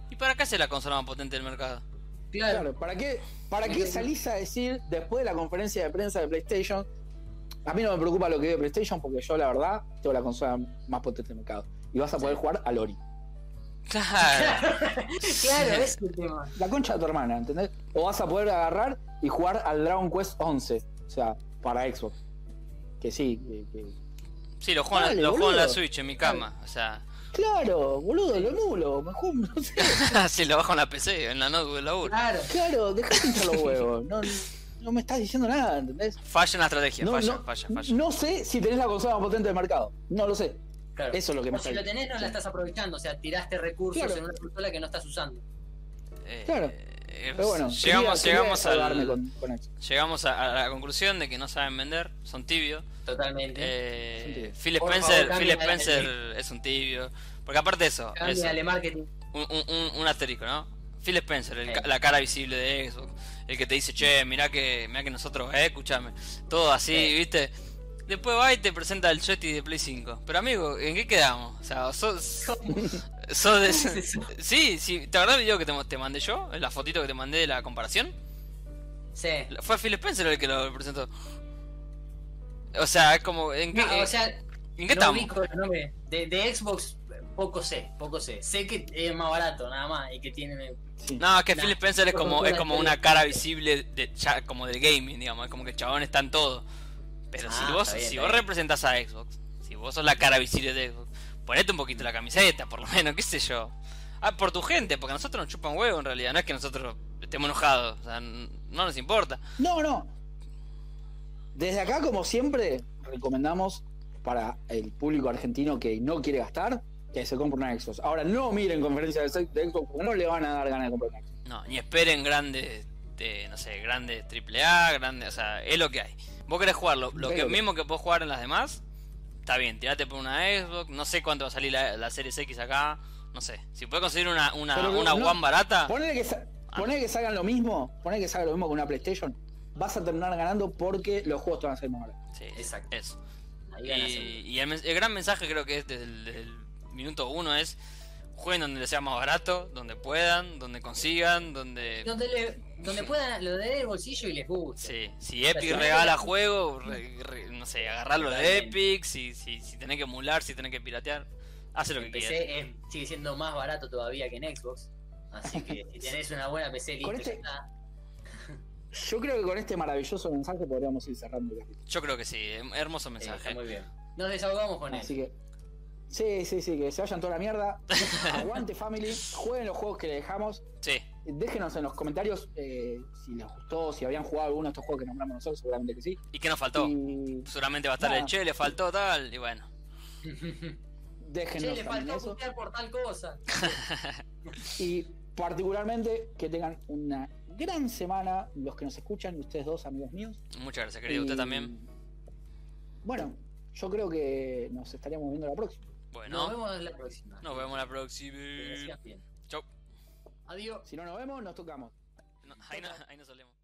Speaker 2: ¿Y para qué hace la consola más potente del mercado?
Speaker 3: Claro.
Speaker 1: Claro, ¿para qué, para qué salís a decir después de la conferencia de prensa de PlayStation? A mí no me preocupa lo que diga PlayStation porque yo, la verdad, tengo la consola más potente del mercado. Y vas a poder jugar a Lori.
Speaker 2: Claro,
Speaker 3: Claro, ese es el tema.
Speaker 1: La concha de tu hermana, ¿entendés? O vas a poder agarrar y jugar al Dragon Quest 11. O sea, para Xbox. Que sí. que- que-
Speaker 2: sí, lo juego, en la-
Speaker 1: Dale,
Speaker 2: lo juego en la
Speaker 1: boludo.
Speaker 2: Switch, en mi cama. O sea,
Speaker 1: Claro, boludo, lo nulo. Mejor, no sé.
Speaker 2: si lo bajo en la PC, en la notebook del laburo.
Speaker 3: Claro.
Speaker 1: Claro, dejá pinchar los huevos. No, no me estás diciendo nada, ¿entendés?
Speaker 2: Falla en la estrategia,
Speaker 1: No,
Speaker 2: falla,
Speaker 1: no, Mm,
Speaker 2: falla, falla.
Speaker 1: no sé si tenés la consola más potente del mercado. No lo sé.
Speaker 3: claro.
Speaker 1: Eso es lo que me
Speaker 3: O si
Speaker 1: está
Speaker 3: lo tenés, no la estás aprovechando. O sea, tiraste recursos
Speaker 1: Claro.
Speaker 3: en una consola que no estás usando.
Speaker 2: Eh,
Speaker 1: Claro.
Speaker 2: eh,
Speaker 1: Pero bueno,
Speaker 2: llegamos,
Speaker 1: quería-
Speaker 2: llegamos,
Speaker 1: quería
Speaker 2: al-
Speaker 1: desahogarme con, con eso.
Speaker 2: llegamos a, a la conclusión de que no saben vender, son tibios.
Speaker 3: Totalmente.
Speaker 2: Eh,
Speaker 1: son tibios.
Speaker 2: Phil
Speaker 3: Por favor,
Speaker 2: Spencer, Phil
Speaker 3: cambia la-
Speaker 2: Spencer es un tibio. Porque aparte de eso,
Speaker 3: Cambia
Speaker 2: eso,
Speaker 3: de marketing.
Speaker 2: un, un- un- un asterisco, ¿no? Phil Spencer, el
Speaker 3: Sí.
Speaker 2: ca- la cara visible de Xbox. El que te dice, che, mirá que, mirá que nosotros, eh, escúchame. Todo así,
Speaker 3: Sí.
Speaker 2: ¿viste? Después va y te presenta el joystick de Play 5. Pero amigo, ¿en qué quedamos? O sea, sos... sos de-
Speaker 3: ¿Qué es eso?
Speaker 2: Sí, sí, ¿te acordás el video que te, mo- te mandé yo? La fotito que te mandé de la comparación.
Speaker 3: Sí.
Speaker 2: Fue Phil Spencer el que lo presentó. O sea, es como, ¿en qué,
Speaker 3: No, o sea,
Speaker 2: ¿en qué
Speaker 3: no
Speaker 2: estamos?
Speaker 3: ubico los nombres. De, de Xbox, poco sé, poco sé. Sé que es más barato, nada más, y que tiene.
Speaker 1: Sí.
Speaker 2: No, es que
Speaker 3: Nah,
Speaker 2: Phil Spencer es
Speaker 3: por
Speaker 2: como,
Speaker 3: cultura
Speaker 2: es como
Speaker 3: de-
Speaker 2: una cara visible de, ya, como del gaming, digamos, es como que el chabón está en todo. Pero
Speaker 3: Ah,
Speaker 2: si vos,
Speaker 3: está bien,
Speaker 2: si
Speaker 3: está
Speaker 2: vos
Speaker 3: bien.
Speaker 2: representás a Xbox, si vos sos la cara visible de Xbox, ponete un poquito la camiseta, por lo menos, qué sé yo. Ah, por tu gente, porque a nosotros nos chupan huevo en realidad, no es que nosotros estemos enojados, o sea, n- no nos importa.
Speaker 1: No, no. Desde acá, como siempre, recomendamos para el público argentino que no quiere gastar, que se compre una Xbox. Ahora, no miren conferencias de de Xbox, porque no le van a dar ganas de comprar una Xbox.
Speaker 2: No, ni esperen grandes, este, no sé, grandes AAA, grandes, o sea, es lo que hay. Vos querés jugarlo, lo que,
Speaker 1: Pero-
Speaker 2: mismo que podés jugar en las demás, está bien, tirate por una Xbox, no sé cuánto va a salir la, la Series X acá, no sé. Si puedes conseguir una, una,
Speaker 1: Pero que
Speaker 2: una
Speaker 1: no-
Speaker 2: One barata,
Speaker 1: Ponele que, sa-
Speaker 2: Ah.
Speaker 1: ponele que salgan lo mismo, ponele que salga lo mismo con una PlayStation, vas a terminar ganando porque los juegos te van a ser más baratos.
Speaker 2: sí,
Speaker 3: Exacto.
Speaker 2: eso.
Speaker 3: Ahí
Speaker 2: Y,
Speaker 3: ganas seguro.
Speaker 2: y el, men- el gran mensaje creo que es desde el, desde el minuto uno es, jueguen donde les sea más barato, donde puedan, donde consigan, donde...
Speaker 3: Donde, le, donde puedan, lo den en el bolsillo y les guste.
Speaker 2: eh, Sí, si Epic
Speaker 3: Claro.
Speaker 2: regala juego, re- re- no sé, agarrarlo de
Speaker 3: Totalmente.
Speaker 2: Epic, si, si, si tenés que emular, si tenés que piratear, hace lo que
Speaker 3: El
Speaker 2: quieras.
Speaker 3: PC es- sigue siendo más barato todavía que en Xbox. Así que si tenés una buena PC, listo,
Speaker 1: Con
Speaker 3: ya
Speaker 1: este-
Speaker 3: está. Eh,
Speaker 1: Yo creo que con este maravilloso mensaje podríamos ir cerrando el capítulo.
Speaker 2: Yo creo que sí, em- hermoso
Speaker 3: Sí, está
Speaker 2: mensaje.
Speaker 3: muy bien. Nos desahogamos con
Speaker 1: Así
Speaker 3: él.
Speaker 1: que. Sí, sí, sí, que se vayan toda la mierda. Aguante family, jueguen los juegos que le dejamos.
Speaker 2: Sí,
Speaker 1: Déjenos en los comentarios eh, si les gustó, si habían jugado alguno de estos juegos que nombramos nosotros, seguramente que sí.
Speaker 2: y que nos faltó.
Speaker 1: Y
Speaker 2: Seguramente va a estar el
Speaker 1: Nada.
Speaker 2: che, le faltó tal, y bueno.
Speaker 1: déjenos
Speaker 3: Che, le
Speaker 1: también
Speaker 3: faltó
Speaker 1: eso.
Speaker 3: putear por tal cosa.
Speaker 1: Y particularmente que tengan una gran semana los que nos escuchan, ustedes dos, amigos míos.
Speaker 2: Muchas gracias, querido. Usted
Speaker 1: Y,
Speaker 2: también.
Speaker 1: Bueno, yo creo que nos estaríamos viendo la próxima.
Speaker 3: Nos
Speaker 2: Bueno,
Speaker 3: vemos la próxima.
Speaker 2: nos vemos la
Speaker 3: Que la
Speaker 2: próxima.
Speaker 3: sigan bien.
Speaker 2: Chau.
Speaker 3: Adiós.
Speaker 1: Si no nos vemos, nos tocamos.
Speaker 2: No, ahí, no, ahí no solemos.